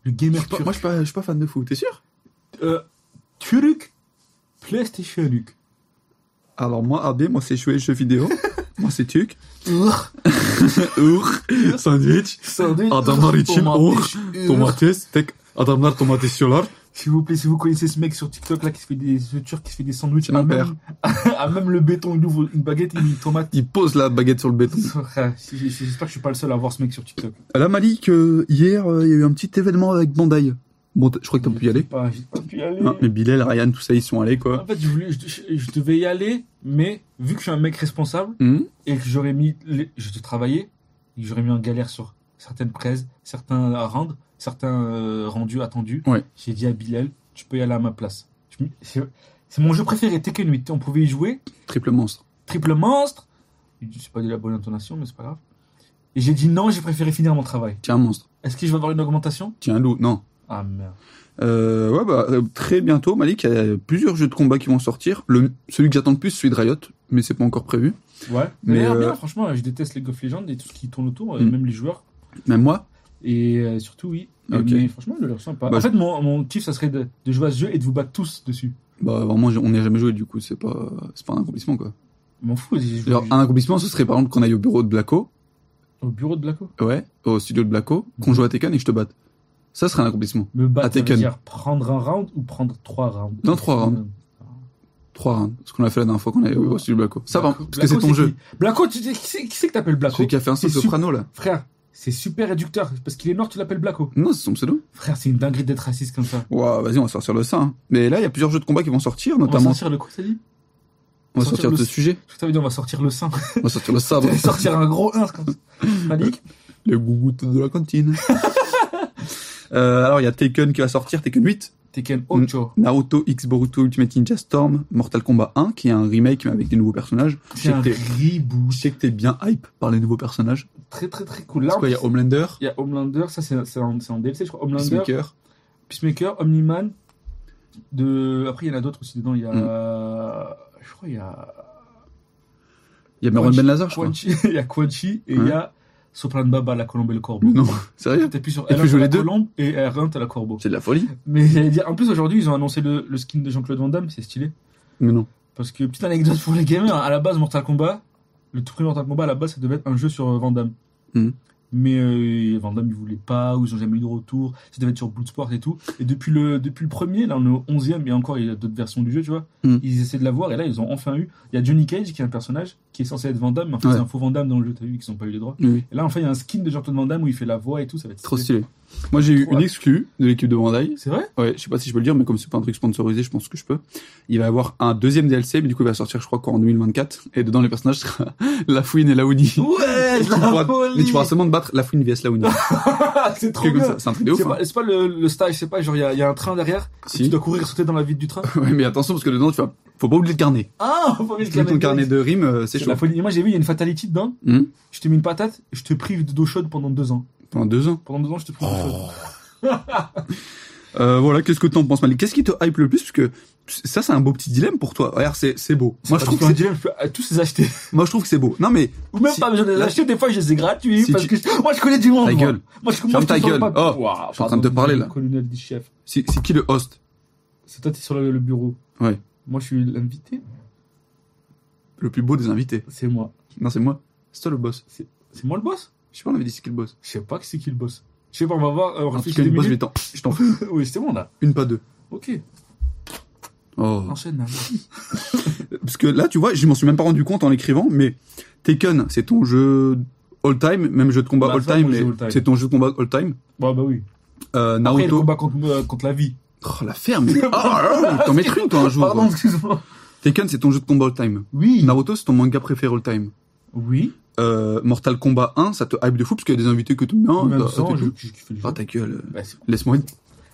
[SPEAKER 2] Le
[SPEAKER 3] Je
[SPEAKER 2] gamer
[SPEAKER 3] suis pas-
[SPEAKER 2] turc.
[SPEAKER 3] moi, je suis pas, je suis pas fan de foot, t'es sûr
[SPEAKER 2] Euh, Turuk PlayStationuk.
[SPEAKER 3] Alors, moi, AB, moi, c'est jouer jeux <laughs> vidéo. moi, c'est Tuc.
[SPEAKER 2] Urgh.
[SPEAKER 3] Ur. Sandwich.
[SPEAKER 2] Sandwich.
[SPEAKER 3] Adamlar için
[SPEAKER 2] Tomates. Urgh.
[SPEAKER 3] Tomates. Tek. Adamlar tomates yiyorlar.
[SPEAKER 2] S'il vous plaît, si vous connaissez ce mec sur TikTok là qui se fait des ce turc qui se fait des sandwichs
[SPEAKER 3] C'est mon
[SPEAKER 2] à même, <laughs> à même le béton, il ouvre une baguette, il met une tomate. <laughs>
[SPEAKER 3] Ils posent la baguette sur le béton.
[SPEAKER 2] J'espère que je suis pas le seul à voir ce mec sur TikTok.
[SPEAKER 3] Là, m'a dit que hier, euh, il y a eu un petit événement avec Bandai. Bon, t- je crois que t'as pu y aller.
[SPEAKER 2] Pas, j'ai pas pu y aller.
[SPEAKER 3] Hein, mais Bilal, Ryan, tout ça, ils sont allés, quoi.
[SPEAKER 2] En fait, je, voulais, je, je- je devais y aller, mais vu que je suis un mec responsable
[SPEAKER 3] Hmm
[SPEAKER 2] et que j'aurais mis, les- je te travaillais, et que j'aurais mis en galère sur certaines prises, certains à rendre, certains euh, rendus attendus.
[SPEAKER 3] Ouais.
[SPEAKER 2] J'ai dit à Bilal, tu peux y aller à ma place. Je me- C'est c'est mon jeu préféré, Tekken 8. On pouvait y jouer.
[SPEAKER 3] Triple monstre.
[SPEAKER 2] triple monstre. Je sais pas de la bonne intonation, mais c'est pas grave. Et j'ai dit non, j'ai préféré finir mon travail.
[SPEAKER 3] Tiens, un monstre.
[SPEAKER 2] Est-ce que je vais avoir une augmentation
[SPEAKER 3] Tiens, un loup. Non.
[SPEAKER 2] Ah merde.
[SPEAKER 3] Euh, ouais, bah, euh, très bientôt, Malik, il y a plusieurs jeux de combat qui vont sortir. Le, celui que j'attends le plus, c'est celui de Riot, mais c'est pas encore prévu.
[SPEAKER 2] Ouais.
[SPEAKER 3] Mais,
[SPEAKER 2] Mais, l'air
[SPEAKER 3] euh,
[SPEAKER 2] bien, franchement, je déteste les of Legends et tout ce qui tourne autour, et
[SPEAKER 3] Hmm.
[SPEAKER 2] même les joueurs.
[SPEAKER 3] Même moi,
[SPEAKER 2] Et euh, surtout, oui. Et-
[SPEAKER 3] Ok.
[SPEAKER 2] Mais franchement, je le ressens pas.
[SPEAKER 3] Bah,
[SPEAKER 2] en
[SPEAKER 3] je-
[SPEAKER 2] fait, mon, mon kiff, ça serait de, de jouer à ce jeu et de vous battre tous dessus.
[SPEAKER 3] bah, vraiment, j'ai- on n'y a jamais joué, du coup, c'est pas, c'est pas un accomplissement, quoi.
[SPEAKER 2] Je M'en fous. j'ai joué
[SPEAKER 3] Genre, un accomplissement, ce serait par exemple qu'on aille au bureau de Blacko,
[SPEAKER 2] Au bureau de Blacko.
[SPEAKER 3] ouais, au studio de Blacko, qu'on joue à Tekken et que je te batte. Ça serait un accomplissement.
[SPEAKER 2] Me
[SPEAKER 3] À
[SPEAKER 2] battre, ça veut
[SPEAKER 3] Tekken.
[SPEAKER 2] dire prendre un round ou prendre trois rounds. Euh,
[SPEAKER 3] Non, trois rounds. Trois rounds, ce qu'on a fait la dernière fois qu'on allait au studio de Blacko. Ça va, parce que c'est ton jeu.
[SPEAKER 2] Blacko, tu, qui c'est qui c'est que t'appelles Blacko
[SPEAKER 3] Celui qui a fait un saut
[SPEAKER 2] C'est
[SPEAKER 3] soprano, là.
[SPEAKER 2] Frère, c'est super réducteur. Parce qu'il est noir, tu l'appelles Blacko.
[SPEAKER 3] Non, c'est son pseudo.
[SPEAKER 2] Frère, c'est une dinguerie d'être raciste comme ça.
[SPEAKER 3] Ouah, vas-y, on va sortir de ça. hein. Mais là, il y a plusieurs jeux de combat qui vont sortir,
[SPEAKER 2] On va
[SPEAKER 3] notamment.
[SPEAKER 2] sortir le quoi, t'as dit
[SPEAKER 3] On va
[SPEAKER 2] sortir
[SPEAKER 3] sortir de
[SPEAKER 2] le-
[SPEAKER 3] ce sujet.
[SPEAKER 2] Tout à l'heure, on va sortir le sein.
[SPEAKER 3] On va sortir le sabre.
[SPEAKER 2] <laughs> On va sortir un gros 1 comme ça. Malik
[SPEAKER 3] Le gougoute de la <laughs> cantine. Euh, alors, il y a Tekken qui va sortir, Tekken 8,
[SPEAKER 2] Tekken Ocho.
[SPEAKER 3] Naruto X Boruto Ultimate Ninja Storm, Mortal Kombat 1, qui est un remake mais avec des nouveaux personnages. Je sais
[SPEAKER 2] C'est
[SPEAKER 3] que
[SPEAKER 2] un
[SPEAKER 3] t'es-
[SPEAKER 2] reboot.
[SPEAKER 3] je sais que t'es bien hype par les nouveaux personnages.
[SPEAKER 2] Très très très cool. Là,
[SPEAKER 3] Parce
[SPEAKER 2] en
[SPEAKER 3] quoi, il y a
[SPEAKER 2] plus,
[SPEAKER 3] Homelander,
[SPEAKER 2] il y a Homelander, ça c'est c'est en, c'est en DLC, je crois. Homelander, Peacemaker,
[SPEAKER 3] Peacemaker,
[SPEAKER 2] Omniman. De... Après, il y en a d'autres aussi dedans. Il y a. Je crois, il y a.
[SPEAKER 3] il y a Meron
[SPEAKER 2] Quan-
[SPEAKER 3] Ben Lazar, je crois.
[SPEAKER 2] Quan Chi- <laughs> Il y a Quan Chi et il y a Sopran Baba, la colombe et le corbeau.
[SPEAKER 3] Mais non, <laughs> sérieux
[SPEAKER 2] T'appuies sur
[SPEAKER 3] Et
[SPEAKER 2] L1
[SPEAKER 3] puis, je
[SPEAKER 2] t'as
[SPEAKER 3] les
[SPEAKER 2] la
[SPEAKER 3] deux.
[SPEAKER 2] colombe et R1 t'as la corbeau.
[SPEAKER 3] C'est de la folie.
[SPEAKER 2] Mais j'allais dire, en plus aujourd'hui ils ont annoncé le, le skin de Jean-Claude Van Damme, c'est stylé.
[SPEAKER 3] Mais non.
[SPEAKER 2] Parce que, petite anecdote pour les gamers, à la base, Mortal Kombat, le tout premier Mortal Kombat, à la base, ça devait être un jeu sur euh, Van Damme.
[SPEAKER 3] Mhm.
[SPEAKER 2] Mais euh, Van Damme, il voulait pas, ou ils ont jamais eu de retour, ça devait être sur Bloodsport et tout. Et depuis le, depuis le premier, là, on est au 11ème, et encore, il y a d'autres versions du jeu, tu vois.
[SPEAKER 3] Mhm.
[SPEAKER 2] Ils essaient de l'avoir, et là, ils ont enfin eu. Il y a Johnny Cage, qui est un personnage, qui est censé être Van Damme, mais en fait,
[SPEAKER 3] Ouais.
[SPEAKER 2] c'est un faux Van Damme dans le jeu, t'as vu, qu'ils ont pas eu les droits.
[SPEAKER 3] Oui, oui.
[SPEAKER 2] Et là, enfin, il y a un skin de Jean-Claude Van Damme où il fait la voix et tout, ça va être
[SPEAKER 3] Trop stylé. Moi, j'ai eu
[SPEAKER 2] Trop
[SPEAKER 3] une
[SPEAKER 2] hype.
[SPEAKER 3] exclue de l'équipe de Bandai.
[SPEAKER 2] C'est vrai
[SPEAKER 3] Ouais, je sais pas si je peux le dire, mais comme c'est pas un truc sponsorisé, je pense que je peux. Il va y avoir un deuxième DLC, mais du coup, il va sortir, je crois, qu'en 2024. Et dedans, les personnages sera <laughs> La Fouine et Laouni.
[SPEAKER 2] Ouais, <laughs>
[SPEAKER 3] Et tu, pourras, mais tu pourras seulement te battre la fouine vs la Ouni.
[SPEAKER 2] C'est Ah, trop
[SPEAKER 3] Que comme
[SPEAKER 2] bien
[SPEAKER 3] ça, C'est un truc de ouf.
[SPEAKER 2] C'est pas, c'est pas le, le stage, c'est pas genre il y, a- il y a un train derrière,
[SPEAKER 3] hein.
[SPEAKER 2] tu
[SPEAKER 3] Si.
[SPEAKER 2] dois courir sauter dans la vide du
[SPEAKER 3] <laughs>
[SPEAKER 2] train.
[SPEAKER 3] Ouais, mais attention parce que dedans, tu vas. Faut pas oublier le carnet.
[SPEAKER 2] Ah, faut pas mettre
[SPEAKER 3] Si tu mets ton carnet de rimes, euh, c'est
[SPEAKER 2] C'est
[SPEAKER 3] chaud.
[SPEAKER 2] la folie. Et moi j'ai vu, il y a une fatality dedans,
[SPEAKER 3] Hum,
[SPEAKER 2] je t'ai mis une patate, je te prive d'eau chaude pendant deux ans.
[SPEAKER 3] Pendant deux ans.
[SPEAKER 2] Pendant deux ans, je te prive d'eau
[SPEAKER 3] Oh.
[SPEAKER 2] chaude.
[SPEAKER 3] Euh, voilà, qu'est-ce que t'en penses, Malik Qu'est-ce qui te hype le plus Parce que ça, c'est un beau petit dilemme pour toi. Regarde, c'est c'est beau. Moi, je trouve que
[SPEAKER 2] un
[SPEAKER 3] c'est-
[SPEAKER 2] dilemme, je peux à tous les acheter. <laughs>
[SPEAKER 3] moi, je trouve que c'est beau. Non, mais
[SPEAKER 2] Ou même
[SPEAKER 3] Si-
[SPEAKER 2] pas besoin de les
[SPEAKER 3] là-
[SPEAKER 2] acheter, des fois je les ai gratuits
[SPEAKER 3] Si
[SPEAKER 2] parce
[SPEAKER 3] tu-
[SPEAKER 2] que je- moi je connais du monde.
[SPEAKER 3] Ta
[SPEAKER 2] moi.
[SPEAKER 3] gueule.
[SPEAKER 2] Moi je,
[SPEAKER 3] Ferme
[SPEAKER 2] moi, je
[SPEAKER 3] ta
[SPEAKER 2] te sens
[SPEAKER 3] gueule.
[SPEAKER 2] Pas...
[SPEAKER 3] Oh, je suis en train de te parler, là.
[SPEAKER 2] Colonel dit chef.
[SPEAKER 3] c'est c'est qui le host
[SPEAKER 2] C'est toi qui es sur le, le bureau.
[SPEAKER 3] Ouais.
[SPEAKER 2] Moi je suis l'invité,
[SPEAKER 3] Le plus beau des invités.
[SPEAKER 2] c'est moi.
[SPEAKER 3] Non, c'est moi. C'est toi le boss.
[SPEAKER 2] C'est moi le boss
[SPEAKER 3] Je sais pas, on avait dit c'est qui le boss.
[SPEAKER 2] Je sais pas qui c'est qui le boss. Je sais pas, on va voir. euh, On
[SPEAKER 3] En tout
[SPEAKER 2] réfléchit
[SPEAKER 3] cas,
[SPEAKER 2] deux
[SPEAKER 3] le boss, je
[SPEAKER 2] minutes.
[SPEAKER 3] t'en- je t'en fais
[SPEAKER 2] <laughs> Oui, c'est bon là.
[SPEAKER 3] une, pas deux.
[SPEAKER 2] Ok,
[SPEAKER 3] Oh.
[SPEAKER 2] enchaîne là.
[SPEAKER 3] Parce que là, tu vois, je m'en suis même pas rendu compte en l'écrivant, mais Tekken, c'est ton jeu all-time, même jeu de combat
[SPEAKER 2] Bah, ça,
[SPEAKER 3] all-time,
[SPEAKER 2] mon jeu
[SPEAKER 3] mais
[SPEAKER 2] all-time.
[SPEAKER 3] c'est ton jeu de combat all-time.
[SPEAKER 2] Bah bah oui. Après, il y a
[SPEAKER 3] Euh,
[SPEAKER 2] le
[SPEAKER 3] Naruto.
[SPEAKER 2] combat contre, euh, contre la vie.
[SPEAKER 3] Oh,
[SPEAKER 2] <laughs>
[SPEAKER 3] la ferme mais- Ah, T'en mettrais une, toi, un jour.
[SPEAKER 2] Pardon,
[SPEAKER 3] quoi.
[SPEAKER 2] excuse-moi.
[SPEAKER 3] Tekken, c'est ton jeu de combat all-time.
[SPEAKER 2] Oui.
[SPEAKER 3] Naruto, c'est ton manga préféré all-time.
[SPEAKER 2] Oui.
[SPEAKER 3] Euh, Mortal Kombat 1, ça te hype de fou, parce qu'il y a des invités que tu... Non,
[SPEAKER 2] Même
[SPEAKER 3] t'as-
[SPEAKER 2] sans,
[SPEAKER 3] t'as-
[SPEAKER 2] je- je kiffe le jeu.
[SPEAKER 3] Ah, ta gueule.
[SPEAKER 2] Bah, c'est-
[SPEAKER 3] Laisse-moi une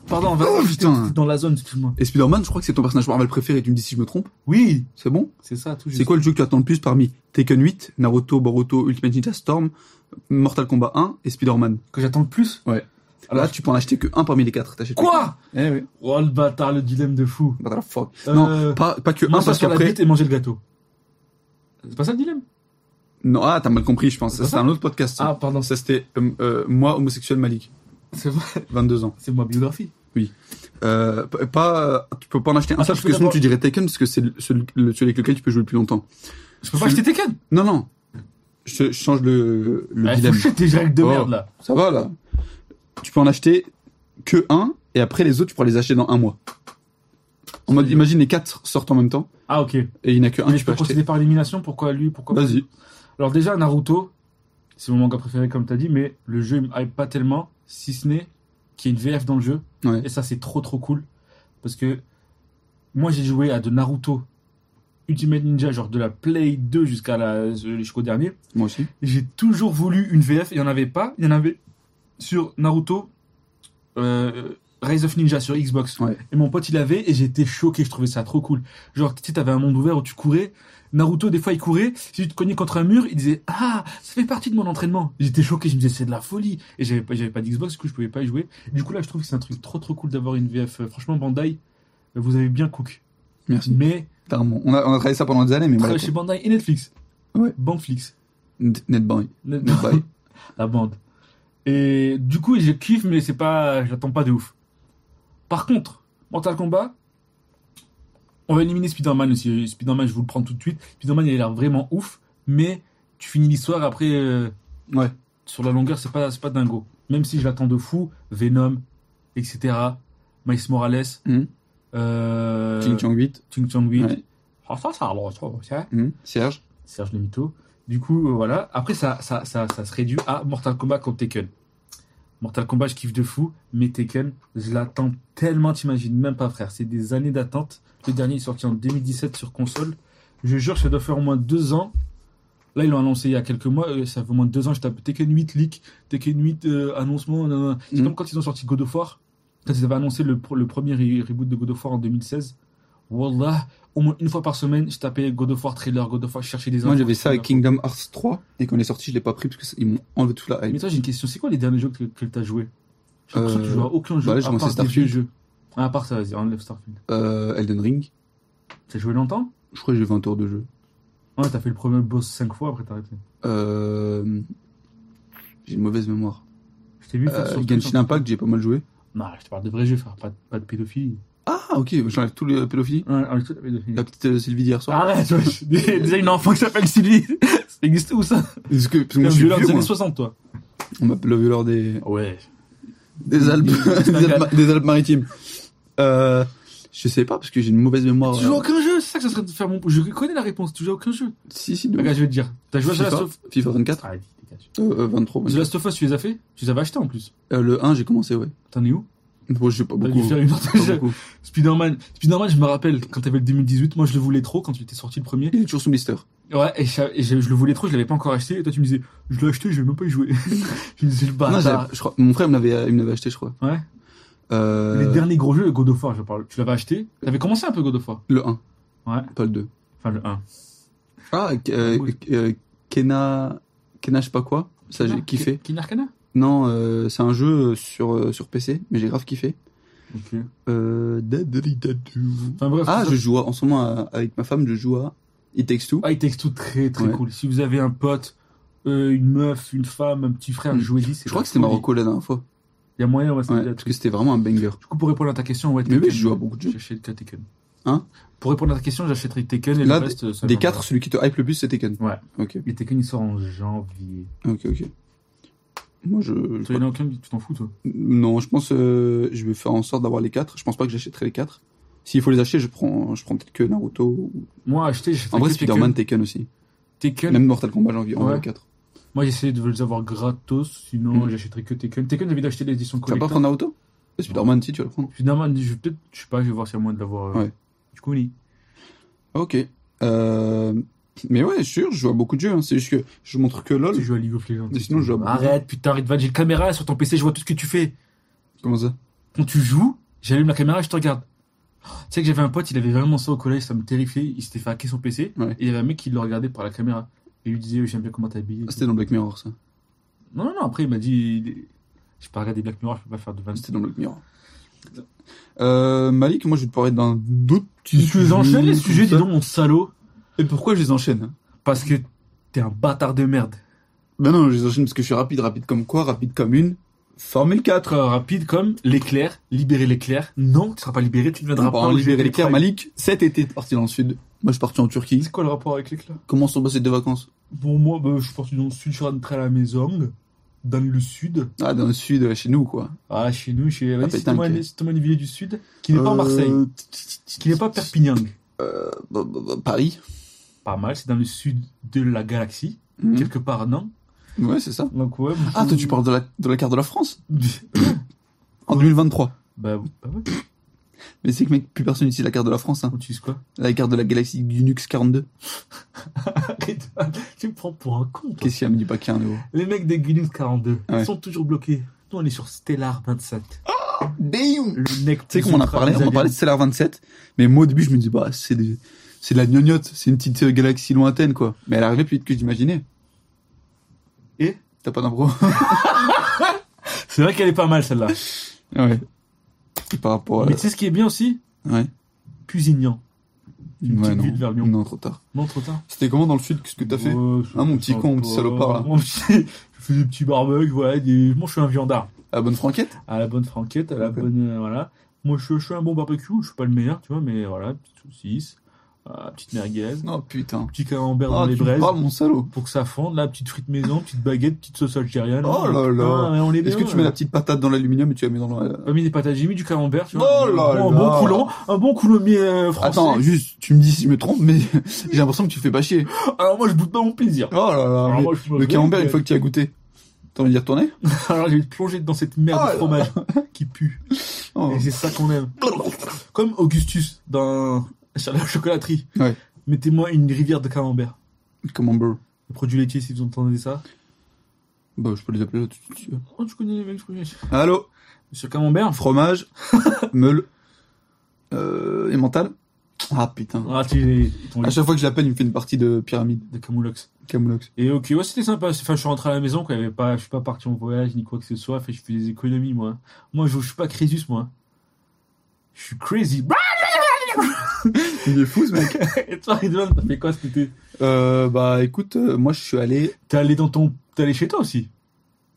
[SPEAKER 2] Pardon, on va
[SPEAKER 3] Oh, putain.
[SPEAKER 2] dans la zone, excuse-moi.
[SPEAKER 3] Et Spider-Man, je crois que c'est ton personnage Marvel préféré. Tu me dis si je me trompe.
[SPEAKER 2] Oui,
[SPEAKER 3] C'est bon
[SPEAKER 2] c'est ça, tout juste.
[SPEAKER 3] C'est quoi le jeu que tu attends le plus parmi Tekken 8, Naruto, Boruto, Ultimate Ninja Storm, Mortal Kombat 1 et Spider-Man
[SPEAKER 2] Que j'attends le plus
[SPEAKER 3] Là, tu peux en acheter que un parmi les quatre. T'achètes
[SPEAKER 2] Quoi
[SPEAKER 3] que- Eh oui.
[SPEAKER 2] Oh le bâtard, le dilemme de fou.
[SPEAKER 3] What the fuck.
[SPEAKER 2] Euh,
[SPEAKER 3] Non, pas, pas que un
[SPEAKER 2] Manger
[SPEAKER 3] parce
[SPEAKER 2] sur la
[SPEAKER 3] qu'après.
[SPEAKER 2] bite et manger le gâteau. C'est pas ça le dilemme
[SPEAKER 3] Non, ah, t'as mal compris, je pense.
[SPEAKER 2] C'est
[SPEAKER 3] Ça, C'est
[SPEAKER 2] ça
[SPEAKER 3] un autre podcast. ça.
[SPEAKER 2] Ah, pardon,
[SPEAKER 3] Ça, c'était euh, euh, moi, homosexuel Malik,
[SPEAKER 2] c'est vrai. <laughs>
[SPEAKER 3] 22 ans.
[SPEAKER 2] C'est ma biographie.
[SPEAKER 3] Euh, p- pas, euh, tu peux pas en acheter un
[SPEAKER 2] Attends,
[SPEAKER 3] seul
[SPEAKER 2] je
[SPEAKER 3] parce
[SPEAKER 2] Ah, peux
[SPEAKER 3] que sinon
[SPEAKER 2] d'abord-
[SPEAKER 3] tu dirais Tekken parce que c'est le- celui, le- celui avec lequel tu peux jouer le plus longtemps.
[SPEAKER 2] Je peux pas acheter Tekken
[SPEAKER 3] Non, non. Je, je change le, le
[SPEAKER 2] Ah, faut
[SPEAKER 3] dilemme.
[SPEAKER 2] jeter tes règles de
[SPEAKER 3] Oh.
[SPEAKER 2] merde là.
[SPEAKER 3] Ça va là. Tu peux en acheter que un et après les autres tu pourras les acheter dans un mois. En mode, imagine les quatre sortent en même temps
[SPEAKER 2] Ah, ok.
[SPEAKER 3] et il n'y en a que un
[SPEAKER 2] Mais
[SPEAKER 3] que
[SPEAKER 2] je
[SPEAKER 3] tu peux
[SPEAKER 2] peux
[SPEAKER 3] acheter.
[SPEAKER 2] procéder par élimination, pourquoi lui, pourquoi pas
[SPEAKER 3] Vas-y.
[SPEAKER 2] Alors déjà, Naruto, c'est mon manga préféré comme t'as dit, mais le jeu il me hype pas tellement, si ce n'est qu'il y a une VF dans le jeu.
[SPEAKER 3] Ouais.
[SPEAKER 2] Et ça, c'est trop trop cool. Parce que moi, j'ai joué à de Naruto Ultimate Ninja, genre de la Play 2 jusqu'à la, jusqu'au dernier.
[SPEAKER 3] Moi aussi.
[SPEAKER 2] J'ai toujours voulu une VF, il n'y en avait pas. Il y en avait sur Naruto euh, Rise of Ninja sur Xbox.
[SPEAKER 3] Ouais.
[SPEAKER 2] Et mon pote, il avait, et j'étais choqué, je trouvais ça trop cool. Genre, tu sais, t'avais un monde ouvert où tu courais. Naruto, des fois, il courait. Si tu te cognais contre un mur, il disait Ah, ça fait partie de mon entraînement. J'étais choqué, je me disais C'est de la folie. Et j'avais pas, j'avais pas d'Xbox, du coup, je pouvais pas y jouer. Du coup, là, je trouve que c'est un truc trop trop cool d'avoir une VF. Euh, Franchement, Bandai, euh, vous avez bien cook.
[SPEAKER 3] Merci.
[SPEAKER 2] Mais,
[SPEAKER 3] Clairement. On a, on a travaillé ça pendant des années, mais
[SPEAKER 2] <laughs>
[SPEAKER 3] voilà.
[SPEAKER 2] chez Bandai et Netflix.
[SPEAKER 3] Ouais.
[SPEAKER 2] Banflix.
[SPEAKER 3] quoi. Netbang.
[SPEAKER 2] Net-
[SPEAKER 3] Netbang.
[SPEAKER 2] la bande. Et du coup, je kiffe, mais c'est pas, j'attends pas de ouf. Par contre, Mortal Kombat, on va éliminer Spider-Man aussi. Spider-Man, je vous le prends tout de suite. Spider-Man, il a l'air vraiment ouf, mais tu finis l'histoire après, euh,
[SPEAKER 3] Ouais.
[SPEAKER 2] sur la longueur, c'est pas, c'est pas dingo. Même si je l'attends de fou, Venom, etc., Miles Morales,
[SPEAKER 3] Mhm.
[SPEAKER 2] euh,
[SPEAKER 3] King Chang 8.
[SPEAKER 2] Ching Chong Wei.
[SPEAKER 3] Ouais.
[SPEAKER 2] Ah, ça, ça, alors, ça, ça.
[SPEAKER 3] Hum. Serge.
[SPEAKER 2] Serge Lemito. Du coup, euh, voilà. Après, ça, ça, ça, ça se réduit à Mortal Kombat contre Tekken. Mortal Kombat, je kiffe de fou, mais Tekken, je l'attends tellement, t'imagines même pas, frère. C'est des années d'attente. Le dernier est sorti en 2017 sur console. Je jure, ça doit faire au moins deux ans. Là, ils l'ont annoncé il y a quelques mois. euh, Ça fait au moins deux ans. Je tape Tekken 8 leak, Tekken 8 euh, annoncement. nan, nan, nan. C'est
[SPEAKER 3] Mm.
[SPEAKER 2] comme quand ils ont sorti God of War. Quand ils avaient annoncé le, pr- le premier re- reboot de God of War en 2016. Wallah, au moins une fois par semaine, je tapais God of War trailer, God of War, je cherchais des
[SPEAKER 3] Moi
[SPEAKER 2] infos,
[SPEAKER 3] j'avais ça avec
[SPEAKER 2] des infos.
[SPEAKER 3] Kingdom Hearts 3 et quand il est sorti, je l'ai pas pris parce que ça- ils m'ont enlevé tout la
[SPEAKER 2] Mais
[SPEAKER 3] hype.
[SPEAKER 2] toi, j'ai une question. C'est quoi les derniers jeux que, que t'as joué Je crois que
[SPEAKER 3] Euh,
[SPEAKER 2] tu joues à aucun jeu.
[SPEAKER 3] bah là, j'ai
[SPEAKER 2] à
[SPEAKER 3] commencé
[SPEAKER 2] part des vieux
[SPEAKER 3] Starfield.
[SPEAKER 2] jeux. Ah, à part ça, vas-y, enlève Starfield.
[SPEAKER 3] Euh, Elden Ring.
[SPEAKER 2] T'as joué longtemps
[SPEAKER 3] Je crois que j'ai 20 heures de jeu.
[SPEAKER 2] Ouais, t'as fait le premier boss 5 fois, après t'as arrêté.
[SPEAKER 3] Euh, J'ai une mauvaise mémoire.
[SPEAKER 2] Je t'ai vu faire
[SPEAKER 3] Euh,
[SPEAKER 2] sur
[SPEAKER 3] Genshin Impact, j'ai pas mal joué.
[SPEAKER 2] Non, je te parle de vrais jeux, frère, pas, de- pas de pédophilie.
[SPEAKER 3] Ah, ok, j'enlève tout le pédophilie.
[SPEAKER 2] Ouais, ah, enlève toute la pédophilie.
[SPEAKER 3] La petite euh, Sylvie d'hier soir.
[SPEAKER 2] Arrête, <laughs> wesh. Déjà, une enfant qui s'appelle Sylvie. <laughs> Ça existe où ça
[SPEAKER 3] Parce que, parce que
[SPEAKER 2] T'es
[SPEAKER 3] moi,
[SPEAKER 2] un
[SPEAKER 3] je suis
[SPEAKER 2] violeur
[SPEAKER 3] vieux,
[SPEAKER 2] des années
[SPEAKER 3] moi.
[SPEAKER 2] 60, toi.
[SPEAKER 3] On m'appelle le violeur des,
[SPEAKER 2] Ouais.
[SPEAKER 3] des
[SPEAKER 2] <laughs>
[SPEAKER 3] Alpes, des, Alpes des Alpes maritimes. Euh, je sais pas, parce que j'ai une mauvaise mémoire.
[SPEAKER 2] Tu joues à aucun jeu, c'est ça que ça serait de faire mon. Je connais la réponse, tu joues à aucun jeu.
[SPEAKER 3] Si, si, de
[SPEAKER 2] Regarde, je vais te dire. T'as joué à The
[SPEAKER 3] FIFA,
[SPEAKER 2] Last of
[SPEAKER 3] FIFA 24,
[SPEAKER 2] Ah, vas-y, dégage.
[SPEAKER 3] euh, euh, 23.
[SPEAKER 2] The Last of Us, tu les as fait Tu les avais achetés en plus.
[SPEAKER 3] Euh, le 1, j'ai commencé, ouais.
[SPEAKER 2] T'en es où
[SPEAKER 3] Bon, je sais pas
[SPEAKER 2] T'as
[SPEAKER 3] beaucoup.
[SPEAKER 2] dû faire une heure de
[SPEAKER 3] Pas
[SPEAKER 2] jeu.
[SPEAKER 3] beaucoup.
[SPEAKER 2] Spider-Man. Spider-Man, je me rappelle quand t'avais le 2018, moi je le voulais trop quand tu étais sorti le premier.
[SPEAKER 3] Il est toujours
[SPEAKER 2] <laughs>
[SPEAKER 3] sous blister.
[SPEAKER 2] Ouais, et, je, et je- je le voulais trop, je l'avais pas encore acheté. Et toi tu me disais, je l'ai acheté, je vais même pas y jouer. <laughs> je me disais le
[SPEAKER 3] non,
[SPEAKER 2] bâtard.
[SPEAKER 3] j'avais- je crois, mon frère me l'avait, il me l'avait acheté, je crois.
[SPEAKER 2] Ouais.
[SPEAKER 3] Euh,
[SPEAKER 2] Les derniers gros jeux, God of War, je parle. Tu l'avais acheté T'avais commencé un peu God of War.
[SPEAKER 3] le 1.
[SPEAKER 2] Ouais.
[SPEAKER 3] Pas le 2.
[SPEAKER 2] Enfin le 1.
[SPEAKER 3] Ah, euh,
[SPEAKER 2] Oui.
[SPEAKER 3] euh, Kena, Kena, je sais pas quoi. Ça,
[SPEAKER 2] Ah,
[SPEAKER 3] j'ai kiffé.
[SPEAKER 2] Kinarkana
[SPEAKER 3] Non, euh, c'est un jeu sur, euh, sur PC, mais j'ai grave kiffé.
[SPEAKER 2] Ok.
[SPEAKER 3] Euh, dadali dadou.
[SPEAKER 2] Enfin bref.
[SPEAKER 3] Ah,
[SPEAKER 2] tout ça.
[SPEAKER 3] je joue à- en ce moment à- avec ma femme, je joue à It Takes Two.
[SPEAKER 2] Ah, il texte tout très très
[SPEAKER 3] Ouais.
[SPEAKER 2] cool. Si vous avez un pote, euh, une meuf, une femme, un petit frère,
[SPEAKER 3] Mm.
[SPEAKER 2] jouez-y. c'est
[SPEAKER 3] je crois
[SPEAKER 2] la
[SPEAKER 3] que c'était
[SPEAKER 2] folie.
[SPEAKER 3] Marocco la dernière fois.
[SPEAKER 2] Il y a moyen, ouais, c'est
[SPEAKER 3] Ouais,
[SPEAKER 2] la-
[SPEAKER 3] parce que c'était vraiment un banger.
[SPEAKER 2] Du coup, pour répondre à ta question, ouais,
[SPEAKER 3] Mais oui,
[SPEAKER 2] Tekken,
[SPEAKER 3] je joue à beaucoup de jeux.
[SPEAKER 2] J'achète que Tekken.
[SPEAKER 3] Hein
[SPEAKER 2] Pour répondre à ta question, j'achèterai Tekken et
[SPEAKER 3] Là,
[SPEAKER 2] le reste. euh, ça
[SPEAKER 3] Des
[SPEAKER 2] viendra.
[SPEAKER 3] quatre, celui qui te hype le plus, c'est Tekken.
[SPEAKER 2] Ouais.
[SPEAKER 3] Ok,
[SPEAKER 2] Et Tekken, il sort en janvier.
[SPEAKER 3] ok, ok. Moi, je.
[SPEAKER 2] Toi, il y en a aucun, tu t'en fous, toi.
[SPEAKER 3] Non, je pense euh, je vais faire en sorte d'avoir les quatre. Je pense pas que j'achèterai les quatre. S'il faut les acheter, je prends, je prends peut-être que Naruto. ou-
[SPEAKER 2] Moi, acheter, j'achèterai
[SPEAKER 3] En vrai,
[SPEAKER 2] que
[SPEAKER 3] Spider-Man, Tekken aussi.
[SPEAKER 2] Tekken. Tekken.
[SPEAKER 3] Même Mortal Kombat, j'ai envie. On
[SPEAKER 2] Ouais.
[SPEAKER 3] va les quatre.
[SPEAKER 2] Moi, j'essaie de les avoir gratos, sinon,
[SPEAKER 3] Mm.
[SPEAKER 2] j'achèterai que Tekken. Tekken, j'ai envie d'acheter l'édition
[SPEAKER 3] Tu vas pas
[SPEAKER 2] collector.
[SPEAKER 3] prendre Naruto Spider-Man, si, tu vas le prendre.
[SPEAKER 2] Spider-Man, je vais peut-être, je sais pas, je vais voir s'il y a moyen de l'avoir. euh,
[SPEAKER 3] Ouais.
[SPEAKER 2] Du coup, oui.
[SPEAKER 3] Ok. Euh, Mais ouais, sûr, je joue à beaucoup de jeux. hein. C'est juste que je montre que LOL.
[SPEAKER 2] Tu joues à League of Legends.
[SPEAKER 3] Mais sinon, je joue à-
[SPEAKER 2] Arrête, putain, Ridvan, j'ai une caméra sur ton PC, je vois tout ce que tu fais.
[SPEAKER 3] Comment ça
[SPEAKER 2] quand tu joues, j'allume la caméra, je te regarde. Oh, Tu sais que j'avais un pote, il avait vraiment ça au collège, ça me terrifiait. Il s'était fait hacker son PC.
[SPEAKER 3] Ouais.
[SPEAKER 2] Et il y avait un mec qui le regardait par la caméra. Et il lui disait, j'aime bien comment t'es habillé.
[SPEAKER 3] Ah, C'était dans Black Mirror, ça.
[SPEAKER 2] Non, non, non, après il m'a dit, il- je peux regarder Black Mirror, je peux pas faire de vannes.
[SPEAKER 3] C'était dans Black Mirror. Euh, Malik, moi, je vais te parler d'un d'autres petits
[SPEAKER 2] Si tu les enchaînes, les
[SPEAKER 3] tout
[SPEAKER 2] sujets, dis
[SPEAKER 3] ça.
[SPEAKER 2] donc, mon salaud.
[SPEAKER 3] Et pourquoi je les enchaîne hein
[SPEAKER 2] Parce que t'es un bâtard de merde.
[SPEAKER 3] Ben non, je les enchaîne parce que je suis rapide, rapide comme quoi Rapide comme une Formule 4.
[SPEAKER 2] Être euh, rapide comme l'éclair, libérer l'éclair. Non, tu seras pas libéré, tu deviendras pas
[SPEAKER 3] Apparemment,
[SPEAKER 2] un
[SPEAKER 3] j'ai
[SPEAKER 2] libéré
[SPEAKER 3] Bah, l'éclair, Malik, cet été, t'es parti dans le sud. Moi, je suis parti en Turquie.
[SPEAKER 2] C'est quoi le rapport avec l'éclair
[SPEAKER 3] Comment sont passées tes vacances
[SPEAKER 2] Bon, moi, bah, je suis parti dans le sud, je suis rentré à la maison, dans le sud.
[SPEAKER 3] Ah, dans le sud, euh, chez nous, quoi.
[SPEAKER 2] Ah, chez nous, chez. Vas-y,
[SPEAKER 3] pétanque.
[SPEAKER 2] cite-moi une- cite-moi une ville du sud qui n'est pas
[SPEAKER 3] Euh,
[SPEAKER 2] Marseille, qui n'est pas Perpignan.
[SPEAKER 3] bah, bah, bah, Paris.
[SPEAKER 2] Pas mal, c'est dans le sud de la galaxie,
[SPEAKER 3] Mhm.
[SPEAKER 2] quelque part, non
[SPEAKER 3] Ouais, c'est ça.
[SPEAKER 2] Donc, ouais.
[SPEAKER 3] Ah,
[SPEAKER 2] <laughs>
[SPEAKER 3] toi, tu parles de la, de la carte de la France En 2023.
[SPEAKER 2] Bah, bah ouais.
[SPEAKER 3] Mais c'est que, mec, plus personne utilise la carte de la France. Hein.
[SPEAKER 2] On utilise quoi
[SPEAKER 3] La carte de la galaxie Unix 42.
[SPEAKER 2] <laughs> Arrête, tu me prends pour un con. toi.
[SPEAKER 3] Qu'est-ce qu'il y a, me dis pas qu'il y a un euro.
[SPEAKER 2] Les mecs des Linux 42,
[SPEAKER 3] Ouais.
[SPEAKER 2] ils sont toujours bloqués. Nous, on est sur Stellar 27.
[SPEAKER 3] Damn
[SPEAKER 2] Le nec
[SPEAKER 3] Tu sais comment on en parlait On en parlait de Stellar 27. Mais moi, au début, je me dis, bah, c'est des- C'est de la gnognotte, c'est une petite euh, galaxie lointaine quoi. Mais elle arrivait plus vite que j'imaginais.
[SPEAKER 2] Et
[SPEAKER 3] T'as pas d'impro <laughs>
[SPEAKER 2] C'est vrai qu'elle est pas mal celle-là.
[SPEAKER 3] Ouais. Et par rapport à...
[SPEAKER 2] Mais tu sais ce qui est bien aussi
[SPEAKER 3] Ouais.
[SPEAKER 2] Pusignan. Une
[SPEAKER 3] Ouais,
[SPEAKER 2] petite
[SPEAKER 3] non.
[SPEAKER 2] ville vers Lyon.
[SPEAKER 3] Non, trop tard.
[SPEAKER 2] Non, trop tard.
[SPEAKER 3] C'était comment dans le sud Qu'est-ce que t'as fait
[SPEAKER 2] Ouais, je
[SPEAKER 3] Ah, mon
[SPEAKER 2] me
[SPEAKER 3] petit
[SPEAKER 2] sens
[SPEAKER 3] con, mon petit
[SPEAKER 2] pas-
[SPEAKER 3] salopard, là.
[SPEAKER 2] Mon petit- Je fais des petits barbecues, voilà. Des... Moi, je suis un viandard.
[SPEAKER 3] La Ah, bonne franquette
[SPEAKER 2] À la bonne franquette, à la
[SPEAKER 3] Ok.
[SPEAKER 2] bonne. euh, voilà. Moi, je, je suis un bon barbecue, je suis pas le meilleur, tu vois, mais voilà. Petite saucisse, euh, petite merguez,
[SPEAKER 3] Oh putain.
[SPEAKER 2] petit camembert dans
[SPEAKER 3] Ah,
[SPEAKER 2] les
[SPEAKER 3] tu
[SPEAKER 2] braises.
[SPEAKER 3] parles, mon salaud.
[SPEAKER 2] pour que ça fonde, la petite frite maison, petite baguette, petite sauce algérienne.
[SPEAKER 3] Oh là là.
[SPEAKER 2] Ah, mais on est
[SPEAKER 3] Est-ce que
[SPEAKER 2] bien,
[SPEAKER 3] tu mets
[SPEAKER 2] là.
[SPEAKER 3] la petite patate dans l'aluminium et tu la mets dans le...
[SPEAKER 2] Pas mis des patates, j'ai mis du camembert, tu vois.
[SPEAKER 3] Oh là
[SPEAKER 2] Bon, un
[SPEAKER 3] là.
[SPEAKER 2] bon coulon, un bon coulommier euh, français.
[SPEAKER 3] Attends, juste, tu me dis si je me trompe, mais <laughs> j'ai l'impression que tu fais pas chier.
[SPEAKER 2] Alors Ah, moi je doute pas mon plaisir.
[SPEAKER 3] Oh là là,
[SPEAKER 2] Alors
[SPEAKER 3] mais
[SPEAKER 2] moi, je me
[SPEAKER 3] le
[SPEAKER 2] fais-
[SPEAKER 3] camembert, une fois que tu y as goûté, t'as envie d'y retourner
[SPEAKER 2] Alors j'ai envie de plonger dans cette merde
[SPEAKER 3] Oh là
[SPEAKER 2] de fromage <laughs> qui pue.
[SPEAKER 3] Oh.
[SPEAKER 2] Et c'est ça qu'on aime. Comme Augustus dans sur la chocolaterie.
[SPEAKER 3] Ouais.
[SPEAKER 2] Mettez-moi une rivière de camembert.
[SPEAKER 3] Camembert.
[SPEAKER 2] Les produits laitiers si vous entendez ça.
[SPEAKER 3] Bah, je peux les appeler là tout de suite.
[SPEAKER 2] Oh tu connais les mecs produits laitiers.
[SPEAKER 3] Allô
[SPEAKER 2] Monsieur camembert.
[SPEAKER 3] Fromage, meule, euh, mental. Ah putain.
[SPEAKER 2] Ah tu ton
[SPEAKER 3] À chaque fois que je l'appelle, il me fait une partie de pyramide.
[SPEAKER 2] de camoulox.
[SPEAKER 3] Camoulox.
[SPEAKER 2] Et ok, ouais, c'était sympa. Enfin, je suis rentré à la maison, quoi. Il y avait pas, je suis pas parti en voyage ni quoi que ce soit. Fait, je fais des économies, moi. Moi, je, je suis pas Crésus, moi. Je suis crazy. <laughs>
[SPEAKER 3] Il est fou ce mec.
[SPEAKER 2] Et toi, Ridwan, t'as fait quoi cet été
[SPEAKER 3] <laughs> Euh, bah écoute, euh, moi je suis allé.
[SPEAKER 2] T'es allé dans ton, t'es allé chez toi aussi,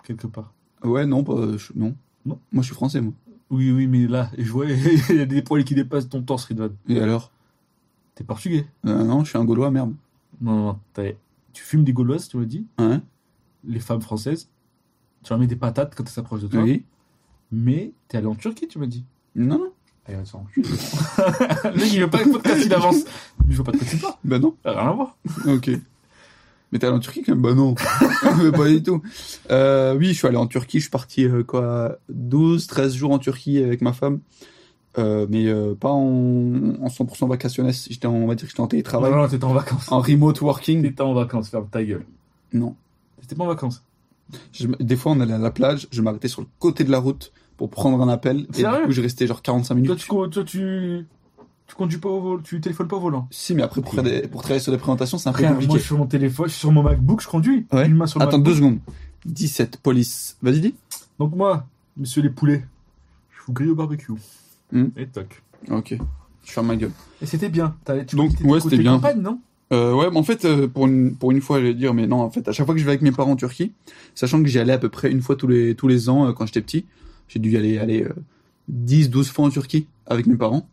[SPEAKER 2] quelque part.
[SPEAKER 3] Ouais, non, bah, je- non.
[SPEAKER 2] Non.
[SPEAKER 3] Moi je suis français, moi.
[SPEAKER 2] Oui, oui, mais là, je vois, <laughs> il y a des poils qui dépassent ton torse, Ridwan.
[SPEAKER 3] Et alors
[SPEAKER 2] T'es portugais
[SPEAKER 3] Euh, Non, je suis un Gaulois, merde.
[SPEAKER 2] Non, non, t'es- tu fumes des gauloises, tu m'as dit.
[SPEAKER 3] Hein
[SPEAKER 2] Les femmes françaises. Tu leur mets des patates quand elles s'approchent de toi.
[SPEAKER 3] Oui.
[SPEAKER 2] Mais t'es allé en Turquie, tu m'as dit.
[SPEAKER 3] Non, non.
[SPEAKER 2] Allez, on s'en Le mec, il veut pas que <laughs> le podcast il avance. Mais je veux pas de podcast, pas.
[SPEAKER 3] Bah non.
[SPEAKER 2] Euh, Rien à voir.
[SPEAKER 3] Ok. Mais t'es allé en Turquie quand même Bah non. <laughs> Mais pas du tout. Euh, oui, je suis allé en Turquie. Je suis parti euh, quoi 12, 13 jours en Turquie avec ma femme. Euh, mais euh, pas en, en 100% vacationnes. J'étais en, on va dire que j'étais en télétravail.
[SPEAKER 2] Non, non, t'étais en vacances. <laughs>
[SPEAKER 3] En remote working.
[SPEAKER 2] T'étais en vacances, ferme ta gueule.
[SPEAKER 3] Non.
[SPEAKER 2] T'étais pas en vacances.
[SPEAKER 3] Je- des fois, on allait à la plage, je m'arrêtais sur le côté de la route pour prendre un appel. Et
[SPEAKER 2] Sérieux
[SPEAKER 3] du coup, je restais genre 45 minutes.
[SPEAKER 2] Toi, tu, co- toi, tu, tu conduis pas au vol, tu téléphones pas au volant.
[SPEAKER 3] Si, mais après, pour, faire des- pour travailler sur des présentations, c'est un peu
[SPEAKER 2] Frère, moi, je
[SPEAKER 3] compliqué.
[SPEAKER 2] suis sur mon téléphone, je suis sur mon MacBook, je conduis.
[SPEAKER 3] Ouais.
[SPEAKER 2] Une main sur le
[SPEAKER 3] Attends
[SPEAKER 2] MacBook.
[SPEAKER 3] deux secondes. 17, police. Vas-y, dis.
[SPEAKER 2] Donc, moi, monsieur les poulets, je vous grille au barbecue.
[SPEAKER 3] Hmm.
[SPEAKER 2] Et toc.
[SPEAKER 3] Ok. Je ferme ma gueule.
[SPEAKER 2] Et c'était bien. T'as- Tu
[SPEAKER 3] Donc,
[SPEAKER 2] quittais ton
[SPEAKER 3] ouais, c'était
[SPEAKER 2] côté
[SPEAKER 3] bien.
[SPEAKER 2] campagne, non
[SPEAKER 3] Euh, ouais, mais en fait, euh, pour une, pour une fois, j'allais dire, mais non, en fait, à chaque fois que je vais avec mes parents en Turquie, sachant que j'y allais à peu près une fois tous les, tous les ans euh, quand j'étais petit, j'ai dû y aller, aller euh, 10, 12 fois en Turquie avec mes parents.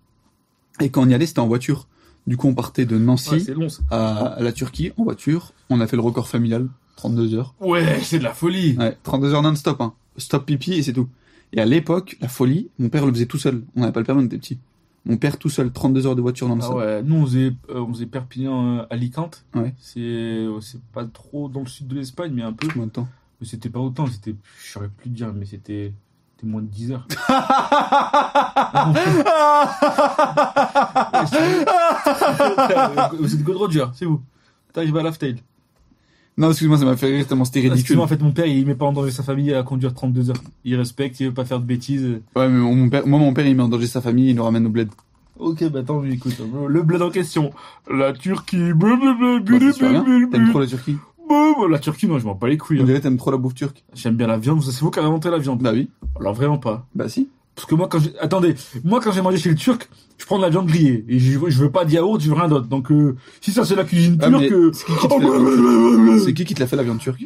[SPEAKER 3] Et quand on y allait, c'était en voiture. Du coup, on partait de Nancy.
[SPEAKER 2] Ouais, c'est long, ça.
[SPEAKER 3] à la Turquie en voiture. On a fait le record familial, 32 heures.
[SPEAKER 2] Ouais, c'est de la folie.
[SPEAKER 3] Ouais, 32 heures non-stop, hein. Stop pipi et c'est tout. Et à l'époque, la folie, mon père le faisait tout seul. On n'avait pas le permis, on était petits. Mon père tout seul, 32 heures de voiture
[SPEAKER 2] Ah
[SPEAKER 3] non-stop.
[SPEAKER 2] ouais, nous on faisait, euh, on faisait Perpignan euh, Alicante.
[SPEAKER 3] Ouais.
[SPEAKER 2] C'est euh, c'est pas trop dans le sud de l'Espagne, mais un peu.
[SPEAKER 3] Combien de temps
[SPEAKER 2] Mais c'était pas autant, c'était. Je saurais plus dire, mais c'était. C'était moins de 10 <laughs> heures. Vous êtes God Roger, c'est vous. T'arrives à l'Aftail.
[SPEAKER 3] Non, excuse-moi, ça m'a fait rire tellement c'était ridicule.
[SPEAKER 2] Excuse-moi, en fait, mon père, il met pas en danger sa famille à conduire 32 heures. Il respecte, il veut pas faire de bêtises.
[SPEAKER 3] Ouais, mais mon mon père, moi, mon père, il met en danger sa famille, il nous ramène au bled.
[SPEAKER 2] Ok, bah tant mieux, écoute. Le bled en question. La Turquie. Blablabla,
[SPEAKER 3] Bah, c'est sûr,
[SPEAKER 2] hein.
[SPEAKER 3] rien. T'aimes
[SPEAKER 2] blablabla.
[SPEAKER 3] trop la Turquie
[SPEAKER 2] Bah, La Turquie, non, je m'en bats les couilles.
[SPEAKER 3] On
[SPEAKER 2] hein.
[SPEAKER 3] dirait que t'aimes trop la bouffe turque.
[SPEAKER 2] J'aime bien la viande, c'est vous qui avez inventé la viande.
[SPEAKER 3] Bah oui,
[SPEAKER 2] Alors vraiment pas.
[SPEAKER 3] bah si.
[SPEAKER 2] Parce que moi, quand j'ai... Attendez, moi, quand j'ai mangé chez le Turc, je prends de la viande grillée. Et je, je veux pas de yaourt, je veux rien d'autre. Donc, euh, si ça, c'est la cuisine
[SPEAKER 3] Ah, mais
[SPEAKER 2] turque... euh,
[SPEAKER 3] c'est qui qui te fait la viande
[SPEAKER 2] <laughs> Oh,
[SPEAKER 3] C'est qui qui te l'a fait la viande turque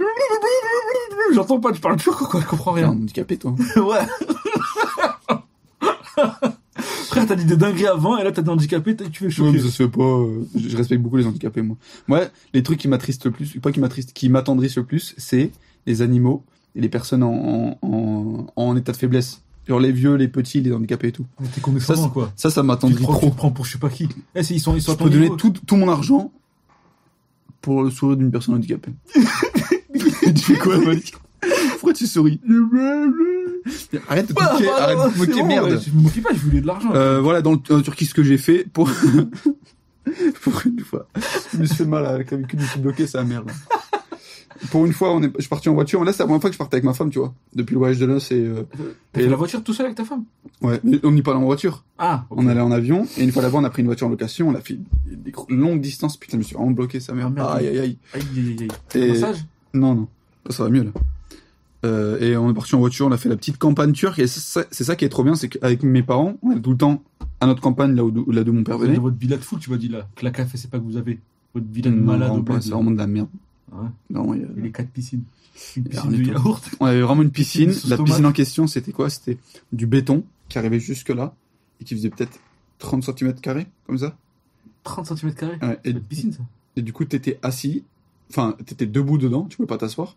[SPEAKER 2] J'entends pas, tu parles turc ou quoi Je comprends
[SPEAKER 3] T'es un <laughs>
[SPEAKER 2] rien.
[SPEAKER 3] handicapé, toi.
[SPEAKER 2] ouais. <laughs> Frère, t'as dit des dingueries avant, et là, t'as des handicapés, t'as- tu veux
[SPEAKER 3] Non, mais
[SPEAKER 2] choquer.
[SPEAKER 3] ça se fait pas. euh, Je je respecte beaucoup les handicapés, moi. Moi, les trucs qui m'attristent le plus, pas qui m'attristent, qui m'attendrissent le plus, c'est les animaux et les personnes en, en, en, en état de faiblesse. Genre les vieux, les petits, les handicapés et tout.
[SPEAKER 2] Mais T'es
[SPEAKER 3] Ça,
[SPEAKER 2] condescendant,
[SPEAKER 3] c'est-
[SPEAKER 2] quoi.
[SPEAKER 3] Ça,
[SPEAKER 2] Tu
[SPEAKER 3] ça
[SPEAKER 2] te
[SPEAKER 3] m'attendrit
[SPEAKER 2] prends, tu
[SPEAKER 3] trop.
[SPEAKER 2] te prends pour je sais pas qui. Eh, c'est- ils sont, ils sont
[SPEAKER 3] Je
[SPEAKER 2] à ton
[SPEAKER 3] peux donner
[SPEAKER 2] niveau. <laughs>
[SPEAKER 3] tout, tout mon argent pour le sourire d'une personne
[SPEAKER 2] <laughs>
[SPEAKER 3] handicapée. tu fais quoi, mec Pourquoi tu souris Arrête de te moquer, arrête de te
[SPEAKER 2] Ah, C'est
[SPEAKER 3] moquer,
[SPEAKER 2] bon,
[SPEAKER 3] merde.
[SPEAKER 2] ouais, Je me moquais pas, je voulais de l'argent.
[SPEAKER 3] Euh, voilà, dans le, en Turquie, ce que j'ai fait pour... <laughs> pour une fois. Je me suis fait mal hein, à la clavicule, je me suis bloqué, c'est la merde. Pour une fois, on est, je suis parti en voiture. Là, c'est la première fois que je partais avec ma femme, tu vois. Depuis le voyage de noces et... euh,
[SPEAKER 2] T'as fait la voiture tout seul avec ta femme
[SPEAKER 3] ouais, mais on y parle en voiture.
[SPEAKER 2] Ah, ok.
[SPEAKER 3] On allait en avion. Et une fois là-bas, on a pris une voiture en location. On a fait des gros- longues distances. Putain, je me suis vraiment bloqué, sa mère.
[SPEAKER 2] Ah, merde.
[SPEAKER 3] Aïe, aïe, aïe.
[SPEAKER 2] Aïe, aïe, aïe, aïe.
[SPEAKER 3] Et-
[SPEAKER 2] Massage
[SPEAKER 3] Non, non. Ça va mieux, là. Euh, et on est parti en voiture, on a fait la petite campagne turque. Et c'est ça- c'est ça qui est trop bien, c'est qu'avec mes parents, on est tout le temps à notre campagne, là où, là d'où mon père
[SPEAKER 2] Vous avez
[SPEAKER 3] venait.
[SPEAKER 2] votre villa de fou, tu m'as dit là. Que la café, c'est pas que vous avez. Votre villa de
[SPEAKER 3] Non,
[SPEAKER 2] malade
[SPEAKER 3] vraiment
[SPEAKER 2] au
[SPEAKER 3] pas,
[SPEAKER 2] bled.
[SPEAKER 3] C'est vraiment de la merde.
[SPEAKER 2] Ouais.
[SPEAKER 3] Non, il y a-
[SPEAKER 2] Et les quatre piscines. Une
[SPEAKER 3] Il y a
[SPEAKER 2] piscine
[SPEAKER 3] rien
[SPEAKER 2] de
[SPEAKER 3] du tout.
[SPEAKER 2] yaourt. <laughs>
[SPEAKER 3] On avait vraiment une piscine.
[SPEAKER 2] Sous
[SPEAKER 3] La
[SPEAKER 2] tomate.
[SPEAKER 3] piscine en question, c'était quoi C'était du béton qui arrivait jusque là et qui faisait peut-être 30 cm carrés, comme ça.
[SPEAKER 2] 30 cm.
[SPEAKER 3] Ouais,
[SPEAKER 2] C'est
[SPEAKER 3] et,
[SPEAKER 2] une piscine, ça.
[SPEAKER 3] et du coup, t'étais assis, enfin, t'étais debout dedans, tu pouvais pas t'asseoir.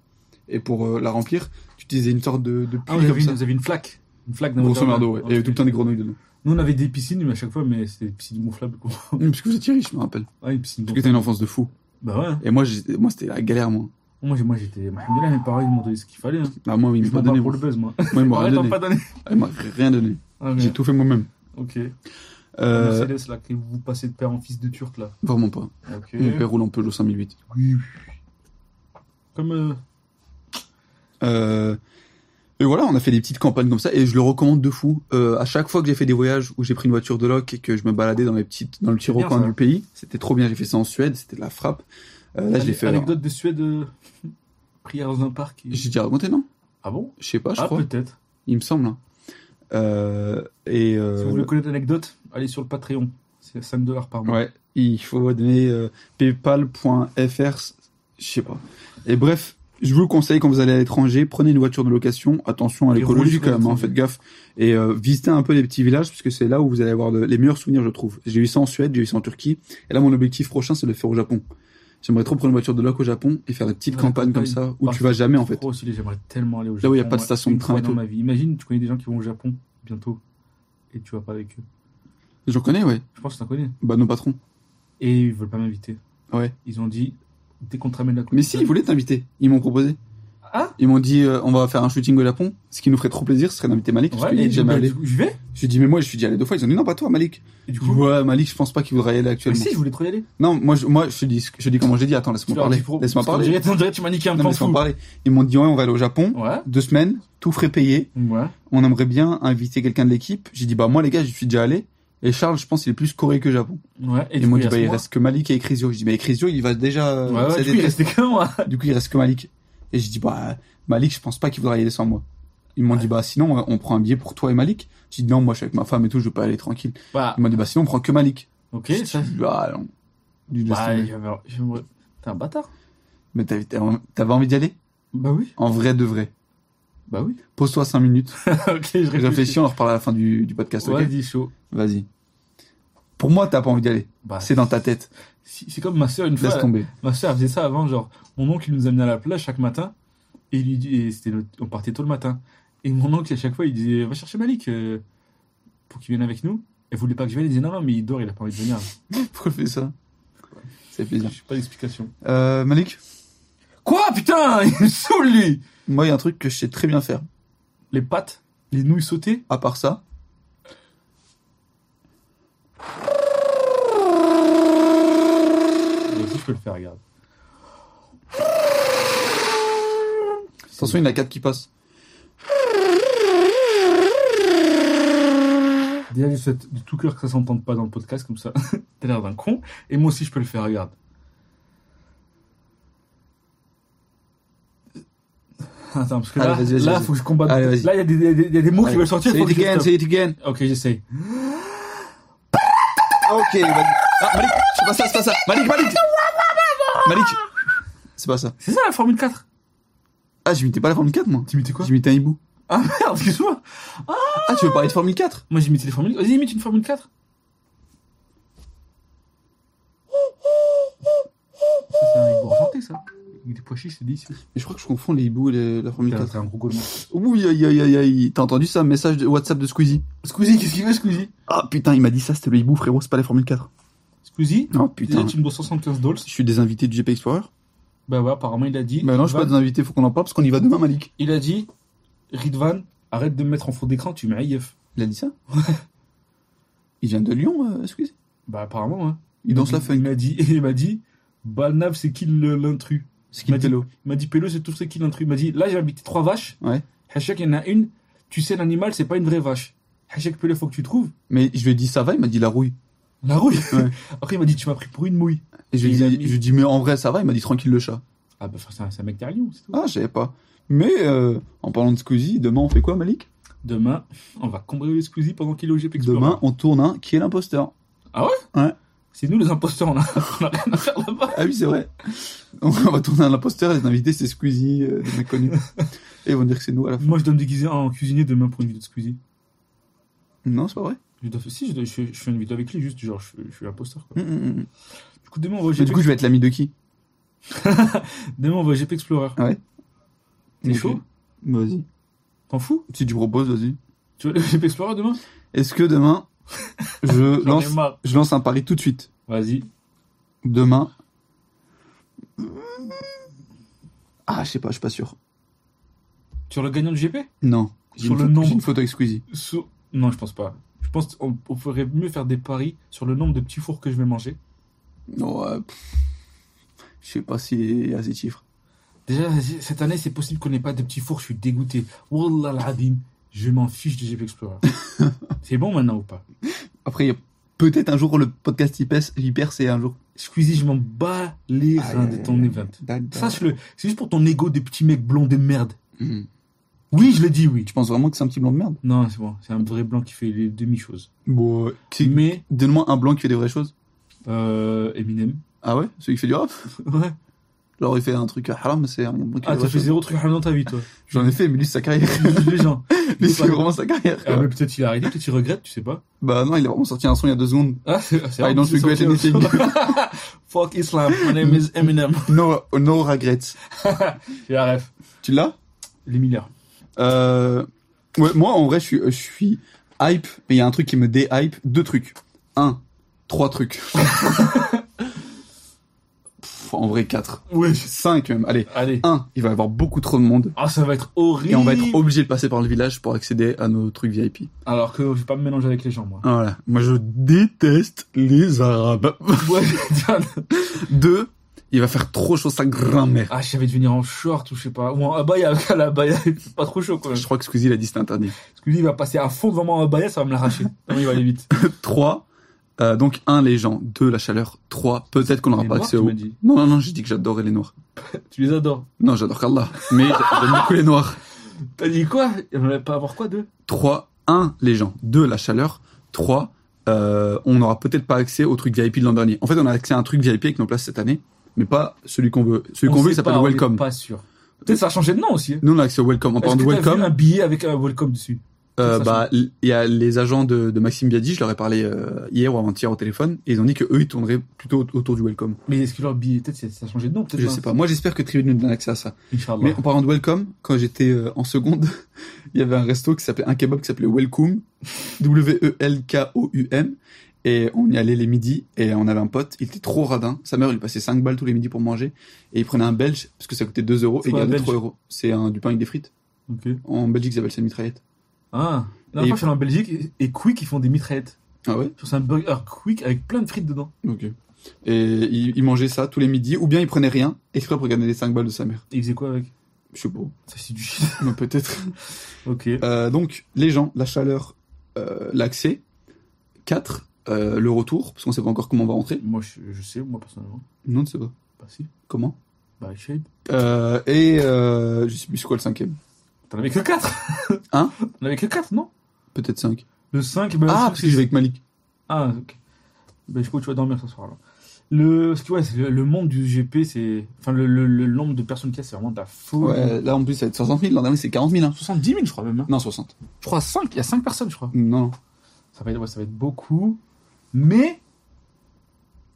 [SPEAKER 3] Et pour euh, la remplir, tu utilisais une sorte de, de puits
[SPEAKER 2] Ah, vous
[SPEAKER 3] comme
[SPEAKER 2] avez, une,
[SPEAKER 3] ça.
[SPEAKER 2] vous avez une flaque. Une flaque d'un
[SPEAKER 3] Grosso
[SPEAKER 2] moteur.
[SPEAKER 3] merdo, ouais. Et il y avait tout le temps des grenouilles dedans.
[SPEAKER 2] Nous, on avait des piscines, mais à chaque fois, mais c'était des piscines gonflables, quoi.
[SPEAKER 3] Hum, Parce que vous étiez riche, je me rappelle.
[SPEAKER 2] Ah, une piscine
[SPEAKER 3] Parce que
[SPEAKER 2] gonflable.
[SPEAKER 3] t'as une enfance de fou.
[SPEAKER 2] Bah ouais.
[SPEAKER 3] Et moi, j'ai- moi c'était la galère, moi.
[SPEAKER 2] Moi, j'ai- moi, j'étais. Alhamdoulilah, mes parents, ils m'ont donné ce qu'il fallait. Hein.
[SPEAKER 3] Bah, moi, ils
[SPEAKER 2] Ils
[SPEAKER 3] m'ont pas
[SPEAKER 2] m'ont pas
[SPEAKER 3] donné.
[SPEAKER 2] pour
[SPEAKER 3] Moi,
[SPEAKER 2] le buzz, moi.
[SPEAKER 3] Moi,
[SPEAKER 2] <laughs>
[SPEAKER 3] ils m'ont rien
[SPEAKER 2] Arrête, t'as
[SPEAKER 3] donné.
[SPEAKER 2] pas donné.
[SPEAKER 3] Ils m'ont rien donné.
[SPEAKER 2] Ah,
[SPEAKER 3] J'ai
[SPEAKER 2] merde.
[SPEAKER 3] tout fait moi-même.
[SPEAKER 2] Ok.
[SPEAKER 3] Euh,
[SPEAKER 2] Mercedes, là, que vous passez de père en fils de turc, là.
[SPEAKER 3] vraiment pas.
[SPEAKER 2] Ok.
[SPEAKER 3] Mon père roule en Peugeot 5008.
[SPEAKER 2] Oui. Comme. euh,
[SPEAKER 3] Euh, et voilà, on a fait des petites campagnes comme ça, et je le recommande de fou. Euh, à chaque fois que j'ai fait des voyages où j'ai pris une voiture de loc et que je me baladais dans les petites, dans le petit
[SPEAKER 2] C'est bien,
[SPEAKER 3] recoin
[SPEAKER 2] ça.
[SPEAKER 3] du pays, c'était trop bien. J'ai fait ça en Suède, c'était de la frappe. Euh, là, je l'ai
[SPEAKER 2] Allez,
[SPEAKER 3] fait. alors-
[SPEAKER 2] Anecdote de Suède, euh, <laughs> prière dans un parc. et-
[SPEAKER 3] J'ai déjà raconté, non
[SPEAKER 2] Ah bon
[SPEAKER 3] Je sais pas, je
[SPEAKER 2] Ah
[SPEAKER 3] crois.
[SPEAKER 2] peut-être.
[SPEAKER 3] Il me semble. hein. Euh, et
[SPEAKER 2] Si
[SPEAKER 3] euh,
[SPEAKER 2] vous voulez connaître l'anecdote, allez sur le Patreon. C'est 5 dollars par mois.
[SPEAKER 3] ouais, il faut donner euh, paypal.fr, je sais pas. Et bref. Je vous le conseille quand vous allez à l'étranger, prenez une voiture de location, attention à
[SPEAKER 2] Et
[SPEAKER 3] l'écologie
[SPEAKER 2] roulez
[SPEAKER 3] quand même, hein,
[SPEAKER 2] sur-
[SPEAKER 3] faites gaffe, et euh, visitez un peu les petits villages parce que c'est là où vous allez avoir de- les meilleurs souvenirs, je trouve. J'ai eu ça en Suède, j'ai eu ça en Turquie, et là mon objectif prochain c'est de le faire au Japon. J'aimerais trop prendre une voiture de loc au Japon et faire des petites
[SPEAKER 2] Ouais,
[SPEAKER 3] campagnes comme
[SPEAKER 2] campagne.
[SPEAKER 3] ça où
[SPEAKER 2] Bah,
[SPEAKER 3] tu vas jamais en fait.
[SPEAKER 2] Trop aussi, j'aimerais tellement aller au Japon.
[SPEAKER 3] Là où il y a pas de
[SPEAKER 2] moi,
[SPEAKER 3] station
[SPEAKER 2] une
[SPEAKER 3] de train
[SPEAKER 2] fois
[SPEAKER 3] et
[SPEAKER 2] dans
[SPEAKER 3] tout.
[SPEAKER 2] ma vie. Imagine, tu connais des gens qui vont au Japon bientôt et tu vas pas avec eux.
[SPEAKER 3] J'en connais, ouais.
[SPEAKER 2] Je pense que t'en connais.
[SPEAKER 3] Bah nos patrons.
[SPEAKER 2] Et ils veulent pas m'inviter.
[SPEAKER 3] Ouais.
[SPEAKER 2] Ils ont dit dès qu'on te ramène la
[SPEAKER 3] Mais si, ils voulaient t'inviter, ils m'ont proposé.
[SPEAKER 2] Ah
[SPEAKER 3] Ils m'ont dit euh, on va faire un shooting au Japon, ce qui nous ferait trop plaisir, ce serait d'inviter Malik parce
[SPEAKER 2] Ouais,
[SPEAKER 3] qu'il
[SPEAKER 2] et
[SPEAKER 3] est
[SPEAKER 2] du
[SPEAKER 3] jamais
[SPEAKER 2] coup,
[SPEAKER 3] allé.
[SPEAKER 2] du coup, Je vais
[SPEAKER 3] Je lui ai dit mais moi je suis déjà allé deux fois, ils ont dit non pas toi Malik.
[SPEAKER 2] Et du
[SPEAKER 3] Je dis,
[SPEAKER 2] coup,
[SPEAKER 3] ouais Malik je pense pas qu'il voudrait y aller
[SPEAKER 2] mais
[SPEAKER 3] actuellement.
[SPEAKER 2] si, je voulais trop y aller.
[SPEAKER 3] Non moi je, moi je dis je dis comment j'ai dit attends
[SPEAKER 2] Tu
[SPEAKER 3] laisse-moi
[SPEAKER 2] leur
[SPEAKER 3] parler
[SPEAKER 2] dis pour-
[SPEAKER 3] laisse-moi
[SPEAKER 2] parce qu'on
[SPEAKER 3] parler.
[SPEAKER 2] dirait- on dirait que tu m'as niqué un
[SPEAKER 3] Non,
[SPEAKER 2] plan
[SPEAKER 3] mais sans
[SPEAKER 2] fou.
[SPEAKER 3] parler. Ils m'ont dit, ouais, on va aller au Japon,
[SPEAKER 2] Ouais.
[SPEAKER 3] deux semaines, tout frais payé.
[SPEAKER 2] Ouais.
[SPEAKER 3] On aimerait bien inviter quelqu'un de l'équipe. J'ai dit, bah, moi, les gars, je suis déjà allé. Et Charles, je pense, il est plus Corée que Japon.
[SPEAKER 2] Ouais.
[SPEAKER 3] Et
[SPEAKER 2] du
[SPEAKER 3] ils m'ont
[SPEAKER 2] coup,
[SPEAKER 3] dit,
[SPEAKER 2] reste
[SPEAKER 3] bah, il
[SPEAKER 2] moi.
[SPEAKER 3] reste que Malik et Crisio. Je dis, mais Crisio, il va déjà. euh,
[SPEAKER 2] Ouais, ouais,
[SPEAKER 3] cet
[SPEAKER 2] du coup, il
[SPEAKER 3] été.
[SPEAKER 2] restait que moi.
[SPEAKER 3] Du coup, il reste que Malik. Et je dis, bah, Malik, je pense pas qu'il voudra y aller sans moi. Ils m'ont dit, bah, sinon, euh, on prend un billet pour toi et Malik. J'ai dit, non, moi, je suis avec ma femme et tout, je veux pas aller tranquille.
[SPEAKER 2] Bah,
[SPEAKER 3] Ils m'ont dit, bah, sinon, on prend que Malik.
[SPEAKER 2] ok,
[SPEAKER 3] J'ai
[SPEAKER 2] ça.
[SPEAKER 3] dit, bah, non. J'ai dit, laisse
[SPEAKER 2] Bah,
[SPEAKER 3] tomber.
[SPEAKER 2] j'avais- j'aimerais- T'es un bâtard.
[SPEAKER 3] Mais t'avais- t'avais t'avais envie d'y aller?
[SPEAKER 2] Bah oui.
[SPEAKER 3] En vrai de vrai.
[SPEAKER 2] Bah oui.
[SPEAKER 3] Pose-toi cinq minutes.
[SPEAKER 2] <laughs> ok, je
[SPEAKER 3] Réfléchis,
[SPEAKER 2] réfléchis. Bah,
[SPEAKER 3] on en reparle à la fin du, du podcast, ok
[SPEAKER 2] Ouais, dis chaud.
[SPEAKER 3] Vas-y. Pour moi, t'as pas envie d'y aller.
[SPEAKER 2] Bah,
[SPEAKER 3] C'est dans ta tête.
[SPEAKER 2] si- c'est comme ma soeur une
[SPEAKER 3] Laisse
[SPEAKER 2] fois.
[SPEAKER 3] tomber. <laughs>
[SPEAKER 2] Ma soeur faisait ça avant, genre, mon oncle il nous amenait à la plage chaque matin. Et, il lui dit- et c'était le- on partait tôt le matin. Et mon oncle, à chaque fois, il disait Va chercher Malik euh, pour qu'il vienne avec nous. Elle voulait pas que je vienne. Elle disait Non, non, mais il dort, il a pas envie de venir.
[SPEAKER 3] Pourquoi fais ça C'est plaisir.
[SPEAKER 2] J'ai pas d'explication.
[SPEAKER 3] Euh, Malik,
[SPEAKER 2] Quoi, putain Il me saoule, lui
[SPEAKER 3] moi, il y a un truc que je sais très bien faire.
[SPEAKER 2] Les pattes, les nouilles sautées.
[SPEAKER 3] À part ça.
[SPEAKER 2] Mais aussi, je peux le faire, regarde.
[SPEAKER 3] Attention, il y en a 4 qui passent.
[SPEAKER 2] Déjà, je souhaite de tout cœur que ça s'entende pas dans le podcast, comme ça, <laughs> t'as l'air d'un con. Et moi aussi, je peux le faire, regarde. Euh, Attends, parce que
[SPEAKER 3] Allez,
[SPEAKER 2] là,
[SPEAKER 3] vas-y, vas-y,
[SPEAKER 2] là,
[SPEAKER 3] vas-y.
[SPEAKER 2] faut que je combatte.
[SPEAKER 3] Allez, vas-y.
[SPEAKER 2] là, il y, a des- des- des- il y a des mots qui
[SPEAKER 3] Allez.
[SPEAKER 2] veulent sortir.
[SPEAKER 3] Say
[SPEAKER 2] faut
[SPEAKER 3] it
[SPEAKER 2] que je
[SPEAKER 3] again,
[SPEAKER 2] stoppe.
[SPEAKER 3] say it again.
[SPEAKER 2] Ok, j'essaye.
[SPEAKER 3] Ok, Malik. Ah, Malik, c'est pas ça, c'est pas ça. Malik, Malik Malik C'est pas ça.
[SPEAKER 2] C'est ça la Formule 4
[SPEAKER 3] Ah, j'imitais pas la Formule 4, moi.
[SPEAKER 2] T'imitais quoi
[SPEAKER 3] J'imitais un hibou.
[SPEAKER 2] Ah merde, excuse-moi
[SPEAKER 3] Ah, tu veux parler de Formule 4
[SPEAKER 2] Moi j'imite les formules. Vas-y, imite une Formule 4 Ça, c'est un hibou enchanté, ça. Avec des pois chiches, c'est délicieux.
[SPEAKER 3] Mais je crois que je confonds les hiboux et les- la Formule
[SPEAKER 2] T'as
[SPEAKER 3] 4.
[SPEAKER 2] t'as un gros golemon.
[SPEAKER 3] Oui, aïe, aïe, aïe, aïe. T'as entendu ça, message de WhatsApp de Squeezie
[SPEAKER 2] Squeezie, qu'est-ce qu'il veut, Squeezie
[SPEAKER 3] Ah, putain, il m'a dit ça, c'était le hibou, frérot, c'est pas la Formule 4.
[SPEAKER 2] Squeezie Il
[SPEAKER 3] Non,
[SPEAKER 2] a
[SPEAKER 3] Oh, putain.
[SPEAKER 2] dit une bourse 75 dollars.
[SPEAKER 3] Je suis des invités du GP Explorer.
[SPEAKER 2] Bah ouais, apparemment il a dit.
[SPEAKER 3] Bah non, je suis pas des
[SPEAKER 2] Ridvan-
[SPEAKER 3] invités, faut qu'on en parle parce qu'on y va demain, Malik.
[SPEAKER 2] Il a dit, Ridvan, arrête de me mettre en fond d'écran, tu mets IF.
[SPEAKER 3] Il a dit ça Il vient de Lyon, euh, Squeezie
[SPEAKER 2] Bah apparemment, hein.
[SPEAKER 3] Il danse la
[SPEAKER 2] Il
[SPEAKER 3] funk.
[SPEAKER 2] m'a dit, <laughs> il m'a dit, Balnav, c'est qui le- l'intrus
[SPEAKER 3] C'est qu'il
[SPEAKER 2] m'a dit-
[SPEAKER 3] fait l'eau.
[SPEAKER 2] Il m'a dit Pélo, c'est tout ce qu'il intrus. Il m'a dit là, j'ai habité trois vaches.
[SPEAKER 3] Ouais.
[SPEAKER 2] Hachek, il y en a une. Tu sais, l'animal, c'est pas une vraie vache. Hachek, Pélo, faut que tu trouves.
[SPEAKER 3] Mais je lui ai dit ça va, il m'a dit la rouille.
[SPEAKER 2] La rouille.
[SPEAKER 3] Ouais.
[SPEAKER 2] <laughs> Après, il m'a dit tu m'as pris pour une mouille.
[SPEAKER 3] Et je lui
[SPEAKER 2] Il a
[SPEAKER 3] ai
[SPEAKER 2] mis-
[SPEAKER 3] dit, je lui ai dit, mais en vrai ça va, il m'a dit tranquille le chat.
[SPEAKER 2] Ah bah, enfin, c'est un- c'est un mec derrière Lyon, c'est tout.
[SPEAKER 3] Ah, je savais pas. Mais euh, en parlant de Squeezie, demain on fait quoi, Malik
[SPEAKER 2] Demain, on va cambrioler Squeezie pendant qu'il est au GP Explorer.
[SPEAKER 3] Demain on tourne un qui est l'imposteur.
[SPEAKER 2] C'est nous les imposteurs, on a, on a rien à faire là-bas.
[SPEAKER 3] Ah oui, c'est vrai. <laughs> On va tourner un imposteur et les invités c'est Squeezie, euh, des mecs <laughs> connus. Et ils vont dire que c'est nous à la
[SPEAKER 2] <laughs>
[SPEAKER 3] fin.
[SPEAKER 2] Moi, je dois me déguiser en cuisinier demain pour une vidéo de Squeezie.
[SPEAKER 3] Non, c'est pas vrai.
[SPEAKER 2] Je dois, si, je, dois- je- je fais une vidéo avec lui, juste genre, je, je suis imposteur. Quoi.
[SPEAKER 3] Hum, hum, hum.
[SPEAKER 2] Du coup, demain, on va au
[SPEAKER 3] Mais
[SPEAKER 2] GP,
[SPEAKER 3] du coup, je vais être l'ami de qui
[SPEAKER 2] demain, on va au GP Explorer.
[SPEAKER 3] Ouais.
[SPEAKER 2] T'es
[SPEAKER 3] Ok.
[SPEAKER 2] chaud
[SPEAKER 3] Bah, Vas-y.
[SPEAKER 2] T'en fous
[SPEAKER 3] Si tu proposes, vas-y.
[SPEAKER 2] Tu vas aller au GP Explorer demain
[SPEAKER 3] Est-ce que <laughs> demain je
[SPEAKER 2] J'en ai
[SPEAKER 3] lance
[SPEAKER 2] marre.
[SPEAKER 3] Je lance un pari tout de suite.
[SPEAKER 2] Vas-y.
[SPEAKER 3] Demain. Ah, je sais pas, je suis pas sûr.
[SPEAKER 2] Sur le gagnant du GP
[SPEAKER 3] Non. J'ai
[SPEAKER 2] Sur
[SPEAKER 3] une
[SPEAKER 2] le
[SPEAKER 3] photo-
[SPEAKER 2] nombre.
[SPEAKER 3] J'ai une photo avec Squeezie.
[SPEAKER 2] Sur- Non, je pense pas. Je pense qu'on on ferait mieux faire des paris sur le nombre de petits fours que je vais manger.
[SPEAKER 3] Ouais. pff. Je sais pas s'il est à ces chiffres.
[SPEAKER 2] Déjà, vas-y, cette année, c'est possible qu'on n'ait pas de petits fours, je suis dégoûté. Wallah l'azim, je m'en fiche du GP
[SPEAKER 3] <laughs>
[SPEAKER 2] Explorer. c'est bon maintenant ou pas
[SPEAKER 3] Après, il y a peut-être un jour où le podcast hyper, hyper c'est un jour.
[SPEAKER 2] Squeezie, je m'en bats les reins de ton event. Ça, je le... c'est juste pour ton ego des petits mecs blonds de merde.
[SPEAKER 3] Hmm.
[SPEAKER 2] Oui, je le dis, oui.
[SPEAKER 3] Tu penses vraiment que c'est un petit blanc de merde
[SPEAKER 2] Non, c'est bon, c'est un vrai blanc qui fait les demi-choses.
[SPEAKER 3] Bon,
[SPEAKER 2] euh, Mais,
[SPEAKER 3] Donne-moi un blanc qui fait des vraies choses.
[SPEAKER 2] euh, Eminem.
[SPEAKER 3] Ah ouais Celui qui fait du rap
[SPEAKER 2] <laughs> Ouais.
[SPEAKER 3] Genre, il fait un truc à haram, mais c'est un blanc qui fait
[SPEAKER 2] Ah, t'as
[SPEAKER 3] des vraies
[SPEAKER 2] fait
[SPEAKER 3] choses.
[SPEAKER 2] zéro truc dans ta vie, <laughs> toi.
[SPEAKER 3] J'en ai fait, mais lui, c'est sa carrière.
[SPEAKER 2] <laughs> Les gens.
[SPEAKER 3] Lui, c'est vraiment sa carrière.
[SPEAKER 2] Ah,
[SPEAKER 3] quoi.
[SPEAKER 2] mais peut-être il a arrêté, peut-être il regrette, tu sais pas.
[SPEAKER 3] Bah non, il a vraiment sorti un son il y a deux secondes. <laughs>
[SPEAKER 2] Ah, c'est c'est
[SPEAKER 3] I
[SPEAKER 2] vrai,
[SPEAKER 3] don't
[SPEAKER 2] c'est
[SPEAKER 3] regret
[SPEAKER 2] sorti
[SPEAKER 3] anything.
[SPEAKER 2] aussi. <laughs> Fuck Islam, my name is <laughs> Eminem.
[SPEAKER 3] No, no regrets.
[SPEAKER 2] J'ai la ref.
[SPEAKER 3] Tu l'as
[SPEAKER 2] Les milliards.
[SPEAKER 3] Euh, ouais, moi, en vrai, je suis, je suis hype, mais il y a un truc qui me dé-hype. Deux trucs. Un,
[SPEAKER 2] <laughs>
[SPEAKER 3] trois trucs. Pff, en vrai, quatre.
[SPEAKER 2] Ouais.
[SPEAKER 3] Cinq, même. Allez.
[SPEAKER 2] Allez.
[SPEAKER 3] Un, il va y avoir beaucoup trop de monde.
[SPEAKER 2] Ah, ça va être horrible.
[SPEAKER 3] Et on va être obligé de passer par le village pour accéder à nos trucs VIP.
[SPEAKER 2] Alors que je vais pas me mélanger avec les gens, moi.
[SPEAKER 3] Voilà. Moi, je déteste les Arabes.
[SPEAKER 2] <laughs> Ouais, Diane.
[SPEAKER 3] <laughs> Deux, il va faire trop chaud sa grand-mère.
[SPEAKER 2] ah, je savais de venir en short ou je sais pas. Ou en abaya, <laughs> à la abaya, c'est pas trop chaud quand même.
[SPEAKER 3] Je crois que Squeezie l'a dit, c'était interdit.
[SPEAKER 2] Parce que lui, il va passer à fond devant moi en abaya, ça va me l'arracher. Non, il va aller vite.
[SPEAKER 3] Trois, euh, donc un, les gens. Deux, la chaleur. Trois, peut-être qu'on n'aura
[SPEAKER 2] Les
[SPEAKER 3] pas
[SPEAKER 2] noirs,
[SPEAKER 3] accès
[SPEAKER 2] tu
[SPEAKER 3] au...
[SPEAKER 2] m'as dit.
[SPEAKER 3] Non, non, non, j'ai dit que j'adorais les noirs.
[SPEAKER 2] Tu les adores.
[SPEAKER 3] Non, j'adore
[SPEAKER 2] <laughs>
[SPEAKER 3] qu'Allah. Mais j'a- j'aime beaucoup les noirs.
[SPEAKER 2] T'as dit quoi Il va pas avoir quoi, deux
[SPEAKER 3] 3, 1, les gens. 2, la chaleur. 3, euh, on n'aura peut-être pas accès au truc VIP de l'an dernier. En fait, on a accès à un truc VIP avec nos places cette année, mais pas celui qu'on veut. Celui
[SPEAKER 2] On
[SPEAKER 3] qu'on veut,
[SPEAKER 2] sait
[SPEAKER 3] il s'appelle
[SPEAKER 2] pas, on est
[SPEAKER 3] Welcome.
[SPEAKER 2] Pas sûr. Peut-être ça a changé de nom aussi. hein.
[SPEAKER 3] Nous, on a accès au Welcome. En
[SPEAKER 2] Est-ce
[SPEAKER 3] parlant de
[SPEAKER 2] que t'as vu
[SPEAKER 3] Welcome,
[SPEAKER 2] un billet avec un welcome dessus.
[SPEAKER 3] euh,
[SPEAKER 2] ça
[SPEAKER 3] bah, il y a les agents de, de Maxime Biadi, je leur ai parlé euh, hier ou avant-hier au téléphone, et ils ont dit que eux, ils tourneraient plutôt au- autour du Welcome.
[SPEAKER 2] Mais est-ce que leur billet, peut-être c'est- ça Ah bah. a changé de nom peut-être hein.
[SPEAKER 3] Je sais pas. Moi, j'espère que Tribune nous donne accès à ça.
[SPEAKER 2] Inch'Allah.
[SPEAKER 3] Mais en parlant de Welcome, quand j'étais euh, en seconde, <laughs> il y avait un resto qui s'appelait un kebab qui s'appelait Welcome, <laughs> E W-E-L-K-O-U-M, et on y allait les midis et on avait un pote, il était trop radin, sa mère lui passait 5 balles tous les midis pour manger et il prenait un belge parce que ça coûtait 2 euros
[SPEAKER 2] C'est
[SPEAKER 3] et il
[SPEAKER 2] quoi un
[SPEAKER 3] gardait
[SPEAKER 2] Belge
[SPEAKER 3] 3 euros. C'est un du pain avec des frites.
[SPEAKER 2] Ok.
[SPEAKER 3] En Belgique, ça s'appelle ça une mitraillette.
[SPEAKER 2] Ah. La
[SPEAKER 3] Et-
[SPEAKER 2] dernière fois, je suis allé en Belgique et- et Quick, ils font des mitraillettes.
[SPEAKER 3] Ah ouais
[SPEAKER 2] Sur un burger Quick avec plein de frites dedans.
[SPEAKER 3] OK. Et il, il mangeait ça tous les midis ou bien il prenait rien exprès pour garder les 5 balles de sa mère.
[SPEAKER 2] Et ils faisaient quoi avec
[SPEAKER 3] Je sais pas. <laughs>
[SPEAKER 2] Ça, c'est du shit. <laughs>
[SPEAKER 3] Mais peut-être.
[SPEAKER 2] Ok.
[SPEAKER 3] Euh, donc, les gens, la chaleur, euh, l'accès. 4. euh, le retour, parce qu'on sait pas encore comment on va rentrer.
[SPEAKER 2] Moi, je, je sais, moi, personnellement.
[SPEAKER 3] Non, on ne sait pas.
[SPEAKER 2] Bah, si.
[SPEAKER 3] Comment
[SPEAKER 2] Bah, Shade.
[SPEAKER 3] Euh, Et euh, je sais plus c'est quoi le cinquième.
[SPEAKER 2] T'en avais que 4
[SPEAKER 3] Hein
[SPEAKER 2] <laughs> T'en avais que 4, non
[SPEAKER 3] Peut-être 5.
[SPEAKER 2] Le 5, bah.
[SPEAKER 3] ah, parce que je vais avec Malik.
[SPEAKER 2] Ah, ok. Ben, je crois que tu vas dormir ce soir, alors. Le, parce que, ouais, c'est le, le monde du GP, c'est. Enfin, le, le- le nombre de personnes qu'il y a, c'est vraiment de la foule.
[SPEAKER 3] Ouais, là en plus, ça va être 60 000. L'an dernier, c'est 40 000. hein.
[SPEAKER 2] 70 000, je crois même. hein.
[SPEAKER 3] Non, 60.
[SPEAKER 2] Je crois 5, il y a 5 personnes, je crois.
[SPEAKER 3] Non, non.
[SPEAKER 2] Ça va être, ouais, ça va être beaucoup. Mais,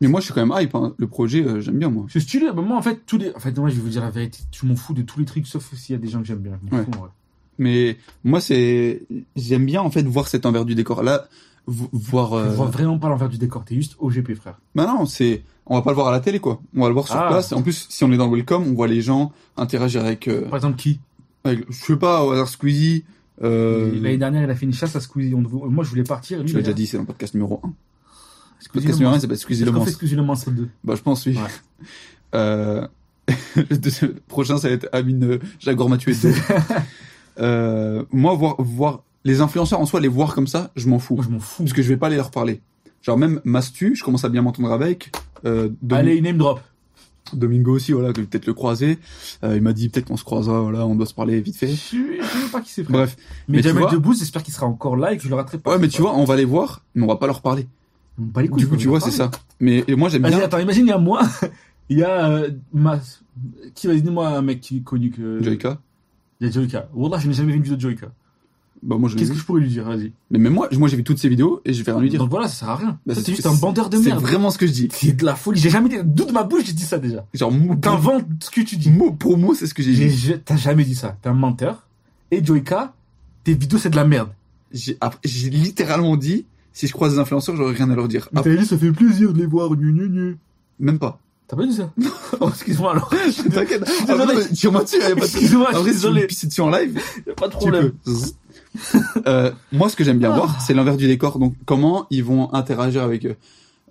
[SPEAKER 3] Mais moi, je suis quand même hype. hein. Le projet, euh, j'aime bien, moi.
[SPEAKER 2] c'est stylé. Ben, moi, en fait, tous les. En fait, moi, je vais vous dire la vérité. Je m'en fous de tous les trucs, sauf s'il y a des gens que j'aime bien. Je m'en
[SPEAKER 3] Ouais.
[SPEAKER 2] fous, en vrai.
[SPEAKER 3] Mais moi, c'est. J'aime bien, en fait, voir cet envers du décor. Là, vo- voir.
[SPEAKER 2] Je
[SPEAKER 3] euh,
[SPEAKER 2] vois vraiment pas l'envers du décor. T'es juste au GP, frère.
[SPEAKER 3] Bah non, c'est. On va pas le voir à la télé, quoi. On va le voir sur
[SPEAKER 2] Ah.
[SPEAKER 3] place. En plus, si on est dans le welcome, on voit les gens interagir avec. euh,
[SPEAKER 2] Par exemple, qui
[SPEAKER 3] avec- je sais pas, au hasard Squeezie. Euh...
[SPEAKER 2] L'année dernière, il a fait une chasse à Squeezie. On devait- Moi, je voulais partir. Lui,
[SPEAKER 3] Tu
[SPEAKER 2] il a-
[SPEAKER 3] l'as déjà dit, c'est dans le podcast numéro 1. Le
[SPEAKER 2] Squeezie
[SPEAKER 3] podcast
[SPEAKER 2] le
[SPEAKER 3] numéro 1,
[SPEAKER 2] monstre.
[SPEAKER 3] c'est pas Squeezie
[SPEAKER 2] Est-ce
[SPEAKER 3] le
[SPEAKER 2] qu'on fait
[SPEAKER 3] monstre.
[SPEAKER 2] Squeezie le monstre 2
[SPEAKER 3] Bah, je pense, oui.
[SPEAKER 2] Ouais.
[SPEAKER 3] <laughs> Euh, le deuxième- le prochain, ça va être Amine euh,
[SPEAKER 2] <laughs>
[SPEAKER 3] Jaguar Mathieu. euh, moi, voir, voir les influenceurs en soi, les voir comme ça, je m'en fous.
[SPEAKER 2] Moi, je m'en fous.
[SPEAKER 3] Parce que je vais pas aller leur parler. Genre, même Mastu, je commence à bien m'entendre avec. Euh, Domi-
[SPEAKER 2] Allez, name drop.
[SPEAKER 3] Domingo aussi, voilà, que je vais peut-être le croiser. Euh, il m'a dit peut-être qu'on se croisera, voilà, on doit se parler vite fait.
[SPEAKER 2] Je sais je sais même pas qui c'est, frère.
[SPEAKER 3] Bref.
[SPEAKER 2] mais
[SPEAKER 3] mais tu
[SPEAKER 2] Jamel
[SPEAKER 3] vois-
[SPEAKER 2] Debbouze, j'espère qu'il sera encore là et que je le raterai pas.
[SPEAKER 3] Ouais, mais tu vois, on va les voir, mais on va pas leur parler.
[SPEAKER 2] On pas les couilles,
[SPEAKER 3] Du coup,
[SPEAKER 2] on
[SPEAKER 3] tu
[SPEAKER 2] va
[SPEAKER 3] vois,
[SPEAKER 2] pas
[SPEAKER 3] c'est ça. Mais et moi, j'aime
[SPEAKER 2] parler. Vas-y,
[SPEAKER 3] bien.
[SPEAKER 2] attends, imagine, il y a moi, <laughs> il y a euh, ma... Qui va dis-moi un mec qui est connu que.
[SPEAKER 3] Joyka.
[SPEAKER 2] Il y a Joyka. Wallah, je n'ai jamais vu une vidéo de Joyka.
[SPEAKER 3] Bah, moi, je l'ai
[SPEAKER 2] Qu'est-ce que
[SPEAKER 3] vu.
[SPEAKER 2] je pourrais lui dire Vas-y.
[SPEAKER 3] Mais même moi, moi j'ai vu toutes ces vidéos et je vais rien lui dire.
[SPEAKER 2] Donc voilà, ça sert à rien. Toi,
[SPEAKER 3] Bah, c'est-
[SPEAKER 2] T'es juste un bandeur de
[SPEAKER 3] C'est
[SPEAKER 2] merde.
[SPEAKER 3] vraiment ce que je dis.
[SPEAKER 2] C'est de la folie. J'ai jamais dit. D'où de ma bouche, j'ai dit ça déjà.
[SPEAKER 3] Genre, mot, pour-
[SPEAKER 2] T'inventes ce que tu dis.
[SPEAKER 3] mot pour mot, c'est ce que j'ai
[SPEAKER 2] J'ai-
[SPEAKER 3] dit.
[SPEAKER 2] j'ai- T'as jamais dit ça. T'es un menteur. Et Joyka, tes vidéos, c'est de la merde.
[SPEAKER 3] J'ai après- j'ai littéralement dit, si je croise des influenceurs, j'aurais rien à leur dire. Ah,
[SPEAKER 2] T'as dit, ça fait plaisir de les voir. Nu, nu, nu.
[SPEAKER 3] même pas.
[SPEAKER 2] T'as pas dit ça Oh, <laughs> excuse-moi
[SPEAKER 3] <laughs>
[SPEAKER 2] alors.
[SPEAKER 3] T'inquiète.
[SPEAKER 2] <laughs> désolé.
[SPEAKER 3] Ah, mais Tire-moi dessus, y
[SPEAKER 2] <laughs>
[SPEAKER 3] a pas de souci.
[SPEAKER 2] Excuse-moi, je
[SPEAKER 3] Après,
[SPEAKER 2] suis
[SPEAKER 3] si tu
[SPEAKER 2] désolé.
[SPEAKER 3] me pisses dessus en live,
[SPEAKER 2] Y a pas de
[SPEAKER 3] tu
[SPEAKER 2] problème. Ah.
[SPEAKER 3] peux. Zzz. Euh, moi, ce que j'aime bien voir, c'est l'envers du décor. Donc, comment ils vont interagir avec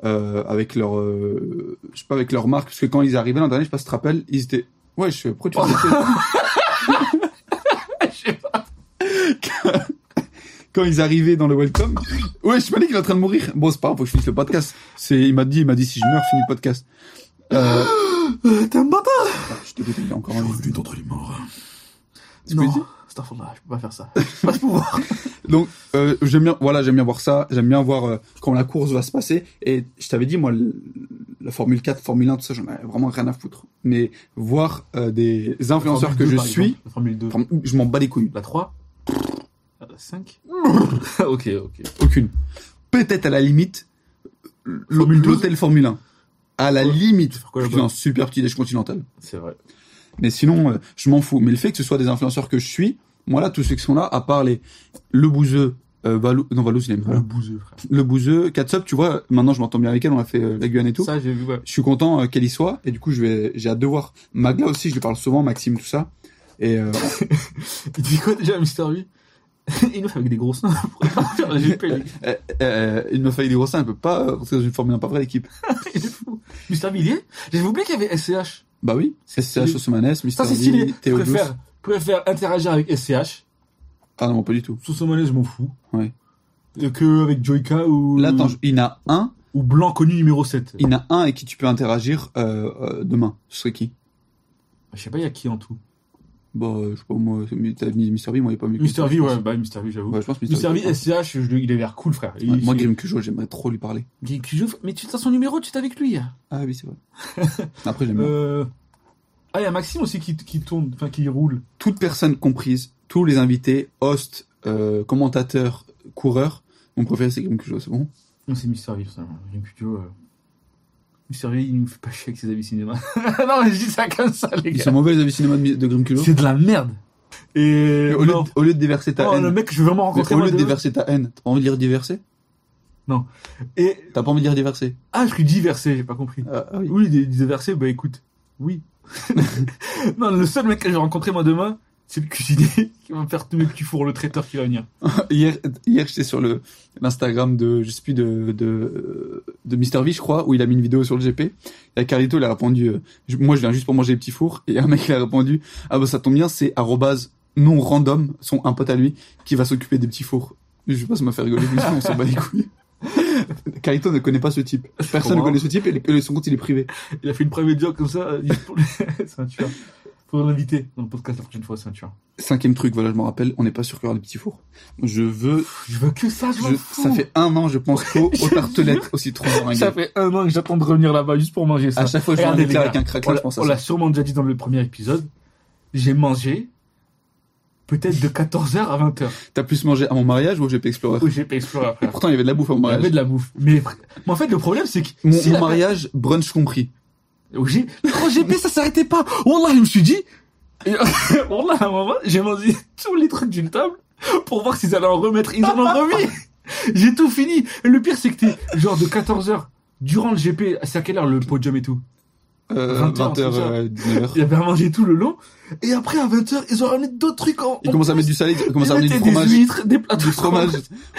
[SPEAKER 3] euh, avec leur, euh, je sais pas, avec leur marque, parce que quand ils arrivaient l'an dernier, je sais pas si tu te rappelles, ils étaient, ouais, je sais, pourquoi
[SPEAKER 2] <laughs>
[SPEAKER 3] tu fais ça
[SPEAKER 2] Je sais pas.
[SPEAKER 3] quand ils arrivaient dans le welcome. Ouais, je Malik, il est en train de mourir. Bon, c'est pas grave, faut que je finisse le podcast. C'est, il m'a dit, il m'a dit, si je meurs, finis le podcast. Euh,
[SPEAKER 2] Euh, T'es un bâtard.
[SPEAKER 3] je te déteste encore un
[SPEAKER 2] revenu d'entre les morts.
[SPEAKER 3] C'est
[SPEAKER 2] non,
[SPEAKER 3] pas dit
[SPEAKER 2] Starfall, je peux pas faire ça. J'ai pas ce
[SPEAKER 3] <laughs>
[SPEAKER 2] pouvoir.
[SPEAKER 3] Donc, euh, j'aime bien, voilà, j'aime bien voir ça. J'aime bien voir euh, quand la course va se passer. Et je t'avais dit, moi, le- la Formule 4, Formule 1, tout ça, j'en ai vraiment rien à foutre. Mais voir euh, des influenceurs que je suis,
[SPEAKER 2] La Formule 2.
[SPEAKER 3] Form- je m'en bats les couilles.
[SPEAKER 2] La 3. La
[SPEAKER 3] <laughs>
[SPEAKER 2] 5. ok, ok.
[SPEAKER 3] Aucune. Peut-être à la limite, l-
[SPEAKER 2] Formule 12.
[SPEAKER 3] l'hôtel Formule 1. À la
[SPEAKER 2] Ouais.
[SPEAKER 3] limite,
[SPEAKER 2] Faire quoi,
[SPEAKER 3] je suis
[SPEAKER 2] là-bas
[SPEAKER 3] un super petit déj continental.
[SPEAKER 2] C'est vrai.
[SPEAKER 3] Mais sinon, euh, je m'en fous. Mais le fait que ce soit des influenceurs que je suis, moi là, tous ceux qui sont là, à part les le bouseux, euh, Valou, non Valou, je l'aime pas.
[SPEAKER 2] Le bouseux, frère.
[SPEAKER 3] Le bouseux, Katsop, tu vois, maintenant je m'entends bien avec elle, on a fait euh, la Guyane et tout.
[SPEAKER 2] Ça, j'ai vu, <laughs> ouais.
[SPEAKER 3] Je suis content euh, qu'elle y soit, et du coup, je vais, j'ai hâte de voir. Magla aussi, je lui parle souvent, Maxime, tout ça. Et euh, <laughs>
[SPEAKER 2] Il dit quoi déjà, Mister V <laughs> Il nous fait avec des grosses <laughs> seins pour faire la GP. lui. <laughs>
[SPEAKER 3] euh, euh, une meuf avec des gros seins, elle peut pas euh, rentrer dans une Formule 1 pas vraie équipe.
[SPEAKER 2] Il est fou. Mister V, il y est J'avais oublié qu'il y avait SCH.
[SPEAKER 3] Bah oui,
[SPEAKER 2] C'est
[SPEAKER 3] SCH
[SPEAKER 2] stylé.
[SPEAKER 3] Osomanes,
[SPEAKER 2] Ça,
[SPEAKER 3] Mister
[SPEAKER 2] c'est stylé.
[SPEAKER 3] V,
[SPEAKER 2] Je
[SPEAKER 3] Théo Douce.
[SPEAKER 2] préfère, je préfère interagir avec SCH.
[SPEAKER 3] Ah non, pas du tout.
[SPEAKER 2] Sous ce monnaie, je m'en fous.
[SPEAKER 3] Ouais.
[SPEAKER 2] Euh, Que avec Joyka ou.
[SPEAKER 3] Là, attends, je- il y en a un,
[SPEAKER 2] ou blanc connu numéro 7.
[SPEAKER 3] il y en a un avec qui tu peux interagir euh, euh, demain. Ce serait qui
[SPEAKER 2] Je sais pas, il y a qui en tout
[SPEAKER 3] Bah, euh, je sais pas, moi, t'as mis Mr. V, moi, il est pas mieux. que
[SPEAKER 2] Mister
[SPEAKER 3] toi,
[SPEAKER 2] V,
[SPEAKER 3] je pense.
[SPEAKER 2] ouais, bah Mister V, j'avoue.
[SPEAKER 3] Ouais, je pense Mr.
[SPEAKER 2] Mister V,
[SPEAKER 3] Ouais.
[SPEAKER 2] SCH, je le- il avait l'air cool, frère.
[SPEAKER 3] Ouais,
[SPEAKER 2] Il-
[SPEAKER 3] moi,
[SPEAKER 2] il-
[SPEAKER 3] Grim Cujo, j'aimerais trop lui parler.
[SPEAKER 2] Guy Cujo, mais tu as son numéro, tu étais avec lui. hier.
[SPEAKER 3] Ah oui,
[SPEAKER 2] <laughs>
[SPEAKER 3] c'est vrai. Après, j'aime bien.
[SPEAKER 2] Euh... Ah, il y a Maxime aussi qui, qui tourne, enfin qui roule.
[SPEAKER 3] Toute personne comprise, tous les invités, hosts, euh, commentateurs, coureurs, mon préféré, c'est Grim Cujo, c'est bon
[SPEAKER 2] Non, c'est Mister V, ça. Guy Cujo. euh, Mister V, il nous fait pas chier avec ses avis cinéma. <laughs> non, mais je dis ça comme ça, les
[SPEAKER 3] Ils
[SPEAKER 2] gars.
[SPEAKER 3] sont mauvais, les avis cinéma de, de Grim Cujo
[SPEAKER 2] C'est de la merde. Et.
[SPEAKER 3] Et au lieu,
[SPEAKER 2] non.
[SPEAKER 3] de- au lieu de déverser ta
[SPEAKER 2] Oh, le
[SPEAKER 3] haine,
[SPEAKER 2] mec, que je veux vraiment
[SPEAKER 3] mais
[SPEAKER 2] rencontrer.
[SPEAKER 3] au
[SPEAKER 2] moi,
[SPEAKER 3] lieu de
[SPEAKER 2] demain.
[SPEAKER 3] déverser ta haine, t'as pas envie de lire diverser
[SPEAKER 2] Et.
[SPEAKER 3] T'as pas envie de lire diverser
[SPEAKER 2] Ah, je lui dis versé, j'ai pas compris.
[SPEAKER 3] Ah, ah oui.
[SPEAKER 2] <laughs> Oui, des, des versets, bah écoute, oui. non, le seul mec que j'ai rencontré moi demain, c'est le cuisinier <laughs> qui va me faire tous mes petits fours, le traiteur qui va venir.
[SPEAKER 3] Hier, hier j'étais sur le l'Instagram de, je sais plus, de, de, de Mr. V, je crois, où il a mis une vidéo sur le GP. Et à Carlito, il a répondu, euh, je- moi je viens juste pour manger les petits fours. Et un mec, il a répondu, ah bah ça tombe bien, c'est arrobase non random, son un pote à lui, qui va s'occuper des petits fours. Je sais pas, ça m'a fait rigoler, je me suis dit, on s'en bat les couilles. <laughs> Carlito ne connaît pas ce type. Personne ne
[SPEAKER 2] marrant.
[SPEAKER 3] connaît ce type et le- et son compte il est privé.
[SPEAKER 2] Il a fait une private joke comme ça. euh, juste pour le- <laughs> c'est un tueur. Faudra l'inviter dans le podcast la prochaine fois, c'est un tueur.
[SPEAKER 3] Cinquième truc, voilà, je me rappelle, on n'est pas sûr qu'il y aura des petits fours. Je veux,
[SPEAKER 2] Je veux que ça, je, m'en
[SPEAKER 3] je-
[SPEAKER 2] fous.
[SPEAKER 3] ça fait un an, je pense,
[SPEAKER 2] <laughs>
[SPEAKER 3] qu'aux aux
[SPEAKER 2] je
[SPEAKER 3] tartelettes au citron
[SPEAKER 2] Ça
[SPEAKER 3] meringues.
[SPEAKER 2] fait un an que j'attends de revenir là-bas juste pour manger ça.
[SPEAKER 3] À chaque fois que je vois un
[SPEAKER 2] Regardez,
[SPEAKER 3] éclair
[SPEAKER 2] les
[SPEAKER 3] avec
[SPEAKER 2] gars,
[SPEAKER 3] un
[SPEAKER 2] on
[SPEAKER 3] craquelin,
[SPEAKER 2] l'a-
[SPEAKER 3] je pense à
[SPEAKER 2] on
[SPEAKER 3] ça.
[SPEAKER 2] l'a sûrement déjà dit dans le premier épisode. J'ai mangé peut-être de 14h à 20h.
[SPEAKER 3] T'as plus mangé à mon mariage ou au GP Explorer
[SPEAKER 2] Oui, j'ai pas exploré après.
[SPEAKER 3] Et pourtant, il y avait de la bouffe à mon
[SPEAKER 2] Il y avait
[SPEAKER 3] mariage.
[SPEAKER 2] de la bouffe. Mais, mais en fait, le problème, c'est que
[SPEAKER 3] Mon,
[SPEAKER 2] si
[SPEAKER 3] mon
[SPEAKER 2] la-
[SPEAKER 3] mariage, brunch compris.
[SPEAKER 2] au G- au GP, ça s'arrêtait pas. Wallah, je me suis dit. Et- <laughs> Wallah, à un moment, j'ai mangé tous les trucs d'une table pour voir s'ils allaient en remettre. Ils en ont
[SPEAKER 3] <laughs>
[SPEAKER 2] remis. J'ai tout fini. Et le pire, c'est que t'es genre de 14h durant le GP. C'est à quelle heure le podium et tout
[SPEAKER 3] Euh,
[SPEAKER 2] 20 heures,
[SPEAKER 3] 20h,
[SPEAKER 2] c'est ça.
[SPEAKER 3] 19h.
[SPEAKER 2] Il avait à manger tout le long. Et après, à 20h, ils ont ramené d'autres trucs en.
[SPEAKER 3] Il commence à mettre du salé, il commence à
[SPEAKER 2] Ils
[SPEAKER 3] ramener du
[SPEAKER 2] mettaient des
[SPEAKER 3] fromage.
[SPEAKER 2] huîtres, des plats de
[SPEAKER 3] Du fromage.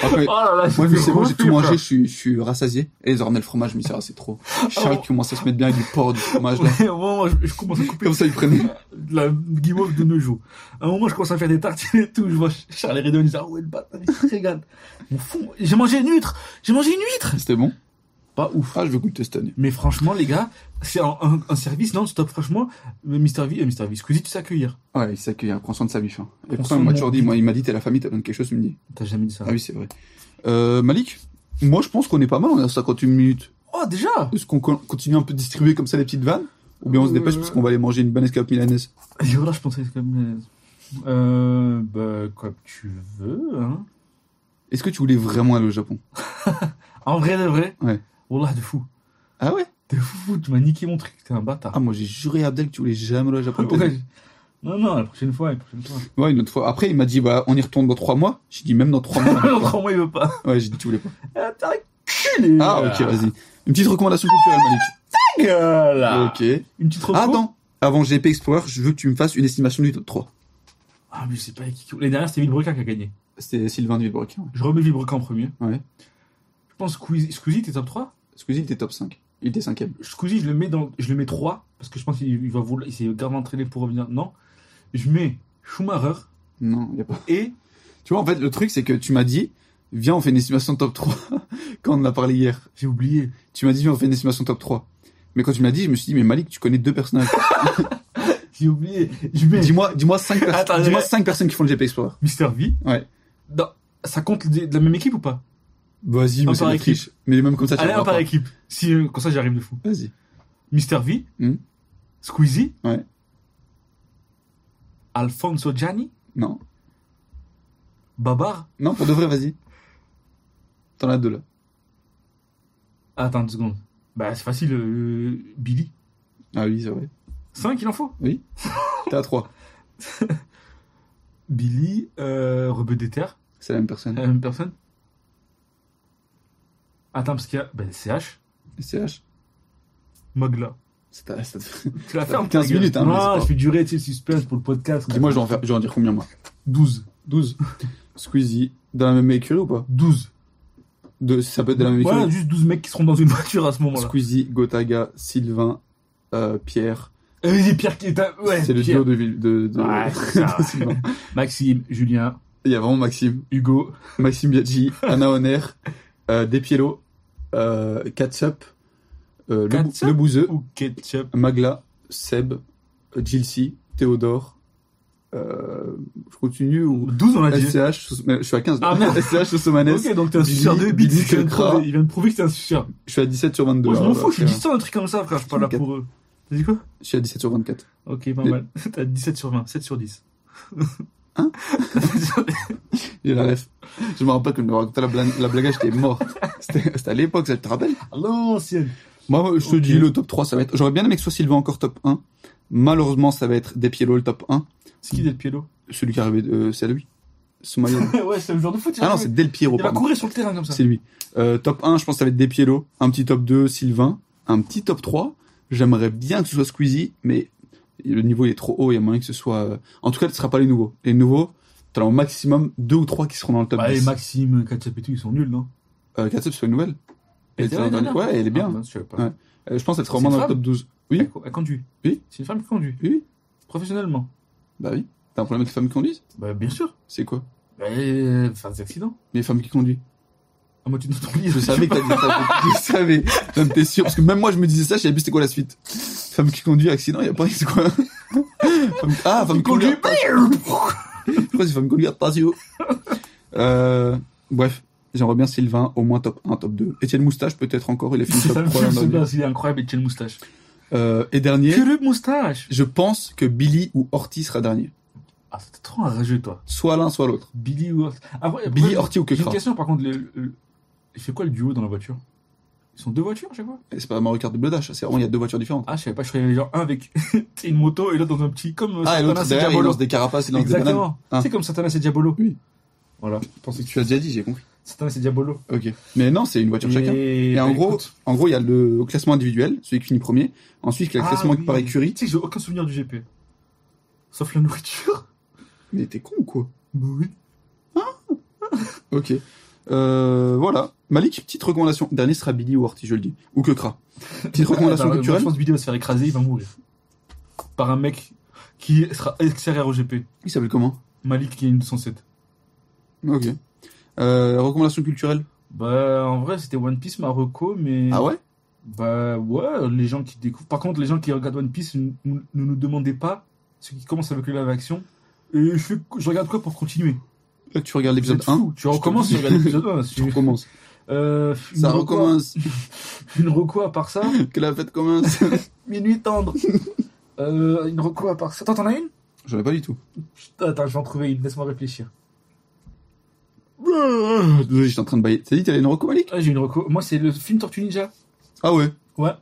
[SPEAKER 3] Après,
[SPEAKER 2] Oh là là,
[SPEAKER 3] moi, je me
[SPEAKER 2] j'étais
[SPEAKER 3] suis dit, bon, j'ai tout
[SPEAKER 2] refait,
[SPEAKER 3] mangé, je suis, je suis rassasié. Et ils ont ramené le fromage, je me suis dit, ah, c'est trop. Charles qui commence à se mettre bien avec du porc, du fromage, là.
[SPEAKER 2] frère. Oh. <laughs> Ouais, vraiment, je, je commence à couper
[SPEAKER 3] Comme ça, ils prenaient.
[SPEAKER 2] de la guimauve de nos jours. À un moment, je commence à faire des tartines et tout. Je vois Charles Redon, il dit Ah ouais, le bâtard, il se régale. Mon fond, j'ai mangé une huître J'ai mangé une huître
[SPEAKER 3] C'était bon.
[SPEAKER 2] Pas ouf.
[SPEAKER 3] Ah, je veux goûter cette année.
[SPEAKER 2] Mais franchement, les gars, c'est un, un- un service non-stop. Franchement, Mr. V, euh, Mr. V, Squeezie, tu sais accueillir.
[SPEAKER 3] Ouais, il s'accueille, prend soin de sa biche. hein. Et
[SPEAKER 2] Prends
[SPEAKER 3] pourtant,
[SPEAKER 2] soin
[SPEAKER 3] il
[SPEAKER 2] de
[SPEAKER 3] m'a
[SPEAKER 2] mon
[SPEAKER 3] toujours dit, moi, il m'a dit, t'es la famille, t'as donné quelque chose, il me dit.
[SPEAKER 2] T'as jamais dit ça.
[SPEAKER 3] Ah oui, c'est vrai. Euh, Malik, moi, je pense qu'on est pas mal, on a 58 minutes.
[SPEAKER 2] Oh, déjà
[SPEAKER 3] Est-ce qu'on con- continue un peu de distribuer comme ça les petites vannes Ou bien on se
[SPEAKER 2] Euh.
[SPEAKER 3] dépêche parce qu'on va aller manger une bonne escalope milanaise
[SPEAKER 2] Et voilà, je pensais quand même. Euh, bah, comme tu veux, hein.
[SPEAKER 3] Est-ce que tu voulais vraiment aller au Japon
[SPEAKER 2] En vrai, de vrai.
[SPEAKER 3] Ouais.
[SPEAKER 2] Wallah, de fou.
[SPEAKER 3] Ah ouais
[SPEAKER 2] T'es fou, tu m'as niqué mon truc, t'es un bâtard.
[SPEAKER 3] Ah moi j'ai juré à Abdel que tu voulais jamais aller au Japon.
[SPEAKER 2] Ouais, je- non, non, la prochaine fois, la prochaine
[SPEAKER 3] <laughs>
[SPEAKER 2] fois. <laughs>
[SPEAKER 3] Ouais, une autre fois. Après il m'a dit bah on y retourne dans trois mois. J'ai dit même dans trois mois. on y
[SPEAKER 2] Non,
[SPEAKER 3] retourne.
[SPEAKER 2] crois-moi, il veut pas.
[SPEAKER 3] ouais j'ai dit tu voulais pas.
[SPEAKER 2] Ah, T'as reculé
[SPEAKER 3] Ah ok vas-y. Une petite recommandation culturelle Malik.
[SPEAKER 2] Gueule
[SPEAKER 3] Ok.
[SPEAKER 2] Une petite reco
[SPEAKER 3] Ah, attends. Avant GP Explorer je veux que tu me fasses une estimation du top 3.
[SPEAKER 2] Ah, mais je sais pas qui... L'année dernière, c'était Villebrequin qui a gagné.
[SPEAKER 3] C'était Sylvain de Villebrock. Ouais.
[SPEAKER 2] Je remets Villebrequin en premier.
[SPEAKER 3] Ouais.
[SPEAKER 2] Je pense Squeezie, Squeezie t'es top 3
[SPEAKER 3] Squeezie il était top 5. Il était cinquième.
[SPEAKER 2] Squeezie, je le mets dans... Je le mets 3, parce que je pense qu'il il va vouloir... Il s'est grave entraîné pour revenir. Non. Je mets Schumacher
[SPEAKER 3] Non il y a pas.
[SPEAKER 2] et...
[SPEAKER 3] Tu vois en fait le truc c'est que tu m'as dit viens on fait une estimation top 3 <laughs> quand on en a parlé hier.
[SPEAKER 2] J'ai oublié.
[SPEAKER 3] Tu m'as dit, on fait une estimation top 3. Mais quand tu me l'as dit, je me suis dit, mais Malik, tu connais deux <laughs> personnages.
[SPEAKER 2] J'ai oublié. Je mets
[SPEAKER 3] dis-moi, dis-moi cinq, pers-
[SPEAKER 2] Attends,
[SPEAKER 3] dis-moi
[SPEAKER 2] je-
[SPEAKER 3] cinq personnes qui font le GP Explorer.
[SPEAKER 2] Mister V.
[SPEAKER 3] Ouais.
[SPEAKER 2] Dans- Ça compte des- de la même équipe ou pas
[SPEAKER 3] Vas-y, mais
[SPEAKER 2] Un
[SPEAKER 3] c'est
[SPEAKER 2] par
[SPEAKER 3] de la
[SPEAKER 2] équipe.
[SPEAKER 3] triche. Mais même comme ça, tu
[SPEAKER 2] Allez, un
[SPEAKER 3] verras
[SPEAKER 2] par
[SPEAKER 3] pas.
[SPEAKER 2] équipe. Si, euh, comme ça, j'arrive de fou.
[SPEAKER 3] Vas-y.
[SPEAKER 2] Mister V.
[SPEAKER 3] Hmm.
[SPEAKER 2] Squeezie.
[SPEAKER 3] Ouais.
[SPEAKER 2] Alfonso Gianni.
[SPEAKER 3] Non.
[SPEAKER 2] Babar.
[SPEAKER 3] Non, pour de vrai, vas-y. T'en as deux là.
[SPEAKER 2] Attends une seconde. Bah, c'est facile, euh, Billy.
[SPEAKER 3] Ah oui, c'est vrai.
[SPEAKER 2] 5, il en faut.
[SPEAKER 3] <laughs> T'es à trois.
[SPEAKER 2] Billy, euh, Rebeu des Terres,
[SPEAKER 3] C'est la même personne.
[SPEAKER 2] la même personne. Attends, parce qu'il y a ben, CH,
[SPEAKER 3] CH.
[SPEAKER 2] Mogla.
[SPEAKER 3] C'est ta, c'est ta-
[SPEAKER 2] Tu l'as fait
[SPEAKER 3] fait
[SPEAKER 2] en ta
[SPEAKER 3] 15
[SPEAKER 2] gueule.
[SPEAKER 3] minutes, hein, mais c'est pas
[SPEAKER 2] Non, je
[SPEAKER 3] grave.
[SPEAKER 2] fais durer tu sais, le suspense pour le podcast.
[SPEAKER 3] Dis-moi, je vais en faire, je vais en dire combien, moi.
[SPEAKER 2] 12.
[SPEAKER 3] 12. Squeezie. Dans la même écurie ou pas?
[SPEAKER 2] 12.
[SPEAKER 3] Deux, ça peut être dans la même écurie.
[SPEAKER 2] Voilà, juste 12 mecs qui seront dans une voiture à ce moment-là.
[SPEAKER 3] Squeezie, Gotaga, Sylvain, euh, Pierre.
[SPEAKER 2] Euh, Vas-y, Pierre qui est un. Ouais,
[SPEAKER 3] c'est le
[SPEAKER 2] Pierre.
[SPEAKER 3] duo de, Ville- de, de, <laughs>
[SPEAKER 2] Ouais, c'est ça.
[SPEAKER 3] de Sylvain.
[SPEAKER 2] Maxime, Julien,
[SPEAKER 3] Il y a vraiment Maxime.
[SPEAKER 2] Hugo. <laughs>
[SPEAKER 3] Maxime Biaggi, Anna Honner, euh, Despiello, euh, Katsup, euh, le,
[SPEAKER 2] Katsup
[SPEAKER 3] le Bouzeux,
[SPEAKER 2] Ou Ketchup.
[SPEAKER 3] Magla, Seb, euh, Gilsi, Théodore. euh, je continue ou
[SPEAKER 2] 12, on a dit.
[SPEAKER 3] SCH, Sous- mais je suis à 15.
[SPEAKER 2] Ah,
[SPEAKER 3] <laughs>
[SPEAKER 2] merde.
[SPEAKER 3] SCH Soussomanes,
[SPEAKER 2] Ok, donc t'es un
[SPEAKER 3] Billy,
[SPEAKER 2] suceur de
[SPEAKER 3] Billy
[SPEAKER 2] bits.
[SPEAKER 3] Cra.
[SPEAKER 2] Il vient de prouver que t'es un suceur.
[SPEAKER 3] je suis à 17 sur 22.
[SPEAKER 2] Moi, Oh, je m'en
[SPEAKER 3] alors,
[SPEAKER 2] fous, je suis
[SPEAKER 3] frère.
[SPEAKER 2] distant, un truc comme ça, frère, je suis pas là pour eux. T'as dit quoi
[SPEAKER 3] Je suis à 17 sur 24.
[SPEAKER 2] Ok, pas
[SPEAKER 3] Mais-
[SPEAKER 2] mal. <laughs> T'as 17 sur 20, 7 sur 10.
[SPEAKER 3] Et la ref. Je me rappelle que je me racontais la blague, la blague j'étais mort. C'était c'était à l'époque, ça, tu te rappelles
[SPEAKER 2] L'ancienne.
[SPEAKER 3] Moi, je te
[SPEAKER 2] Ok.
[SPEAKER 3] dis, le top 3, ça va être. J'aurais bien aimé que ce soit Sylvain encore top 1. Malheureusement, ça va être Despiello le top 1.
[SPEAKER 2] C'est qui Del Piero
[SPEAKER 3] Celui qui est arrivé, euh, c'est à lui. Somalia.
[SPEAKER 2] <laughs> Ouais, c'est le genre de foot. il
[SPEAKER 3] ah non,
[SPEAKER 2] va-
[SPEAKER 3] c'est Del Piero,
[SPEAKER 2] Il va
[SPEAKER 3] pardon.
[SPEAKER 2] courir sur le terrain comme ça.
[SPEAKER 3] C'est lui. Euh, top 1, je pense que ça va être Del Piero. Un petit top 2, Sylvain. Un petit top 3. J'aimerais bien que ce soit Squeezie, mais le niveau il est trop haut, il y a moyen que ce soit. euh, En tout cas, ce sera pas les nouveaux. Les nouveaux, t'en as au maximum deux ou trois qui seront dans le top
[SPEAKER 2] Bah, les
[SPEAKER 3] 10.
[SPEAKER 2] Maxime, Katsup et tout, ils sont nuls, non
[SPEAKER 3] Euh, Katsub, c'est une nouvelle. Elle était
[SPEAKER 2] Ouais,
[SPEAKER 3] dans-
[SPEAKER 2] non, non.
[SPEAKER 3] ouais, elle est bah. bien.
[SPEAKER 2] Ah, mince, je savais pas.
[SPEAKER 3] Ouais. Euh, je pense qu'elle sera au
[SPEAKER 2] C'est
[SPEAKER 3] moins dans le
[SPEAKER 2] une
[SPEAKER 3] top 12. Oui,
[SPEAKER 2] Elle, co- elle conduit.
[SPEAKER 3] Oui.
[SPEAKER 2] C'est une femme qui conduit.
[SPEAKER 3] oui, oui.
[SPEAKER 2] Professionnellement.
[SPEAKER 3] Bah oui. T'as un problème avec les femmes qui conduisent
[SPEAKER 2] Bah, bien sûr.
[SPEAKER 3] C'est quoi
[SPEAKER 2] Bah, euh, faire des accidents.
[SPEAKER 3] Les femmes qui conduisent.
[SPEAKER 2] Ah, moi, tu nous oublies.
[SPEAKER 3] Je savais
[SPEAKER 2] <laughs>
[SPEAKER 3] que t'allais dire ça. <laughs> Je savais. Non, mais t'es sûr. Parce que même moi, je me disais ça, je savais plus c'était quoi la suite. Femme qui conduit, accident, il y a pas, c'est <laughs> quoi Femme- Ah, femme qui conduit. Pourquoi c'est femme qui conduit Attention. Euh, bref. J'aimerais bien Sylvain, au moins top 1, top 2. Étienne Moustache, peut-être encore, il a fini
[SPEAKER 2] C'est
[SPEAKER 3] top
[SPEAKER 2] ça le
[SPEAKER 3] 3
[SPEAKER 2] film,
[SPEAKER 3] l'an
[SPEAKER 2] c'est
[SPEAKER 3] dernier.
[SPEAKER 2] bien, il est incroyable et le moustache.
[SPEAKER 3] Euh, et dernier,
[SPEAKER 2] Quelle moustache
[SPEAKER 3] je pense que Billy ou Orti sera dernier.
[SPEAKER 2] Ah, c'était trop un rageux, toi.
[SPEAKER 3] Soit l'un, soit l'autre.
[SPEAKER 2] Billy Worth. Après,
[SPEAKER 3] Billy,
[SPEAKER 2] après,
[SPEAKER 3] Orti ou
[SPEAKER 2] J'ai une
[SPEAKER 3] Kekra.
[SPEAKER 2] question, par contre. le- le- Il fait quoi le duo dans la voiture Ils sont deux voitures, je sais pas.
[SPEAKER 3] Et C'est pas Mario Kart double dash, c'est vraiment, il y a deux voitures différentes.
[SPEAKER 2] Ah, je savais pas, je croyais genre un avec <laughs> une moto et l'autre dans un petit. Comme euh,
[SPEAKER 3] Ah, et l'autre,
[SPEAKER 2] Satanas et
[SPEAKER 3] derrière, il
[SPEAKER 2] Diabolo.
[SPEAKER 3] lance des carapaces, il lance des bananes.
[SPEAKER 2] Exactement.
[SPEAKER 3] Hein.
[SPEAKER 2] C'est comme Satanas et Diabolo.
[SPEAKER 3] Oui.
[SPEAKER 2] Voilà.
[SPEAKER 3] Je pensais que tu l'as déjà dit, j'ai compris.
[SPEAKER 2] Satanas et Diabolo. bah,
[SPEAKER 3] Ok. Mais non, c'est une voiture chacun. Et en gros, en gros, il y a le classement individuel, celui qui finit premier. Ensuite, il y a le
[SPEAKER 2] Ah
[SPEAKER 3] classement
[SPEAKER 2] oui.
[SPEAKER 3] par écurie.
[SPEAKER 2] Tu sais que j'ai aucun souvenir du GP. Sauf la
[SPEAKER 3] <laughs>
[SPEAKER 2] nourriture.
[SPEAKER 3] Mais t'es con ou quoi
[SPEAKER 2] Bah oui.
[SPEAKER 3] Ok. Euh, voilà. Malik, petite recommandation. Dernier sera Billy ou Orti, je le dis. Ou Kekra.
[SPEAKER 2] <laughs>
[SPEAKER 3] Petite recommandation
[SPEAKER 2] Attends, bah
[SPEAKER 3] culturelle.
[SPEAKER 2] Ah, Je pense que Billy va se faire écraser, il va mourir. Par un mec qui sera extérieur au GP.
[SPEAKER 3] Il s'appelle comment
[SPEAKER 2] Malik qui est une 207.
[SPEAKER 3] Ok. Euh, recommandation culturelle.
[SPEAKER 2] Bah en vrai c'était One Piece Marocco mais...
[SPEAKER 3] Ah ouais
[SPEAKER 2] Bah ouais, les gens qui découvrent... Par contre les gens qui regardent One Piece ne nous, ne nous demandez pas ce qui commence avec le live action. Et je, fais- je regarde quoi pour continuer
[SPEAKER 3] Là, tu regardes l'épisode
[SPEAKER 2] Vous êtes
[SPEAKER 3] 1.
[SPEAKER 2] fous, Tu recommences,
[SPEAKER 3] Je
[SPEAKER 2] tu
[SPEAKER 3] te le
[SPEAKER 2] regardes
[SPEAKER 3] dis.
[SPEAKER 2] l'épisode 1.
[SPEAKER 3] <laughs> Tu recommences.
[SPEAKER 2] Euh, une
[SPEAKER 3] Ça
[SPEAKER 2] reco-
[SPEAKER 3] recommence.
[SPEAKER 2] Une reco à part ça
[SPEAKER 3] <laughs> que la fête
[SPEAKER 2] <laughs>
[SPEAKER 3] commence.
[SPEAKER 2] Minuit
[SPEAKER 3] <laughs>
[SPEAKER 2] tendre. <laughs> Euh, une reco à part ça. Attends, t'en as une
[SPEAKER 3] J'en ai pas du tout.
[SPEAKER 2] Putain, Attends, je vais en trouver une, laisse-moi réfléchir.
[SPEAKER 3] Ah, Désolé, j'étais en train de bailler. T'as dit t'allais une reco, Malik
[SPEAKER 2] Ah, j'ai une reco. Moi, c'est le film Tortue Ninja.
[SPEAKER 3] Ah ouais.
[SPEAKER 2] Ouais.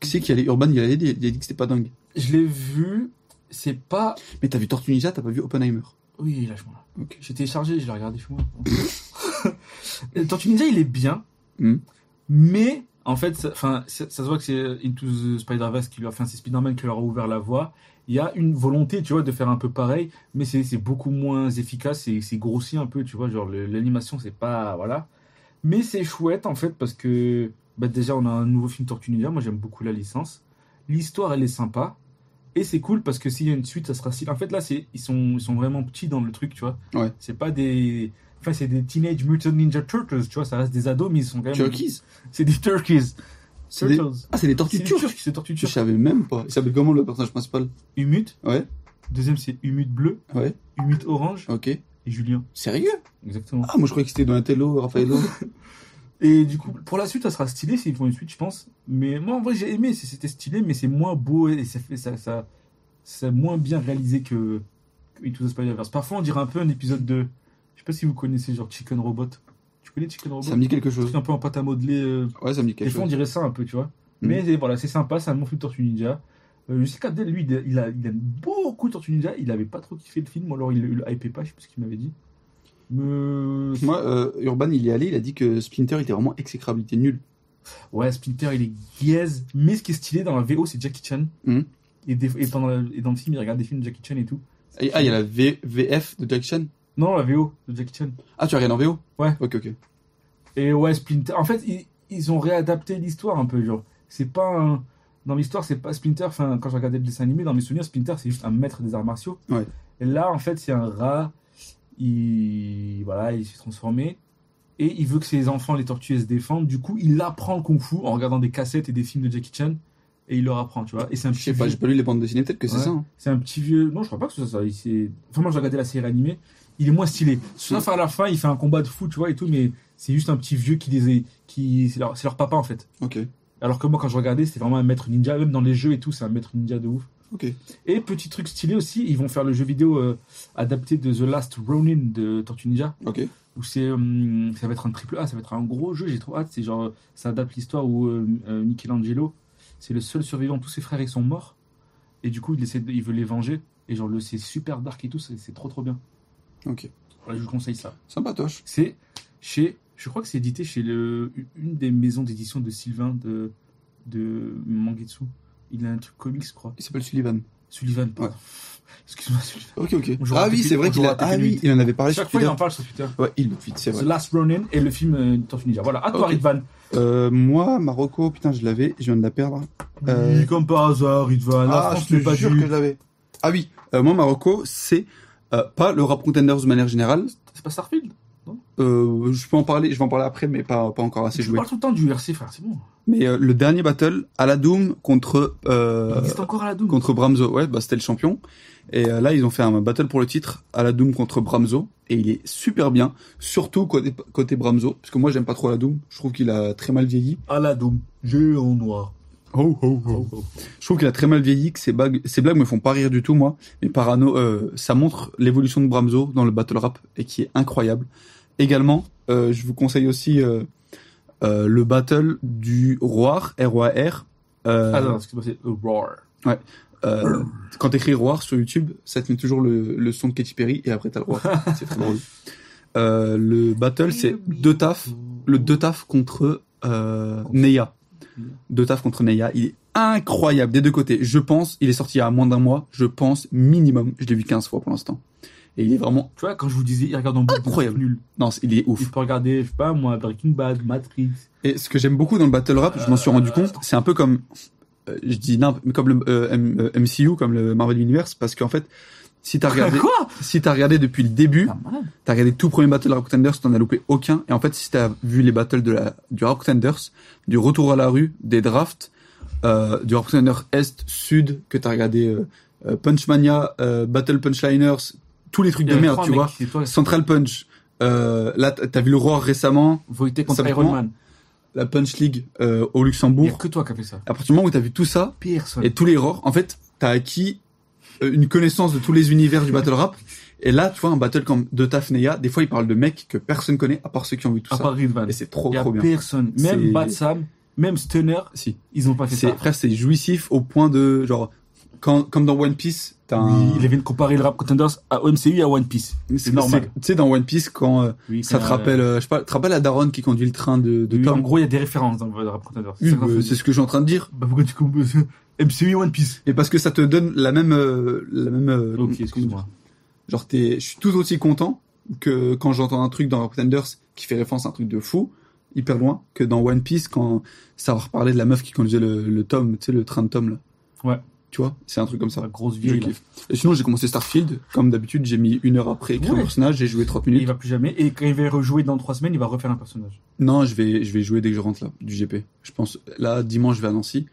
[SPEAKER 3] Qui c'est qui allait Urban Il allait, il a dit que c'était pas dingue.
[SPEAKER 2] Je l'ai vu. C'est pas.
[SPEAKER 3] Mais t'as vu Tortue Ninja, t'as pas vu Oppenheimer.
[SPEAKER 2] Oui, lâche-moi là.
[SPEAKER 3] Ok.
[SPEAKER 2] J'ai téléchargé, je l'ai regardé chez moi. <laughs> Le Tortue Ninja, il est bien.
[SPEAKER 3] Hmm.
[SPEAKER 2] Mais, en fait, ça, enfin, ça, ça se voit que c'est euh, Into the Spider-Verse qui lui a fait c'est Spider-Man qui leur a ouvert la voie. Il y a une volonté, tu vois, de faire un peu pareil, mais c'est c'est beaucoup moins efficace et c'est grossi un peu, tu vois. Genre, le- l'animation, c'est pas. Voilà. Mais c'est chouette, en fait, parce que bah, déjà, on a un nouveau film Tortue Ninja. Moi, j'aime beaucoup la licence. L'histoire, elle est sympa. Et c'est cool parce que s'il y a une suite, ça sera si. En fait, là, c'est ils sont, ils sont vraiment petits dans le truc, tu vois.
[SPEAKER 3] Ouais.
[SPEAKER 2] C'est pas des. Enfin, c'est des Teenage Mutant Ninja Turtles, tu vois. Ça reste des ados, mais ils sont quand même.
[SPEAKER 3] Turkeys
[SPEAKER 2] C'est des Turkeys.
[SPEAKER 3] C'est des-
[SPEAKER 2] Turtles.
[SPEAKER 3] Ah, c'est des
[SPEAKER 2] C'est
[SPEAKER 3] tortues
[SPEAKER 2] des
[SPEAKER 3] turques
[SPEAKER 2] Turcs, c'est tortues
[SPEAKER 3] Je
[SPEAKER 2] turques.
[SPEAKER 3] savais même pas. Il s'appelle comment le personnage principal
[SPEAKER 2] Humut.
[SPEAKER 3] Ouais.
[SPEAKER 2] Deuxième, c'est Humut bleu,
[SPEAKER 3] Ouais,
[SPEAKER 2] Humut orange
[SPEAKER 3] ok.
[SPEAKER 2] et Julien.
[SPEAKER 3] Sérieux
[SPEAKER 2] Exactement.
[SPEAKER 3] Ah, moi je croyais que c'était Donatello,
[SPEAKER 2] <laughs>
[SPEAKER 3] Raffaello.
[SPEAKER 2] Et du coup, pour la suite, ça sera stylé s'ils font une suite, je pense. Mais moi, en vrai, j'ai aimé. c'est- C'était stylé, mais c'est moins beau et ça fait ça, ça, c'est moins bien réalisé que, que Into the Spider-Verse. Parfois, on dirait un peu un épisode de. Je sais pas si vous connaissez, genre Chicken Robot. Tu connais Chicken Robot
[SPEAKER 3] ça me dit quelque
[SPEAKER 2] Un
[SPEAKER 3] chose.
[SPEAKER 2] truc un peu en pâte à modeler. euh,
[SPEAKER 3] Ouais, ça me dit
[SPEAKER 2] Des
[SPEAKER 3] quelque
[SPEAKER 2] fois, on
[SPEAKER 3] chose. Mm.
[SPEAKER 2] dirait ça un peu, tu vois. Mais c'est- voilà, c'est sympa, c'est un bon film Tortue Ninja. Euh, je sais qu'Abdel, lui, il, a- il a- il aime beaucoup Tortue Ninja. Il avait pas trop kiffé le film, ou alors il le hypait pas, je sais plus ce qu'il m'avait dit. Mais...
[SPEAKER 3] Moi, euh, Urban, il y est allé, il a dit que Splinter était vraiment exécrable, il était nul.
[SPEAKER 2] Ouais, Splinter, il est gaze. Mais ce qui est stylé dans la VO, c'est Jackie Chan.
[SPEAKER 3] Mhm.
[SPEAKER 2] Et, des- et pendant la- et dans le film, il regarde des films de Jackie Chan et tout.
[SPEAKER 3] Et- ah, il y a la V- VF de Jack Chan
[SPEAKER 2] Non, la VO de Jackie Chan.
[SPEAKER 3] Ah, tu regardes en VO
[SPEAKER 2] Ouais.
[SPEAKER 3] Ok, ok.
[SPEAKER 2] Et ouais, Splinter. En fait, ils, ils ont réadapté l'histoire un peu, genre. C'est pas un- Dans l'histoire, c'est pas Splinter. Enfin, quand je regardais le dessin animé, dans mes souvenirs, Splinter, c'est juste un maître des arts martiaux.
[SPEAKER 3] Ouais.
[SPEAKER 2] Et là, en fait, c'est un rat. Il. Voilà, il s'est transformé. Et il veut que ses enfants, les tortues, se défendent. Du coup, il apprend le kung-fu en regardant des cassettes et des films de Jackie Chan. Et il leur apprend, tu vois. Et c'est un
[SPEAKER 3] Je sais
[SPEAKER 2] petit
[SPEAKER 3] pas,
[SPEAKER 2] vieux.
[SPEAKER 3] j'ai pas lu les bandes dessinées, peut-être que c'est
[SPEAKER 2] Ouais.
[SPEAKER 3] ça. hein.
[SPEAKER 2] C'est un petit vieux. Non, je crois pas que ce soit ça. Il s'est- Enfin, moi, j'ai regardé la série animée. Il est moins stylé. Sauf à la fin, il fait un combat de fou, tu vois, et tout, mais c'est juste un petit vieux qui les est. Qui... C'est leur... c'est leur papa, en fait.
[SPEAKER 3] Ok,
[SPEAKER 2] Alors que moi, quand je regardais, c'était vraiment un maître ninja. Même dans les jeux et tout, c'est un maître ninja de ouf.
[SPEAKER 3] ok.
[SPEAKER 2] Et petit truc stylé aussi, ils vont faire le jeu vidéo euh, adapté de The Last Ronin de Tortue Ninja.
[SPEAKER 3] Ok.
[SPEAKER 2] Où c'est. hum, ça va être un triple A, ça va être un gros jeu, j'ai trop hâte. C'est genre. Ça adapte l'histoire où euh, euh, Michelangelo, c'est le seul survivant, tous ses frères ils sont morts. Et du coup, il, essaie de- il veut les venger. Et genre, le, c'est super dark et tout, c'est c'est trop trop bien.
[SPEAKER 3] Ok.
[SPEAKER 2] Voilà, je vous conseille ça.
[SPEAKER 3] Sympatoche.
[SPEAKER 2] C'est chez. Je crois que c'est édité chez le, une des maisons d'édition de Sylvain de, de Mangetsu. Il a un truc comics, je crois.
[SPEAKER 3] Il s'appelle Sullivan.
[SPEAKER 2] Sullivan, pardon. <laughs> Excuse-moi, Sullivan.
[SPEAKER 3] Ok, ok.
[SPEAKER 2] On jouera
[SPEAKER 3] Ah
[SPEAKER 2] à
[SPEAKER 3] oui,
[SPEAKER 2] Tekken-
[SPEAKER 3] c'est vrai
[SPEAKER 2] on
[SPEAKER 3] qu'il
[SPEAKER 2] jouera
[SPEAKER 3] a...
[SPEAKER 2] à Tekken
[SPEAKER 3] ah, oui,
[SPEAKER 2] 8.
[SPEAKER 3] il en avait parlé sur
[SPEAKER 2] Chaque fois, il
[SPEAKER 3] Twitter.
[SPEAKER 2] en parle sur Twitter.
[SPEAKER 3] Ouais, il le tweet, c'est vrai.
[SPEAKER 2] The Last Ronin et le film euh, du Tortue Ninja. Voilà, à toi,
[SPEAKER 3] Ok.
[SPEAKER 2] Ridvan.
[SPEAKER 3] Euh, moi, Marocco, putain, je l'avais, je viens de la perdre. Ah, Euh,
[SPEAKER 2] Oui, comme par hasard, Ridvan. La France n'est pas due.
[SPEAKER 3] l'avais. Ah oui, euh, moi, Marocco, c'est euh, pas le rap contenders de manière générale.
[SPEAKER 2] C'est pas Starfield
[SPEAKER 3] Euh, je peux en parler, je vais en parler après, mais pas, pas encore assez
[SPEAKER 2] Je
[SPEAKER 3] joué.
[SPEAKER 2] parle tout le temps du RC, frère, c'est bon.
[SPEAKER 3] Mais euh, le dernier battle à la Doom contre
[SPEAKER 2] Il
[SPEAKER 3] euh,
[SPEAKER 2] existe encore à la Doom.
[SPEAKER 3] contre Bramzo, ouais, bah c'était le champion. Et euh, là, ils ont fait un battle pour le titre à la Doom contre Bramzo, et il est super bien, surtout côté, côté Bramzo, parce que moi j'aime pas trop la Doom, je trouve qu'il a très mal vieilli.
[SPEAKER 2] À la Doom. Géant noir.
[SPEAKER 3] Oh, oh, oh. Je trouve qu'il a très mal vieilli, que ses blagues, ses blagues me font pas rire du tout, moi. Mais Parano, euh, ça montre l'évolution de Bramzo dans le battle rap et qui est incroyable. Également, euh, je vous conseille aussi euh, euh, le battle du Roar, R-O-A-R. euh,
[SPEAKER 2] Ah non, excuse-moi, c'est The Roar.
[SPEAKER 3] euh, quand t'écris Roar sur YouTube, ça te met toujours le, le son de Katy Perry et après t'as le Roar. c'est très drôle. Euh, le battle, c'est deux taf, le deux taf contre euh, Neya. Deux taf contre Neya, il est incroyable des deux côtés. Je pense, il est sorti il y a moins d'un mois, je pense minimum, je l'ai vu 15 fois pour l'instant. Et il est vraiment
[SPEAKER 2] Tu vois, quand je vous disais, il regarde en boucle,
[SPEAKER 3] Incroyable.
[SPEAKER 2] c'est nul.
[SPEAKER 3] non, il est ouf.
[SPEAKER 2] Il peut regarder, je sais pas moi, Breaking Bad, Matrix.
[SPEAKER 3] Et ce que j'aime beaucoup dans le battle rap, je m'en suis rendu compte, c'est un peu comme, euh, je dis n'importe- mais comme le euh, M- euh, MCU, comme le Marvel Universe, parce qu'en fait, si t'as regardé,
[SPEAKER 2] Quoi
[SPEAKER 3] si t'as regardé depuis le début,
[SPEAKER 2] Ah, malade.
[SPEAKER 3] t'as regardé tout premier battle Rap Contenders, t'en as loupé aucun. Et en fait, si t'as vu les battles de la, du Rap Contenders, du retour à la rue, des drafts, euh, du Rap Contenders Est, Sud, que t'as regardé euh, euh, Punchmania, euh, Battle Punchliners, tous les trucs
[SPEAKER 2] Il y
[SPEAKER 3] de
[SPEAKER 2] avait
[SPEAKER 3] merde,
[SPEAKER 2] trois
[SPEAKER 3] tu
[SPEAKER 2] mecs,
[SPEAKER 3] vois.
[SPEAKER 2] C'est toi,
[SPEAKER 3] Central Punch, euh, là, t'as t'as vu le Roar récemment,
[SPEAKER 2] Voité contre
[SPEAKER 3] Simplement,
[SPEAKER 2] Iron Man.
[SPEAKER 3] la Punch League euh, au
[SPEAKER 2] Il y a
[SPEAKER 3] Luxembourg.
[SPEAKER 2] que toi qui as fait ça.
[SPEAKER 3] À partir du moment où t'as vu tout ça,
[SPEAKER 2] Personne.
[SPEAKER 3] et tous les roars, en fait, t'as acquis euh, une connaissance de tous les univers du battle rap. Et là, tu vois, un battle comme de Tafneya, des fois, il parle de mecs que personne connaît, à part ceux qui ont vu tout
[SPEAKER 2] à
[SPEAKER 3] ça.
[SPEAKER 2] part Ridvan.
[SPEAKER 3] Et c'est trop,
[SPEAKER 2] Il y a
[SPEAKER 3] trop bien.
[SPEAKER 2] personne.
[SPEAKER 3] C'est-
[SPEAKER 2] Même Bad Sam, même Stunner,
[SPEAKER 3] Si.
[SPEAKER 2] ils ont pas fait
[SPEAKER 3] C'est,
[SPEAKER 2] ça.
[SPEAKER 3] frère, c'est jouissif au point de, genre, quand, comme dans One Piece, t'as
[SPEAKER 2] Oui,
[SPEAKER 3] un...
[SPEAKER 2] il vient de comparer le rap contenders à OMCU et à One Piece.
[SPEAKER 3] c'est
[SPEAKER 2] normal.
[SPEAKER 3] c'est- Tu sais, dans One Piece, quand euh, ça te rappelle, euh, je sais pas, te rappelle la daronne qui conduit le train de, de
[SPEAKER 2] Oui, En
[SPEAKER 3] Tom.
[SPEAKER 2] gros, il y a des références dans le rap contenders.
[SPEAKER 3] Oui,
[SPEAKER 2] ça qu'on
[SPEAKER 3] bah,
[SPEAKER 2] fait.
[SPEAKER 3] c'est ce que je suis en train de dire.
[SPEAKER 2] Bah, pourquoi tu compares ça MCU et One Piece
[SPEAKER 3] Et parce que ça te donne la même, euh, la même, euh,
[SPEAKER 2] Ok, excuse-moi.
[SPEAKER 3] Genre, t'es, je suis tout aussi content que quand j'entends un truc dans Pretenders qui fait référence à un truc de fou, hyper loin, que dans One Piece, quand ça va reparler de la meuf qui conduisait le, le tome, tu sais, le train de tome, là.
[SPEAKER 2] Ouais.
[SPEAKER 3] Tu vois, c'est un truc comme ça.
[SPEAKER 2] La grosse
[SPEAKER 3] Je
[SPEAKER 2] vieille. là.
[SPEAKER 3] kiffe. Et sinon, j'ai commencé Starfield. Comme d'habitude, j'ai mis une heure après écrire
[SPEAKER 2] Ouais.
[SPEAKER 3] un personnage, j'ai joué 30
[SPEAKER 2] Et il
[SPEAKER 3] minutes.
[SPEAKER 2] va plus jamais. Et quand il va rejouer dans trois semaines, il va refaire un personnage.
[SPEAKER 3] Non, je vais, je vais jouer dès que je rentre, là, du GP. Je pense, là, dimanche, je vais à Nancy.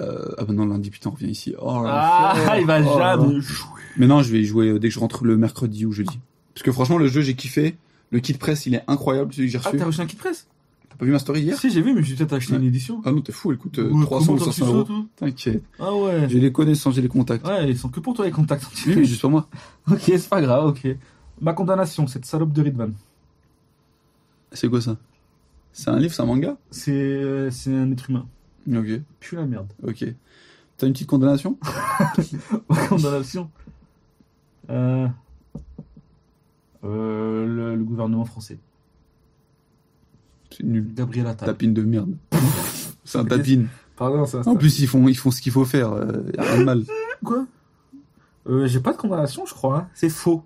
[SPEAKER 3] Euh, ah ben non, lundi, putain, on revient ici. Oh, là,
[SPEAKER 2] Ah, <laughs> il va
[SPEAKER 3] Oh là là.
[SPEAKER 2] jamais jouer.
[SPEAKER 3] Mais non, je vais y jouer euh, dès que je rentre le mercredi ou jeudi. Parce que franchement, le jeu, j'ai kiffé. Le kit presse, il est incroyable, celui que j'ai
[SPEAKER 2] Ah,
[SPEAKER 3] reçu.
[SPEAKER 2] t'as reçu un kit presse
[SPEAKER 3] T'as pas vu ma story hier
[SPEAKER 2] Si, j'ai vu, mais j'ai peut-être acheté
[SPEAKER 3] Ouais.
[SPEAKER 2] une édition.
[SPEAKER 3] Ah non, t'es fou, elle coûte euh,
[SPEAKER 2] Ouais,
[SPEAKER 3] 300 ou
[SPEAKER 2] comment t'as reçu
[SPEAKER 3] 500 euros.
[SPEAKER 2] ça, toi
[SPEAKER 3] T'inquiète.
[SPEAKER 2] Ah ouais. Ah,
[SPEAKER 3] J'ai les connaissances, j'ai les contacts.
[SPEAKER 2] Ouais, ils sont que pour toi les contacts.
[SPEAKER 3] Oui, mais juste pour moi.
[SPEAKER 2] ok, c'est pas grave, ok. Ma condamnation, cette salope de Ridvan.
[SPEAKER 3] C'est quoi ça C'est un livre, c'est un manga
[SPEAKER 2] C'est euh, c'est un être humain.
[SPEAKER 3] Ok,
[SPEAKER 2] Pue la merde.
[SPEAKER 3] ok. T'as une petite condamnation
[SPEAKER 2] Ma condamnation. Euh, euh, le, le gouvernement français.
[SPEAKER 3] C'est nul.
[SPEAKER 2] Gabriel Attal.
[SPEAKER 3] Tapine de
[SPEAKER 2] <laughs>
[SPEAKER 3] merde. c'est un
[SPEAKER 2] Mais qu'est-ce-
[SPEAKER 3] tapine.
[SPEAKER 2] Pardon, ça.
[SPEAKER 3] En plus, ils font, ils font ce qu'il faut faire. euh, y a rien de mal.
[SPEAKER 2] Quoi euh, J'ai pas de condamnation, je crois. hein. C'est faux.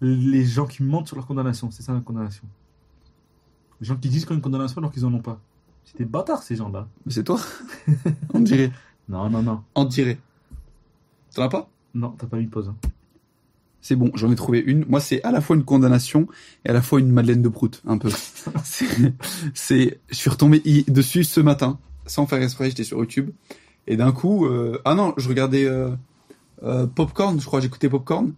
[SPEAKER 2] Les gens qui mentent sur leur condamnation, c'est ça la condamnation. Les gens qui disent qu'ils ont une condamnation alors qu'ils en ont pas. C'est des bâtards ces gens-là.
[SPEAKER 3] Mais
[SPEAKER 2] <laughs>
[SPEAKER 3] c'est toi On dirait.
[SPEAKER 2] Non, non, non.
[SPEAKER 3] On dirait. T'en as pas
[SPEAKER 2] Non, t'as pas mis de pause. hein.
[SPEAKER 3] C'est bon, j'en ai trouvé une. Moi, c'est à la fois une condamnation et à la fois une Madeleine de Prout, un
[SPEAKER 2] <laughs>
[SPEAKER 3] peu. C'est- c'est, je suis retombé i- dessus ce matin, sans faire exprès, j'étais sur YouTube. Et d'un coup, euh, ah non, je regardais euh, euh, Popcorn, je crois, j'écoutais Popcorn.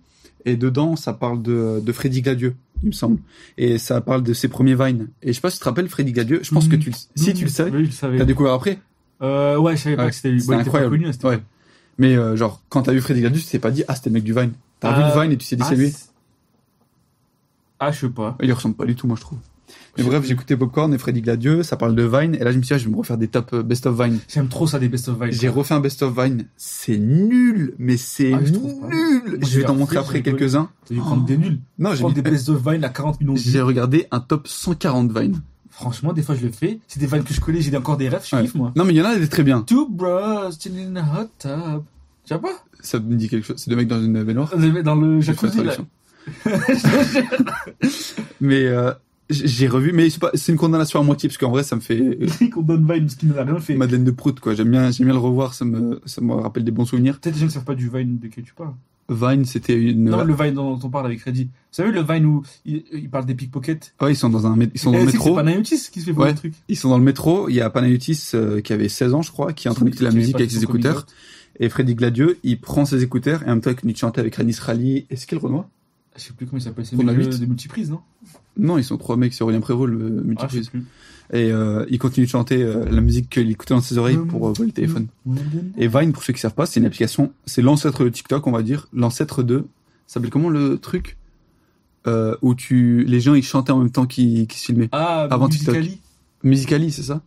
[SPEAKER 3] Et dedans, ça parle de, de Freddy Gladieux, il me semble. Et ça parle de ses premiers Vines. Et je sais pas si tu te rappelles Freddy Gladieux, je pense que tu, le- si tu le savais,
[SPEAKER 2] Oui, je le savais.
[SPEAKER 3] t'as découvert après.
[SPEAKER 2] Euh, ouais, je savais pas
[SPEAKER 3] Ouais,
[SPEAKER 2] que c'était lui.
[SPEAKER 3] c'est
[SPEAKER 2] Bon, il était
[SPEAKER 3] incroyable.
[SPEAKER 2] pas connu, hein, c'était-
[SPEAKER 3] Ouais. Mais euh, genre, quand t'as vu Freddy Gladieux, tu t'es pas dit, ah, c'était le mec du Vine. T'as vu
[SPEAKER 2] Euh,
[SPEAKER 3] le Vine et tu t'es dit,
[SPEAKER 2] ah,
[SPEAKER 3] c'est lui.
[SPEAKER 2] c'est- Ah, je sais pas.
[SPEAKER 3] Il ressemble pas du tout, moi, je trouve. Mais bref, j'écoutais Popcorn et Freddy Gladieux, ça parle de Vine, et là, je me suis dit, ah, je vais me refaire des top euh, best of Vine.
[SPEAKER 2] J'aime trop ça des best of vibes.
[SPEAKER 3] J'ai refait un best of Vine, c'est nul, mais c'est
[SPEAKER 2] Ah, je trouve pas.
[SPEAKER 3] nul!
[SPEAKER 2] Moi,
[SPEAKER 3] Je vais
[SPEAKER 2] j'ai
[SPEAKER 3] t'en
[SPEAKER 2] un
[SPEAKER 3] montrer
[SPEAKER 2] fils,
[SPEAKER 3] après
[SPEAKER 2] j'ai rigolé. Oh,
[SPEAKER 3] quelques-uns.
[SPEAKER 2] T'as dû prendre des nuls.
[SPEAKER 3] Non,
[SPEAKER 2] J'ai
[SPEAKER 3] j'ai Oh. mis-
[SPEAKER 2] des best of vine à 40 millions de vues.
[SPEAKER 3] j'ai regardé un top 140 Vine.
[SPEAKER 2] Franchement, des fois, je le fais. C'est des vannes que je connais, j'ai encore des rêves, je
[SPEAKER 3] Ouais.
[SPEAKER 2] kiffe, moi.
[SPEAKER 3] Non, mais il y en a, elle est très bien.
[SPEAKER 2] Two bros, still in a hot tub. Tu vois pas
[SPEAKER 3] Ça me dit quelque chose. C'est deux mecs dans une baignoire.
[SPEAKER 2] On les met Dans le
[SPEAKER 3] Je vais faire
[SPEAKER 2] jacuzzi,
[SPEAKER 3] la
[SPEAKER 2] là.
[SPEAKER 3] traduction.
[SPEAKER 2] <laughs>
[SPEAKER 3] Mais euh, j- j'ai revu, mais c'est pas- c'est une condamnation à moitié, parce qu'en vrai, ça me fait euh,
[SPEAKER 2] qu'on donne Vine, parce qu'il nous a rien fait.
[SPEAKER 3] <laughs> Madeleine de Prout, quoi. J'aime bien, j'aime bien le revoir, ça me, ça me rappelle des bons souvenirs.
[SPEAKER 2] Peut-être les gens ne savent pas du Vine de qui tu parles.
[SPEAKER 3] Vine, c'était une.
[SPEAKER 2] Non, le Vine dont on parle avec Reddy. Vous savez, le Vine où il, il parle des pickpockets
[SPEAKER 3] Ouais, ils sont dans un, mé- ils sont
[SPEAKER 2] Eh,
[SPEAKER 3] dans le
[SPEAKER 2] tu sais que C'est
[SPEAKER 3] métro.
[SPEAKER 2] Panayotis qui se fait pour
[SPEAKER 3] Ouais.
[SPEAKER 2] le truc.
[SPEAKER 3] Ils sont dans le métro. Il y a Panayotis euh, qui avait 16 ans, je crois, qui est en train d'écouter la
[SPEAKER 2] Qui
[SPEAKER 3] musique
[SPEAKER 2] pas
[SPEAKER 3] avec
[SPEAKER 2] fait
[SPEAKER 3] ses
[SPEAKER 2] son coming
[SPEAKER 3] écouteurs.
[SPEAKER 2] out.
[SPEAKER 3] Et Freddy Gladieux, il prend ses écouteurs et en même temps, il continue de chanter avec Ranis Rally. Est-ce qu'il Renoir
[SPEAKER 2] hein. Je sais plus comment il s'appelle. C'est
[SPEAKER 3] Qu'on a
[SPEAKER 2] le
[SPEAKER 3] huit.
[SPEAKER 2] de multiprise, non
[SPEAKER 3] Non, ils sont trois mecs, c'est Aurélien Prévost, le
[SPEAKER 2] Ah, je
[SPEAKER 3] multiprise.
[SPEAKER 2] sais plus.
[SPEAKER 3] et euh, il continue de chanter euh, la musique qu'il écoutait dans ses oreilles pour euh, voler le téléphone. Et Vine, pour ceux qui savent pas, c'est une application, c'est l'ancêtre de TikTok, on va dire, l'ancêtre de, ça s'appelle comment le truc euh, où tu, les gens ils chantaient en même temps qu'ils qu'ils se filmaient.
[SPEAKER 2] Ah,
[SPEAKER 3] Avant TikTok.
[SPEAKER 2] Musicali.
[SPEAKER 3] Musicali, c'est ça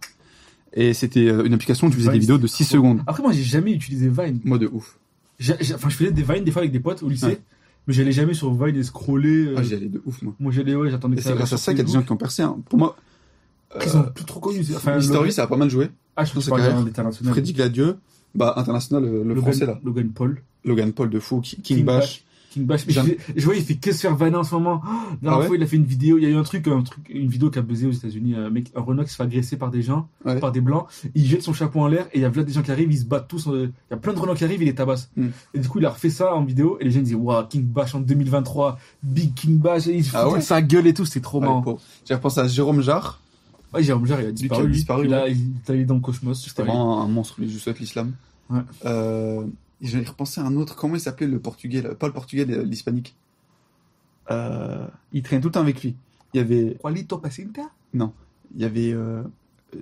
[SPEAKER 3] Et c'était euh, une application où tu faisais
[SPEAKER 2] Vine,
[SPEAKER 3] des vidéos de
[SPEAKER 2] c'était
[SPEAKER 3] 6
[SPEAKER 2] trop
[SPEAKER 3] secondes.
[SPEAKER 2] Après, moi, j'ai jamais utilisé Vine.
[SPEAKER 3] Moi de ouf.
[SPEAKER 2] J'ai- j'ai- Enfin, je faisais des Vines des fois avec des potes au lycée,
[SPEAKER 3] Ouais.
[SPEAKER 2] mais j'allais jamais sur Vine et scroller. euh,
[SPEAKER 3] Ah, j'y allais de ouf moi.
[SPEAKER 2] moi, j'allais, ouais, j'attendais
[SPEAKER 3] Et
[SPEAKER 2] que
[SPEAKER 3] c'est grâce à ça qu'il y a des gens qui ont percé. hein. Pour moi, euh,
[SPEAKER 2] Ils sont plus trop connus. c'est- Enfin,
[SPEAKER 3] History,
[SPEAKER 2] le-
[SPEAKER 3] ça a pas mal joué.
[SPEAKER 2] Ah, je
[SPEAKER 3] dans
[SPEAKER 2] pense
[SPEAKER 3] sa
[SPEAKER 2] que
[SPEAKER 3] carrière.
[SPEAKER 2] c'est l'international.
[SPEAKER 3] Freddy Gladieux, bah international, euh, le,
[SPEAKER 2] Logan-
[SPEAKER 3] français là.
[SPEAKER 2] Logan Paul.
[SPEAKER 3] Logan Paul de fou, King,
[SPEAKER 2] King
[SPEAKER 3] Bash.
[SPEAKER 2] King Bash. Mais
[SPEAKER 3] Jean-
[SPEAKER 2] je, je vois, il fait que se faire vanner en ce moment. Oh, la dernière
[SPEAKER 3] Ah ouais
[SPEAKER 2] fois, il a fait une vidéo. Il y a eu un truc, un truc une vidéo qui a buzzé aux États-Unis. Un mec, un Renault qui se fait agresser par des gens,
[SPEAKER 3] Ouais.
[SPEAKER 2] par des blancs. Il jette son chapeau en l'air et il y a plein des gens qui arrivent. Ils se battent tous. euh, Il y a plein de Renault qui arrivent. Il les tabasse.
[SPEAKER 3] Hmm.
[SPEAKER 2] Et du coup, il a refait ça en vidéo. Et les gens ils disaient Waouh, King Bash en 2023. Big King Bash. Et il se
[SPEAKER 3] Ah
[SPEAKER 2] foutait
[SPEAKER 3] ouais Ah,
[SPEAKER 2] de sa gueule et tout. C'était trop
[SPEAKER 3] Ouais,
[SPEAKER 2] marrant.
[SPEAKER 3] pauvre. J'ai repensé à Jérôme Jarre.
[SPEAKER 2] Ouais, Jérôme Jarre, il a disparu.
[SPEAKER 3] qui a
[SPEAKER 2] lui.
[SPEAKER 3] disparu,
[SPEAKER 2] il, a, il est allé dans le cosmos. je sais
[SPEAKER 3] C'était
[SPEAKER 2] pas.
[SPEAKER 3] vraiment un monstre, lui, je vous souhaite l'islam.
[SPEAKER 2] Ouais.
[SPEAKER 3] Euh, J'ai repensé à un autre, comment il s'appelait le portugais, là pas le portugais, le- l'hispanique. Euh, il traînait tout le temps avec lui. Il y avait,
[SPEAKER 2] Juanito Pacinta
[SPEAKER 3] il y avait euh,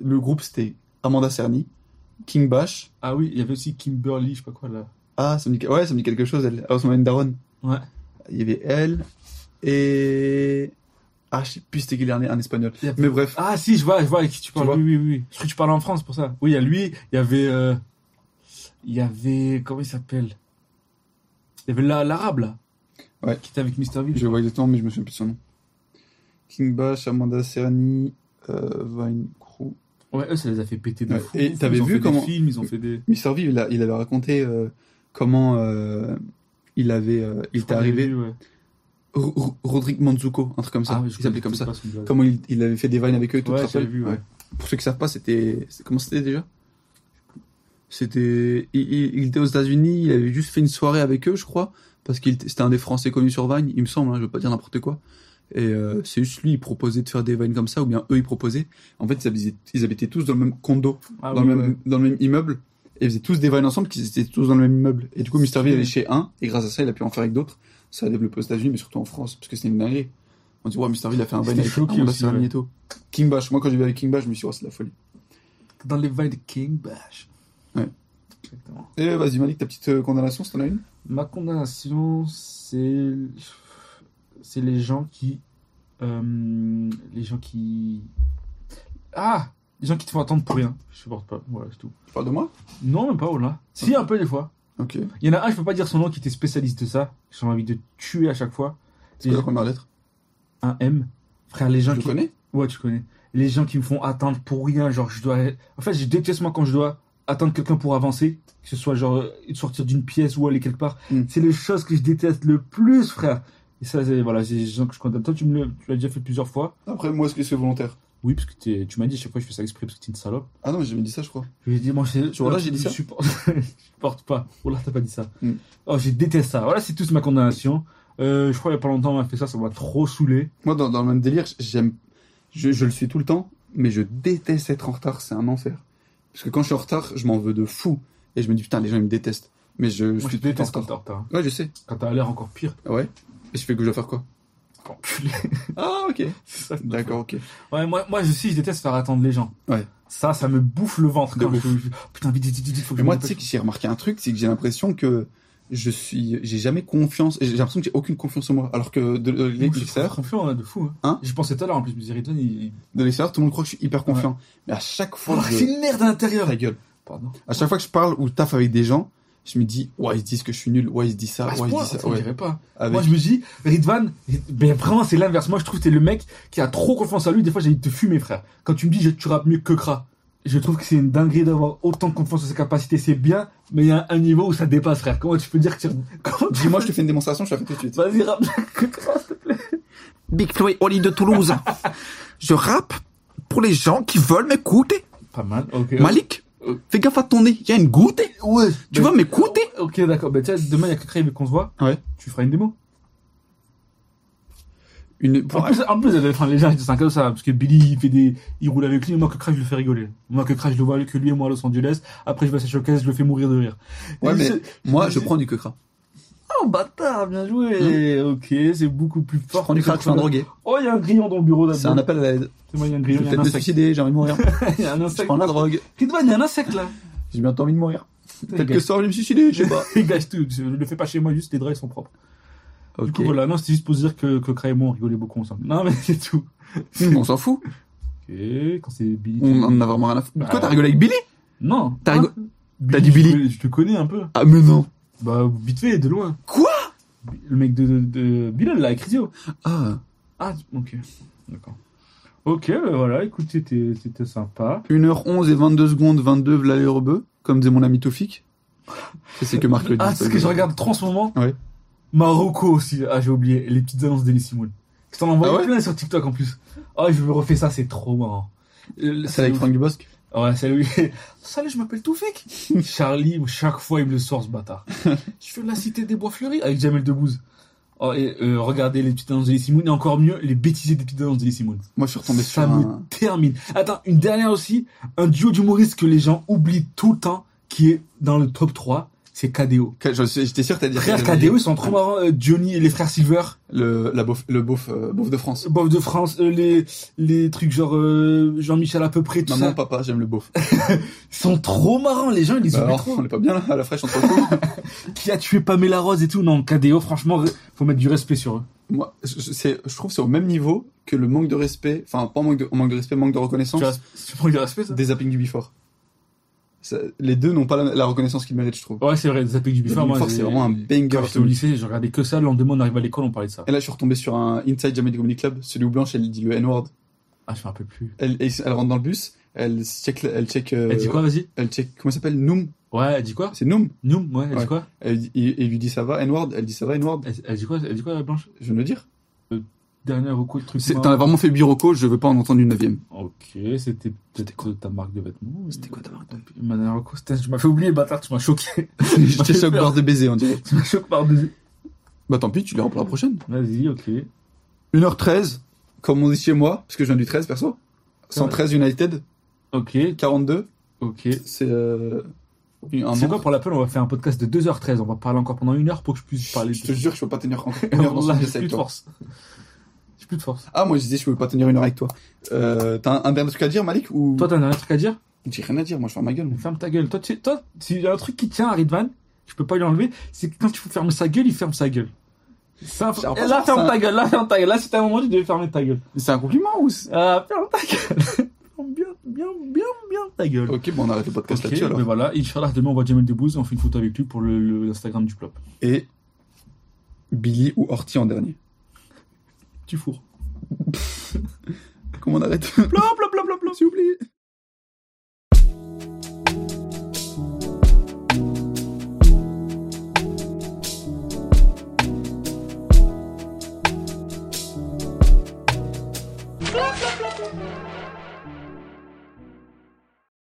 [SPEAKER 3] le groupe, c'était Amanda Cerny, King Bash.
[SPEAKER 2] Ah oui, il y avait aussi Kimberly, je sais pas quoi là.
[SPEAKER 3] Ah, ça me dit, ouais, ça me dit quelque chose, elle, Osman Daron.
[SPEAKER 2] Ouais.
[SPEAKER 3] Il y avait elle et. Ah, je sais plus c'était qui le dernier, un espagnol.
[SPEAKER 2] Il y a-
[SPEAKER 3] Mais bref,
[SPEAKER 2] Ah si, je vois, je vois avec qui tu parles.
[SPEAKER 3] vois
[SPEAKER 2] oui, oui, oui. Je crois que tu parles en France pour ça. Oui, il y a lui, il y avait... euh, il y avait... Comment il s'appelle Il y avait la- l'arabe, là.
[SPEAKER 3] Ouais.
[SPEAKER 2] Qui était avec Mr. V.
[SPEAKER 3] je vois exactement, mais je me souviens plus de son nom. King Bash, Amanda Cerny, euh, Vine Crew.
[SPEAKER 2] Ouais, eux, ça les a fait péter de
[SPEAKER 3] Ouais.
[SPEAKER 2] fou.
[SPEAKER 3] Et
[SPEAKER 2] Ils
[SPEAKER 3] t'avais
[SPEAKER 2] ont
[SPEAKER 3] vu
[SPEAKER 2] fait
[SPEAKER 3] comment-
[SPEAKER 2] Des films, ils ont fait des...
[SPEAKER 3] Mais Survie, il, a- il avait raconté euh, comment euh, il avait, euh, il
[SPEAKER 2] Je
[SPEAKER 3] était
[SPEAKER 2] crois que j'ai
[SPEAKER 3] arrivé,
[SPEAKER 2] vu, ouais.
[SPEAKER 3] Ro- Ro- Rodrigue Manzuko, un truc comme ça,
[SPEAKER 2] oui,
[SPEAKER 3] il
[SPEAKER 2] je
[SPEAKER 3] s'appelait comme
[SPEAKER 2] connais
[SPEAKER 3] ça.
[SPEAKER 2] pas son blaze.
[SPEAKER 3] Comment il, il avait fait des vannes avec eux, tout
[SPEAKER 2] Ouais, j'avais vu, ouais.
[SPEAKER 3] Pour ceux qui savent pas, c'était, c'est- comment c'était déjà C'était, il, il- il était aux États-Unis, il avait juste fait une soirée avec eux, je crois, parce qu'il était- c'était un des Français connus sur Vine, il me semble, hein, je veux pas dire n'importe quoi. Et euh, c'est juste lui, il proposait de faire des vannes comme ça, ou bien eux, ils proposaient. En fait, ils habitaient, ils habitaient tous dans le même condo
[SPEAKER 2] Ah
[SPEAKER 3] dans,
[SPEAKER 2] oui,
[SPEAKER 3] le même,
[SPEAKER 2] ouais.
[SPEAKER 3] dans le même immeuble. Et ils faisaient tous des vannes ensemble, qu'ils étaient tous dans le même immeuble. Et du coup, Mr. V allait chez un, et grâce à ça, il a pu en faire avec d'autres. Ça a développé aux États-Unis, mais surtout en France, parce que c'était une dinguerie. On dit, ouais, Mr. V, il a fait un van
[SPEAKER 2] C'était
[SPEAKER 3] avec
[SPEAKER 2] choqué
[SPEAKER 3] Amanda
[SPEAKER 2] aussi,
[SPEAKER 3] Serrani
[SPEAKER 2] ouais.
[SPEAKER 3] et tout. King Bash, moi quand j'ai vu avec King Bash, je me suis dit, ouais, c'est de la folie.
[SPEAKER 2] Dans les vines de King Bash.
[SPEAKER 3] Ouais.
[SPEAKER 2] Exactement.
[SPEAKER 3] Et Eh, vas-y, Malik, ta petite euh, condamnation, si t'en as une
[SPEAKER 2] Ma condamnation, c'est c'est les gens qui euh, les gens qui ah les gens qui te font attendre pour rien. Je supporte pas. Voilà, c'est tout.
[SPEAKER 3] Tu parles de moi
[SPEAKER 2] Non, même pas au-delà. Si un peu des fois.
[SPEAKER 3] Ok.
[SPEAKER 2] Il y en a un, je peux pas dire son nom, qui était spécialiste de ça. J'ai envie de tuer à chaque fois.
[SPEAKER 3] C'est quoi la première lettre
[SPEAKER 2] Un M. Frère, les gens
[SPEAKER 3] Tu le
[SPEAKER 2] qui
[SPEAKER 3] connais
[SPEAKER 2] ouais tu connais. Les gens qui me font attendre pour rien, genre je dois. En fait, je déteste moi quand je dois attendre quelqu'un pour avancer, que ce soit genre euh, sortir d'une pièce ou aller quelque part.
[SPEAKER 3] Mm.
[SPEAKER 2] C'est les choses que je déteste le plus, frère. Et ça, c'est voilà, c'est les gens que je condamne. Toi, tu me le- tu l'as déjà fait plusieurs fois.
[SPEAKER 3] Après, moi, est-ce que c'est volontaire
[SPEAKER 2] Oui, parce que t'es- tu m'as dit à chaque fois je fais ça exprès parce que t'es une salope.
[SPEAKER 3] Ah non, mais j'ai jamais dit ça, je crois.
[SPEAKER 2] Je lui ai dit, moi, c'est-
[SPEAKER 3] Tu vois, là, j'ai dit
[SPEAKER 2] je
[SPEAKER 3] ça.
[SPEAKER 2] supporte- <laughs> je supporte pas. Oh là, t'as pas dit ça.
[SPEAKER 3] Mm.
[SPEAKER 2] Oh, je déteste ça. Voilà, c'est toute ma condamnation. Euh, je crois il y a pas longtemps, on m'a fait ça, ça m'a trop saoulé.
[SPEAKER 3] Moi, dans, dans le même délire, j'aime. Je, je le suis tout le temps, mais je déteste être en retard, c'est un enfer. Parce que quand je suis en retard, je m'en veux de fou. Et je me dis, putain, les gens, ils me détestent. Mais je, je
[SPEAKER 2] Moi, je
[SPEAKER 3] suis tout le temps
[SPEAKER 2] déteste
[SPEAKER 3] en
[SPEAKER 2] quand t'es
[SPEAKER 3] retard.
[SPEAKER 2] en retard.
[SPEAKER 3] Ouais, je sais.
[SPEAKER 2] Quand t'as l'air encore pire.
[SPEAKER 3] Ouais. Et je fais que je dois faire quoi
[SPEAKER 2] Enculé.
[SPEAKER 3] Ah, ok.
[SPEAKER 2] C'est ça que je dois
[SPEAKER 3] <laughs> D'accord, ok.
[SPEAKER 2] Ouais, moi, moi je, si, je déteste faire attendre les gens.
[SPEAKER 3] Ouais.
[SPEAKER 2] Ça, ça me bouffe le ventre.
[SPEAKER 3] De
[SPEAKER 2] quand
[SPEAKER 3] ouf.
[SPEAKER 2] je- je- putain, vite, vite, vite, vite, faut que
[SPEAKER 3] Mais
[SPEAKER 2] je
[SPEAKER 3] moi,
[SPEAKER 2] me
[SPEAKER 3] tu sais que
[SPEAKER 2] dépêche.
[SPEAKER 3] j'ai remarqué un truc, c'est que j'ai l'impression que je suis. J'ai jamais confiance. J'ai l'impression que j'ai aucune confiance en moi. Alors que de, de
[SPEAKER 2] Moi, je suis
[SPEAKER 3] l'extérieur,
[SPEAKER 2] confiant, là, de fou. Hein.
[SPEAKER 3] Hein
[SPEAKER 2] J'y pensais tout à l'heure, en plus, Mizeriton, il.
[SPEAKER 3] de l'extérieur, tout le monde croit que je suis hyper confiant. Mais à chaque fois
[SPEAKER 2] Alors
[SPEAKER 3] que
[SPEAKER 2] que c'est
[SPEAKER 3] je.
[SPEAKER 2] une merde à l'intérieur.
[SPEAKER 3] Ta gueule.
[SPEAKER 2] Pardon.
[SPEAKER 3] À chaque fois que je parle ou taffe avec des gens, je me dis, ouais, ils disent que je suis nul, ouais, ils disent ça,
[SPEAKER 2] À ce
[SPEAKER 3] ouais, ils
[SPEAKER 2] point,
[SPEAKER 3] disent ça.
[SPEAKER 2] on
[SPEAKER 3] ouais.
[SPEAKER 2] dirait pas.
[SPEAKER 3] Avec-
[SPEAKER 2] Moi, je me dis, Ridvan, ben vraiment, c'est l'inverse. Moi, je trouve que t'es le mec qui a trop confiance en lui. Des fois, j'ai envie de te fumer, frère. Quand tu me dis, je- tu rappes mieux que Kra, je trouve que c'est une dinguerie d'avoir autant de confiance en ses capacités. C'est bien, mais il y a un niveau où ça dépasse, frère. Comment tu peux dire que tu. <laughs> Comment tu-
[SPEAKER 3] <laughs> Dis-moi, je te fais une démonstration, je te la fais tout de suite.
[SPEAKER 2] Vas-y, rappe mieux que Kra.
[SPEAKER 4] Big Flo et Oli de
[SPEAKER 3] <laughs>
[SPEAKER 4] Toulouse. Je rappe pour les gens qui veulent m'écouter.
[SPEAKER 2] Pas mal, ok.
[SPEAKER 3] Malik, fais gaffe à ton nez, il y a une goutte.
[SPEAKER 2] Ouais.
[SPEAKER 3] Tu vas m'écouter
[SPEAKER 2] Ok, d'accord. Ben, tiens, demain, il y a que Kra, il veut qu'on se voit.
[SPEAKER 3] Ouais.
[SPEAKER 2] Tu feras une démo.
[SPEAKER 3] Une...
[SPEAKER 2] En plus, en plus, enfin, les gens, ils disent ça comme ça, parce que Billy, il fait des, il roule avec lui, et moi, que Crash, je le fais rigoler. Moi, que Crash, je le vois que lui et moi à Los Angeles. Après, je vais à ses showcases, je le fais mourir de rire.
[SPEAKER 3] Ouais,
[SPEAKER 2] Et
[SPEAKER 3] mais
[SPEAKER 2] c'est-
[SPEAKER 3] moi, je prends du quecra.
[SPEAKER 2] Oh, bâtard, bien joué. Hein Ok, c'est beaucoup plus
[SPEAKER 3] Je
[SPEAKER 2] fort.
[SPEAKER 3] prends du
[SPEAKER 2] que
[SPEAKER 3] crack, je suis un
[SPEAKER 2] Crash.
[SPEAKER 3] drogué.
[SPEAKER 2] Oh, il y a un grillon dans le bureau là
[SPEAKER 3] C'est un appel à l'aide.
[SPEAKER 2] C'est moi, il y a un
[SPEAKER 3] Je
[SPEAKER 2] grillon, il
[SPEAKER 3] vais
[SPEAKER 2] y a
[SPEAKER 3] peut-être
[SPEAKER 2] un
[SPEAKER 3] me
[SPEAKER 2] insecte.
[SPEAKER 3] suicider, j'ai envie de <laughs> mourir.
[SPEAKER 2] <laughs> Il y a un
[SPEAKER 3] Je
[SPEAKER 2] insecte.
[SPEAKER 3] prends la drogue.
[SPEAKER 2] Ridvan, il y a un insecte là.
[SPEAKER 3] J'ai bientôt envie de mourir. Peut-être
[SPEAKER 2] gars.
[SPEAKER 3] que ça, je vais me suicider, je sais pas.
[SPEAKER 2] <laughs> Il gâche tout. Je le fais pas chez moi, juste les draps, ils sont propres. Du
[SPEAKER 3] Ok.
[SPEAKER 2] coup, voilà. Non, c'était juste pour dire que, que Crash et moi, on rigolait beaucoup ensemble. Non, mais <laughs> c'est tout.
[SPEAKER 3] Hum, On s'en fout. Bah,
[SPEAKER 2] Ok, quand c'est Billy.
[SPEAKER 3] On en a vraiment rien à foutre. Quoi, t'as rigolé avec Billy
[SPEAKER 2] Non.
[SPEAKER 3] T'as rigolé-
[SPEAKER 2] Billy,
[SPEAKER 3] t'as dit Billy.
[SPEAKER 2] je- Je te connais un peu.
[SPEAKER 3] Ah, mais non.
[SPEAKER 2] Bah, vite fait, de loin.
[SPEAKER 3] Quoi
[SPEAKER 2] Le mec de, de, de Bilal, là, avec Rizio.
[SPEAKER 3] Ah,
[SPEAKER 2] Ah, ok. D'accord. Ok, bah voilà, écoute, c'était c'était sympa.
[SPEAKER 3] 1h11 et 22 secondes, 22 v'là heureux, comme disait mon ami Toufik. Ça, C'est que Marc le dit.
[SPEAKER 2] Ah, c'est ce que je regarde trop en ce moment.
[SPEAKER 3] Ouais.
[SPEAKER 2] Marocco aussi. Ah, j'ai oublié. Les petites annonces d'Elie Simone. Je t'en envoie
[SPEAKER 3] Ah ouais
[SPEAKER 2] plein sur TikTok en plus. Ah, je me refais ça, c'est trop marrant. Euh,
[SPEAKER 3] C'est avec Franck Dubosc.
[SPEAKER 2] Ouais, <laughs> salut. Salut, je m'appelle
[SPEAKER 3] <laughs>
[SPEAKER 2] Toufik. Charlie, chaque fois, il me le sort, ce bâtard. je fais la cité des bois fleuris avec Jamel Debbouze. Oh, et euh, regardez les petites annonces d'Elie Simone. Et encore mieux, les bêtises des petites annonces d'Elie Simone.
[SPEAKER 3] Moi, je suis retombé sur
[SPEAKER 2] Ça me
[SPEAKER 3] un...
[SPEAKER 2] termine. Attends, une dernière aussi. Un duo d'humoristes que les gens oublient tout le temps, qui est dans le top 3, c'est KDO.
[SPEAKER 3] Je- J'étais sûr que t'as dit...
[SPEAKER 2] Frères KDO, ils sont trop marrants. euh, Johnny et les frères Silver,
[SPEAKER 3] Le, la beauf, le beauf, euh, beauf de France.
[SPEAKER 2] Bof de France, euh, les, les trucs genre euh, Jean-Michel à peu près, tout
[SPEAKER 3] Maman,
[SPEAKER 2] ça.
[SPEAKER 3] papa, j'aime le
[SPEAKER 2] <laughs>
[SPEAKER 3] beauf.
[SPEAKER 2] Ils sont trop marrants, les gens, ils les
[SPEAKER 3] Bah,
[SPEAKER 2] oublient
[SPEAKER 3] alors,
[SPEAKER 2] trop.
[SPEAKER 3] on est pas bien là, à la fraîche entre nous.
[SPEAKER 2] Qui a tué Pamela Rose et tout Non, KDO, franchement, re- faut mettre du respect sur eux.
[SPEAKER 3] <laughs> Moi, je, je- c'est, je trouve que c'est au même niveau que le manque de respect, enfin, pas manque de, manque de respect, manque de reconnaissance
[SPEAKER 2] Tu, as- tu prends du respect, ça
[SPEAKER 3] des zappings du before. Ça- les deux n'ont pas la, la reconnaissance qu'ils méritent, je trouve.
[SPEAKER 2] Ouais, c'est vrai, Zapping du
[SPEAKER 3] Le
[SPEAKER 2] Biffa, moi,
[SPEAKER 3] Before,
[SPEAKER 2] j'ai-
[SPEAKER 3] c'est vraiment un banger.
[SPEAKER 2] quand j'étais au lycée, je regardais que ça. Le lendemain, on arrive à l'école, on parlait de ça.
[SPEAKER 3] Et là, je suis retombé sur un Inside Jamaica Comedy Club, celui où Blanche, elle dit le N-word.
[SPEAKER 2] Ah, je me rappelle plus.
[SPEAKER 3] Elle, elle, elle rentre dans le bus, elle check, elle check, euh,
[SPEAKER 2] Elle dit quoi, vas-y
[SPEAKER 3] elle check, comment ça s'appelle? Noom.
[SPEAKER 2] Ouais, elle dit quoi
[SPEAKER 3] C'est Noom.
[SPEAKER 2] Noom, ouais, elle
[SPEAKER 3] Ouais.
[SPEAKER 2] dit quoi
[SPEAKER 3] Elle, il, il lui dit ça va, N-word. Elle dit ça va, N-word.
[SPEAKER 2] elle, elle dit quoi Elle dit quoi, Blanche
[SPEAKER 3] Je viens de le dire.
[SPEAKER 2] Dernière recours, le truc.
[SPEAKER 3] C'est-
[SPEAKER 2] marrant.
[SPEAKER 3] T'en as vraiment fait 8 recos, je veux pas en entendre une <laughs> neuvième.
[SPEAKER 2] Ok, c'était peut-être quoi ta marque de vêtements
[SPEAKER 3] C'était quoi ta marque
[SPEAKER 2] de vêtements Ma dernière recours, c'était- je m'as fait oublier, bâtard, tu m'as choqué. <laughs>
[SPEAKER 3] J'étais
[SPEAKER 2] fait
[SPEAKER 3] choc
[SPEAKER 2] peur.
[SPEAKER 3] bord de baiser, on dirait.
[SPEAKER 2] tu m'as choqué par deux.
[SPEAKER 3] Bah tant pis, tu l'auras pour la prochaine.
[SPEAKER 2] Vas-y, ok.
[SPEAKER 3] 1h13, comme on dit chez moi, parce que je viens du 13 perso. 113 United,
[SPEAKER 2] Ok,
[SPEAKER 3] 42,
[SPEAKER 2] ok.
[SPEAKER 3] c'est euh, un
[SPEAKER 2] C'est
[SPEAKER 3] nombre.
[SPEAKER 2] quoi pour l'appel On va faire un podcast de 2h13. On va parler encore pendant une heure pour que je puisse parler
[SPEAKER 3] Je te
[SPEAKER 2] de.
[SPEAKER 3] jure que je peux pas tenir <laughs> encore une heure dans
[SPEAKER 2] Là,
[SPEAKER 3] ce
[SPEAKER 2] j'ai plus
[SPEAKER 3] sujet avec
[SPEAKER 2] de
[SPEAKER 3] toi.
[SPEAKER 2] force. J'ai plus de force.
[SPEAKER 3] Ah moi je disais je peux pas tenir une heure avec toi. Euh, T'as un, un dernier truc à dire Malik ou
[SPEAKER 2] Toi, t'as un dernier truc à dire
[SPEAKER 3] J'ai rien à dire, moi je ferme ma gueule. moi.
[SPEAKER 2] Ferme ta gueule. Toi, tu sais- toi, s'il y a un truc qui tient à Ridvan, je peux pas lui enlever, c'est que quand tu fermes sa gueule, il ferme sa gueule. C'est un-
[SPEAKER 3] J'ai
[SPEAKER 2] Là,
[SPEAKER 3] l'impression
[SPEAKER 2] ferme
[SPEAKER 3] que
[SPEAKER 2] ta gueule, là, ferme ta gueule. Là, si t'as un moment, tu devais fermer ta gueule.
[SPEAKER 3] C'est un compliment ou c'est-
[SPEAKER 2] Ah, ferme ta gueule. <laughs> Ferme bien, bien, bien, bien ta gueule.
[SPEAKER 3] Ok bon on arrête le podcast
[SPEAKER 2] Ok,
[SPEAKER 3] là-dessus alors.
[SPEAKER 2] mais voilà, Inch'Allah, demain on voit Jamel Debbouze, on fait une photo avec lui pour le- le- l'Instagram du Plop.
[SPEAKER 3] Et Billy ou Horty en dernier.
[SPEAKER 2] Tu fourres.
[SPEAKER 3] Comment on arrête Plop plop plop plop plop, <laughs> j'ai oublié.